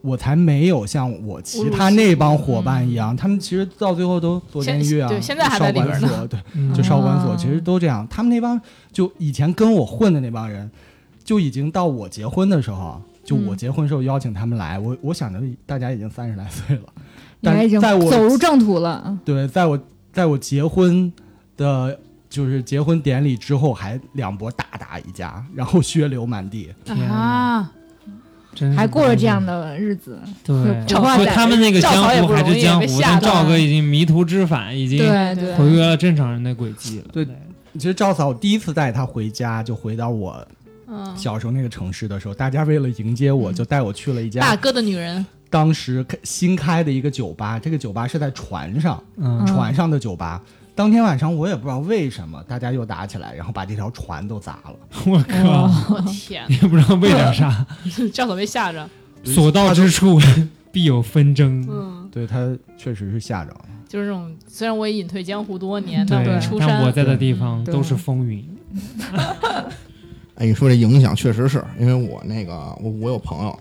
Speaker 5: 我才没有像我其他那帮伙伴一样，他们其实到最后都坐监狱啊，
Speaker 1: 嗯现对现在还在
Speaker 5: 少
Speaker 1: 里边
Speaker 5: 管
Speaker 1: 呢
Speaker 5: 所，对，
Speaker 3: 嗯
Speaker 5: 就少管所，
Speaker 4: 啊
Speaker 5: 其实都这样。他们那帮就以前跟我混的那帮人，就已经到我结婚的时候，啊就我
Speaker 4: 嗯
Speaker 5: 结婚时候邀请他们来，我我想着大家已经三十来岁了，
Speaker 4: 你还已经
Speaker 5: 但在我
Speaker 4: 走入正途了。嗯
Speaker 5: 对，在我在我结婚的，就是结婚典礼之后，还两拨大打一架，然后血流满地。
Speaker 3: 天
Speaker 1: 啊，
Speaker 3: 真是
Speaker 4: 还过着这样的日子，
Speaker 3: 对，
Speaker 1: 赵华
Speaker 3: 所以
Speaker 1: 仔
Speaker 3: 他们那个
Speaker 1: 赵
Speaker 3: 江
Speaker 1: 华也
Speaker 3: 湖
Speaker 1: 不
Speaker 3: 还
Speaker 1: 容
Speaker 3: 是
Speaker 1: 易
Speaker 3: 江
Speaker 1: 被
Speaker 3: 湖，
Speaker 1: 吓
Speaker 3: 但
Speaker 1: 到
Speaker 3: 赵
Speaker 1: 了
Speaker 3: 哥已经迷途知返，已经
Speaker 4: 对
Speaker 1: 对
Speaker 3: 回归了正常人的轨迹了。
Speaker 5: 对其实赵嫂第一次带她回家，就回到我
Speaker 1: 嗯，
Speaker 5: 小时候那个城市的时候，大家为了迎接我，就带我去了一
Speaker 1: 大
Speaker 5: 家
Speaker 1: 哥的女人，
Speaker 5: 当时开新开的一个酒吧。这个酒吧是在船上，
Speaker 3: 嗯，
Speaker 5: 船上的酒吧。当天晚上我也不知道为什么大家又打起来，然后把这条船都砸了。
Speaker 3: 我靠，
Speaker 1: 我天，
Speaker 3: 也不知道为点啥，
Speaker 1: 赵嫂没吓着。
Speaker 2: 嗯
Speaker 3: 所到之处 必有纷争。
Speaker 1: 嗯，
Speaker 5: 对他确实是吓着了。
Speaker 1: 就是那种，虽然我也隐退江湖
Speaker 2: 嗯
Speaker 1: 多年，但
Speaker 3: 对
Speaker 1: 我出，
Speaker 3: 但我
Speaker 1: 山，
Speaker 3: 在的地方
Speaker 4: 对
Speaker 3: 都是风云。
Speaker 2: 哎，你说这影响确实是因为我那个我我有朋友，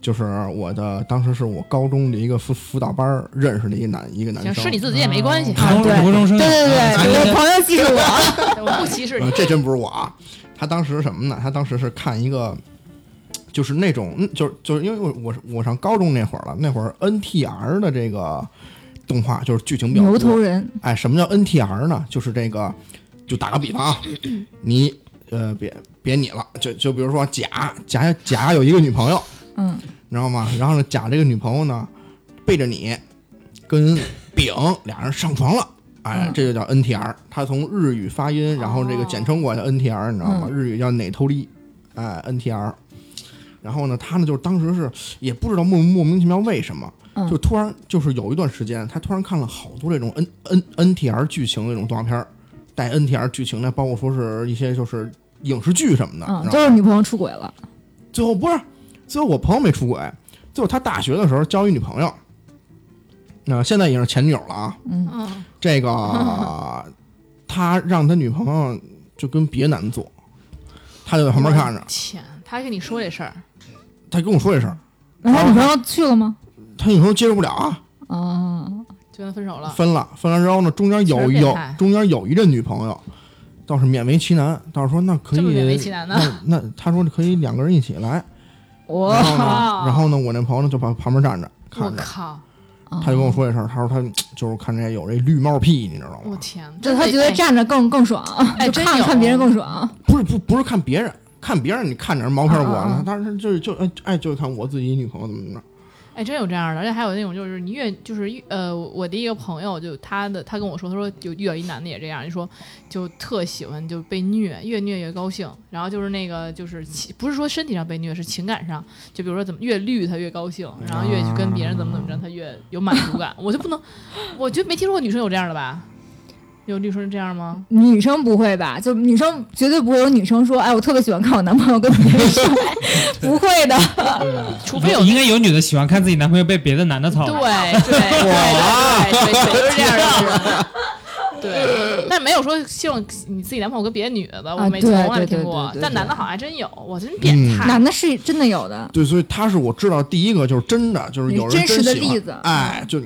Speaker 2: 就是我的当时是我高中的一个辅辅导班儿认识的一个男一个男
Speaker 1: 行，
Speaker 2: 生，
Speaker 1: 是你自己也没关系，
Speaker 3: 啊
Speaker 4: 对
Speaker 3: 国中生
Speaker 4: 对对啊对，我朋友记住我，
Speaker 1: 我不歧视
Speaker 2: 呃
Speaker 1: 你。
Speaker 2: 这真不是我啊，他当时什么呢？他当时是看一个，就是那种，嗯就是就是因为我我我上高中那会儿了，那会儿 NTR 的这个动画就是剧情比较
Speaker 4: 牛头
Speaker 2: 多。
Speaker 4: 人，
Speaker 2: 哎，什么叫 NTR 呢？就是这个，就打个比方啊，
Speaker 4: 嗯
Speaker 2: 你呃别别你了，就就比如说甲甲甲有一个女朋友，
Speaker 4: 嗯，
Speaker 2: 你知道吗？然后呢，甲这个女朋友呢背着你跟丙俩人上床了。哎
Speaker 4: 嗯，哦
Speaker 2: 这就叫 NTR，它从日语发音，然后这个简称过来叫 NTR，你知道吗？
Speaker 4: 嗯
Speaker 2: 日语叫哪头利，哎，NTR。然后呢，他呢就是当时是也不知道莫莫名其妙为什么，
Speaker 4: 嗯
Speaker 2: 就突然就是有一段时间，他突然看了好多这种 N N NTR 剧情的那种动画片儿，带 NTR 剧情的，包括说是一些就是影视剧什么的，你知道吗
Speaker 4: 嗯，就是女朋友出轨了，
Speaker 2: 最后不是，最后我朋友没出轨，最后他大学的时候交一女朋友，那、现在已经是前女友了啊。
Speaker 4: 嗯，
Speaker 1: 嗯，
Speaker 2: 这个 他让他女朋友就跟别男的做，他就在旁
Speaker 1: 嗯
Speaker 2: 边看着。
Speaker 1: 天，他还跟你说这事儿，
Speaker 2: 他跟我说这事儿，
Speaker 4: 然后他女朋友去了吗？
Speaker 2: 他女朋友接受不了啊，
Speaker 4: 啊，
Speaker 1: 就跟他分手了。
Speaker 2: 分了，分了之后呢，中间有
Speaker 1: 全是变
Speaker 2: 有
Speaker 1: 态
Speaker 2: 中间有一任女朋友，倒是勉为其难，倒是说那可以
Speaker 1: 这么勉为其难呢
Speaker 2: 那那他说可以两个人一起来，
Speaker 4: 我
Speaker 2: 然后呢，然后呢，我那朋友呢就旁旁边站着
Speaker 1: 我
Speaker 2: 看着。
Speaker 1: 靠，
Speaker 4: 哦
Speaker 2: 他就跟我说这事儿，他说他就是看这有这绿帽癖，你知道
Speaker 1: 我
Speaker 2: 吗？
Speaker 1: 天，
Speaker 4: 就他觉得站着更更爽，
Speaker 1: 哎
Speaker 4: 就
Speaker 1: 真
Speaker 4: 看
Speaker 1: 有
Speaker 4: 看别人更爽，
Speaker 2: 不是不不是看别人，看别人你看着人毛片儿不完
Speaker 4: 啊啊
Speaker 2: 了
Speaker 4: 啊，
Speaker 2: 但是就是就哎哎就看我自己女朋友怎么怎么着，
Speaker 1: 哎，真有这样的，而且还有那种就是你越就是越呃，我的一个朋友就他的他跟我说，他说就遇到一男的也这样，就说就特喜欢就被虐，越虐越高兴，然后就是那个就是情不是说身体上被虐，是情感上，就比如说怎么越绿他越高兴，然后越去跟别人怎么怎么着他越有满足感，我就不能，我就没听说过女生有这样的吧？有女生这样吗？
Speaker 4: 女生不会吧？就女生绝对不会有女生说，哎，我特别喜欢看我男朋友跟别人 睡， 不会的。
Speaker 1: 除非有
Speaker 3: 应该有女的喜欢看自己男朋友被别的男的操
Speaker 1: 对
Speaker 3: 了。
Speaker 1: 对对
Speaker 4: 啊
Speaker 1: 对对对，就是这样的。对，但没有说希望你自己男朋友跟别的女的，我
Speaker 4: 啊
Speaker 1: 没从
Speaker 4: 对
Speaker 1: 来没
Speaker 4: 对对
Speaker 1: 听过
Speaker 4: 对对。对
Speaker 1: 但男的好像还真有，我真变
Speaker 3: 嗯
Speaker 1: 态。
Speaker 4: 男的是真的有的，
Speaker 2: 对，所以他是我知道第一个就是真的，就是有人
Speaker 4: 真实的
Speaker 2: 喜欢
Speaker 4: 例子嗯
Speaker 2: 哎，就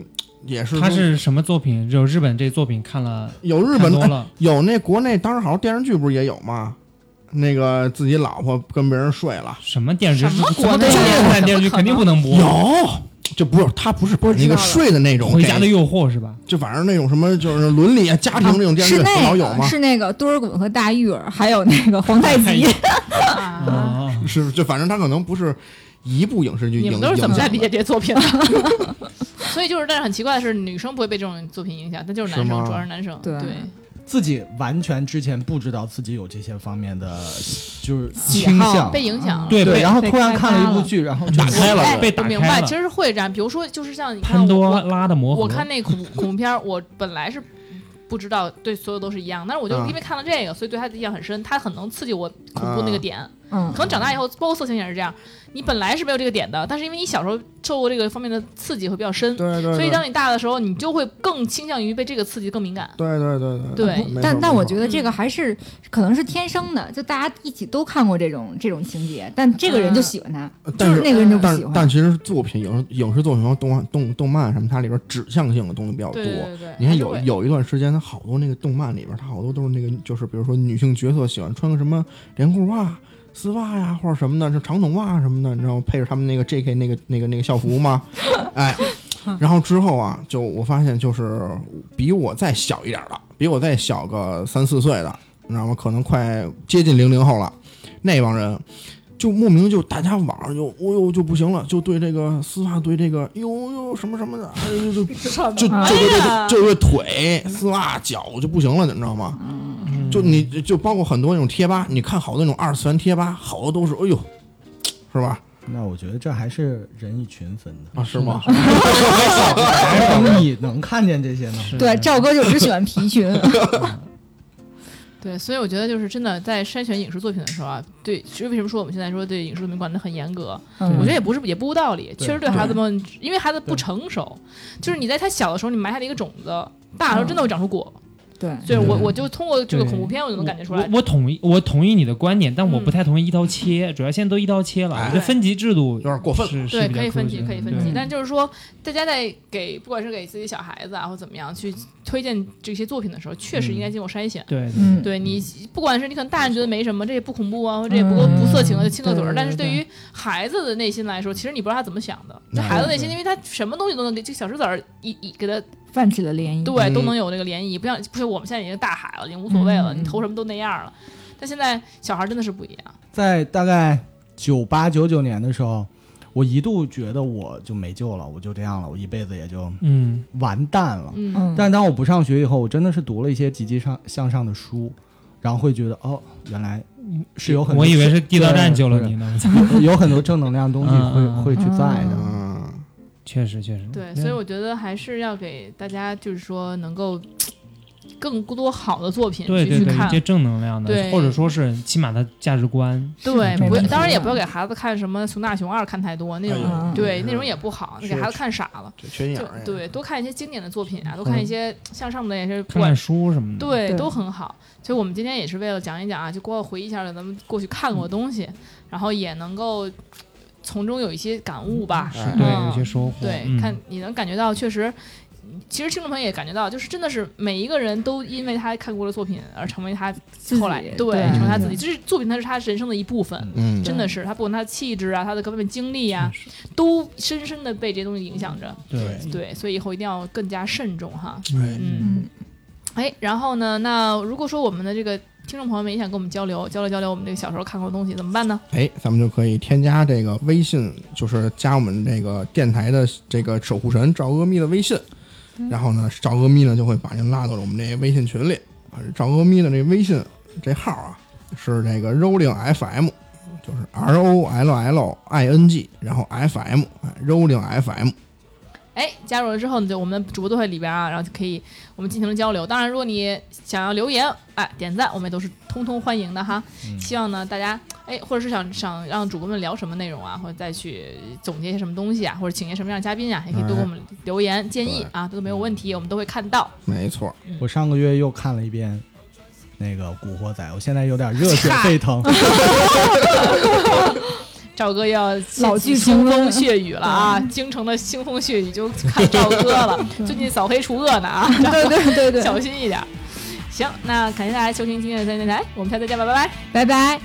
Speaker 2: 也是
Speaker 3: 他
Speaker 2: 说
Speaker 3: 是什么作品？有日本这作品看了
Speaker 2: 有日
Speaker 3: 看
Speaker 2: 本的
Speaker 3: 多了，
Speaker 2: 有那国内当时好像电视剧不是也有吗？那个自己老婆跟别人睡了，
Speaker 3: 什么电视剧？
Speaker 1: 什么国
Speaker 3: 国
Speaker 1: 内
Speaker 3: 内
Speaker 1: 的
Speaker 3: 的电视剧肯定不能播。
Speaker 2: 有，就不是他不是把那个睡的那种
Speaker 3: 回家的
Speaker 2: 给
Speaker 3: 诱惑》是吧？
Speaker 2: 就反正那种什么就是伦理啊、家庭这种电视
Speaker 4: 是
Speaker 2: 剧不
Speaker 4: 那
Speaker 2: 老有
Speaker 4: 个
Speaker 2: 吗？
Speaker 4: 是那个多尔衮和大玉儿，还有那个皇太 极。
Speaker 1: 啊
Speaker 3: 啊，
Speaker 2: 是就反正他可能不是一部影视剧
Speaker 1: 你
Speaker 2: 影
Speaker 1: 们都是怎么
Speaker 2: 影
Speaker 1: 在
Speaker 2: 响
Speaker 1: 理
Speaker 2: 的
Speaker 1: 解这些作品的？ 所以就是，但是很奇怪的是，女生不会被这种作品影响，但就是男
Speaker 2: 是吗
Speaker 1: 生，主要是男生。
Speaker 4: 对
Speaker 1: 对，
Speaker 5: 自己完全之前不知道自己有这些方面的就是
Speaker 4: 喜
Speaker 5: 倾
Speaker 4: 好
Speaker 5: 向，
Speaker 1: 被影响。
Speaker 3: 对
Speaker 5: 对，
Speaker 3: 被
Speaker 5: 然后
Speaker 4: 被
Speaker 5: 突然
Speaker 4: 开
Speaker 5: 看
Speaker 4: 发
Speaker 5: 了一部
Speaker 4: 了
Speaker 5: 剧，然后就
Speaker 2: 打开了
Speaker 1: 哎
Speaker 2: 是
Speaker 3: 被
Speaker 1: 我
Speaker 3: 打
Speaker 1: 明
Speaker 3: 开
Speaker 1: 白，其
Speaker 3: 了。
Speaker 1: 实是会这样。比如说，就是像你看
Speaker 3: 潘
Speaker 1: 我
Speaker 3: 多
Speaker 1: 我
Speaker 3: 拉的魔盒，
Speaker 1: 我看那恐怖恐怖片儿，我本来是不知道对所有都是一样，但是我就
Speaker 2: 啊
Speaker 1: 因为看了这个，所以对它的印象很深，它很能刺激我恐
Speaker 2: 啊
Speaker 1: 怖那个点。
Speaker 4: 嗯
Speaker 1: 可，能长大以后，包括色情也是这样，你本来是没有这个点的，但是因为你小时候受过这个方面的刺激会比较深，
Speaker 2: 对对对，
Speaker 1: 所以当你大的时候，你就会更倾向于被这个刺激更敏感。
Speaker 2: 对对对
Speaker 1: 对
Speaker 2: 没错
Speaker 4: 但但
Speaker 2: 没
Speaker 4: 我
Speaker 2: 错
Speaker 4: 觉得这个还是可能是天生的，就大家一起都看过这种 这种情节，但这
Speaker 1: 嗯
Speaker 4: 个人就喜欢他，
Speaker 2: 但
Speaker 4: 就是那个人就不
Speaker 2: 呃但
Speaker 4: 喜欢。
Speaker 2: 但其实作品影视影视作品和动画动动漫什么，它里边指向性的东西比较多
Speaker 1: 对。对对对，
Speaker 2: 你看
Speaker 1: 还是
Speaker 2: 有
Speaker 1: 会
Speaker 2: 有一段时间，它好多那个动漫里边，它好多都是那个就是比如说女性角色喜欢穿个什么连裤袜、丝袜呀，或者什么的，就长筒袜什么的，你知道吗配着他们那个 J.K. 那个那个那个校服吗？ 哎，然后之后啊，就我发现就是比我再小一点的，比我再小个三四岁的，你知道吗？可能快接近零零后了，那帮人。就莫名就大家网上就哦呦就不行了，就对这个丝袜，对这个哎呦呦什么什么的，哎呦就就就就
Speaker 1: 哎
Speaker 2: 对就对腿、丝袜、脚就不行了，你知道吗？
Speaker 3: 嗯
Speaker 2: 就你就包括很多那种贴吧，你看好多那种二次元贴吧，好多都是哎呦，是吧？
Speaker 5: 那我觉得这还是人以群分的，
Speaker 2: 啊，是吗？
Speaker 5: 等你能看见这些呢？
Speaker 3: 是
Speaker 4: 对，赵哥就只喜欢 皮裙，
Speaker 1: 对，所以我觉得就是真的在筛选影视作品的时候啊，对，其实为什么说我们现在说对影视作品管得很严格？
Speaker 4: 嗯
Speaker 1: 我觉得也不是也不无道理，
Speaker 5: 对
Speaker 1: 确实对孩子们，因为孩子不成熟，就是你在他小的时候你埋下了一个种子，大的时候真的会长出果。
Speaker 4: 对，
Speaker 1: 所以我
Speaker 3: 嗯对
Speaker 1: 我就通过这个
Speaker 3: 对
Speaker 1: 恐怖片，我就能感觉出来
Speaker 3: 我。我同意，我同意你的观点，但我
Speaker 1: 嗯
Speaker 3: 不太同意一刀切。主要现在都一刀切了，
Speaker 2: 哎
Speaker 3: 我觉得分级制度
Speaker 2: 有点过分了
Speaker 3: 是是
Speaker 1: 对，
Speaker 3: 比
Speaker 1: 可
Speaker 3: 较
Speaker 1: 以分
Speaker 3: 科
Speaker 1: 级，
Speaker 3: 学
Speaker 1: 可以
Speaker 3: 的
Speaker 1: 分
Speaker 3: 对
Speaker 1: 级。但就是说，大家在给不管是给自己小孩子啊，或怎么样去推荐这些作品的时候，确实应
Speaker 3: 嗯
Speaker 1: 该经过筛选。
Speaker 3: 对对
Speaker 4: 嗯，
Speaker 1: 对你，不管是你可能大人觉得没什么，这也不恐怖啊，或者这也不够
Speaker 3: 嗯
Speaker 1: 不色情啊，就亲个嘴儿。
Speaker 4: 嗯
Speaker 1: 但是
Speaker 4: 对
Speaker 1: 对
Speaker 4: 对
Speaker 1: 于孩子的内心来说，其实你不知道他怎么想的。这
Speaker 2: 嗯
Speaker 1: 孩子内心，因为他什么东西都能给这小石子儿一一给他，
Speaker 4: 泛起了涟漪。
Speaker 1: 对，都能有这个涟漪。不像不是我们现在已经大海了，已经无所谓了，
Speaker 4: 嗯
Speaker 1: 你投什么都那样了。但现在小孩真的是不一样。
Speaker 5: 在大概九八九九年的时候，我一度觉得我就没救了，我就这样了，我一辈子也就
Speaker 3: 嗯，
Speaker 5: 完蛋了。
Speaker 1: 嗯，
Speaker 4: 嗯，
Speaker 5: 但当我不上学以后，我真的是读了一些积极上向上的书，然后会觉得哦，原来是有很多
Speaker 3: 我以为是地道战救了
Speaker 5: 对
Speaker 3: 你呢，
Speaker 5: 有很多正能量的东西
Speaker 3: 嗯
Speaker 5: 会会去在的。
Speaker 2: 嗯，
Speaker 3: 确实确实。
Speaker 1: 对，所以我觉得还是要给大家，就是说能够更多好的作品
Speaker 3: 对
Speaker 1: 去
Speaker 3: 对
Speaker 1: 去
Speaker 3: 对，一
Speaker 1: 看。
Speaker 3: 些正能量的，
Speaker 1: 对
Speaker 3: 或者说是起码的价值观。
Speaker 1: 对，
Speaker 3: 是
Speaker 1: 不要
Speaker 3: 没，
Speaker 1: 当然也
Speaker 4: 错
Speaker 1: 不要给孩子看什么《熊大熊二》看太多那
Speaker 2: 哎
Speaker 1: 种，
Speaker 2: 呦
Speaker 1: 对，那
Speaker 2: 是
Speaker 1: 种也不好，
Speaker 2: 是
Speaker 1: 给孩子看傻了。
Speaker 2: 这缺心眼
Speaker 1: 就
Speaker 2: 儿。哎，
Speaker 1: 对，多看一些经典的作品啊，多看一些向上的也是，不
Speaker 3: 看
Speaker 1: 管
Speaker 3: 看书什么的，
Speaker 1: 对
Speaker 4: 对
Speaker 1: 都很好。所以我们今天也是为了讲一讲啊，就过后回忆一下咱们过去看过的东西，然后也能够从中有一些感悟吧。
Speaker 2: 是
Speaker 3: 对，
Speaker 1: 嗯
Speaker 3: 有些收获。
Speaker 1: 对，
Speaker 3: 嗯
Speaker 1: 看你能感觉到，确实，其实听众朋友也感觉到，就是真的是每一个人都因为他看过的作品而成为他
Speaker 4: 自己
Speaker 1: 后来对
Speaker 4: 对
Speaker 1: 成为他自己，这是作品，它是他人生的一部分。
Speaker 2: 嗯，
Speaker 1: 真的是，他不管他的气质啊，他的各方面经历啊，都深深的被这些东西影响着。
Speaker 3: 对
Speaker 1: 对，所以以后一定要更加慎重哈。
Speaker 2: 哎
Speaker 1: 嗯，
Speaker 4: 嗯，
Speaker 1: 哎，然后呢，那如果说我们的这个听众朋友们也想跟我们交流，交流交流我们这个小时候看过的东西，怎么办呢？
Speaker 2: 哎，咱们就可以添加这个微信，就是加我们这个电台的这个守护神赵阿咪的微信，然后呢，赵阿咪呢就会把您拉到我们这微信群里。啊赵阿咪的这微信这号啊是这个 Rolling FM，就是 R O L L I N G，然后 FM，哎，Rolling FM。
Speaker 1: 哎，加入了之后呢，就我们的主播都会里边啊，然后就可以我们进行了交流。当然，如果你想要留言，哎，点赞，我们也都是通通欢迎的哈。希望呢大家哎，或者是想想让主播们聊什么内容啊，或者再去总结一些什么东西啊，或者请一些什么样的嘉宾啊，也可以多给我们留言建议啊，这都没有问题，我们都会看到。
Speaker 2: 没错，
Speaker 5: 我上个月又看了一遍那个《古惑仔》，我现在有点热血沸腾。
Speaker 1: 赵哥要
Speaker 4: 老剧
Speaker 1: 腥
Speaker 4: 重温
Speaker 1: 风血雨了啊！京城的腥风血雨就看赵哥了，最近扫黑除恶呢啊，
Speaker 4: 对对对 对，
Speaker 1: 小心一点。行，那感谢大家收听今天的三电台，我们下次再见吧，拜拜。
Speaker 4: 拜拜。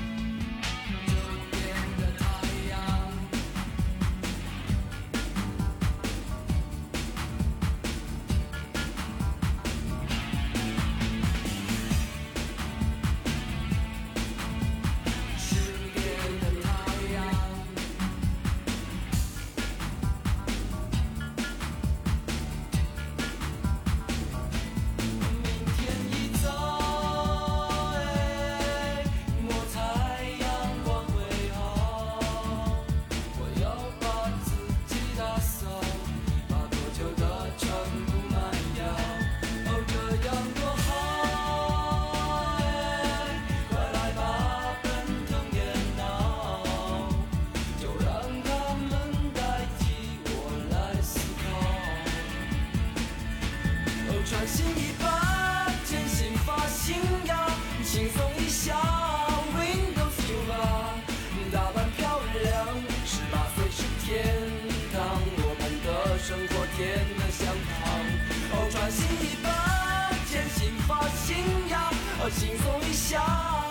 Speaker 6: 哦穿新衣吧，真心发型呀，轻松一笑，Windows 九八，打扮漂亮，十八岁是天堂，我们的生活甜得像糖。哦，穿新衣吧，真心发型呀，轻松一笑。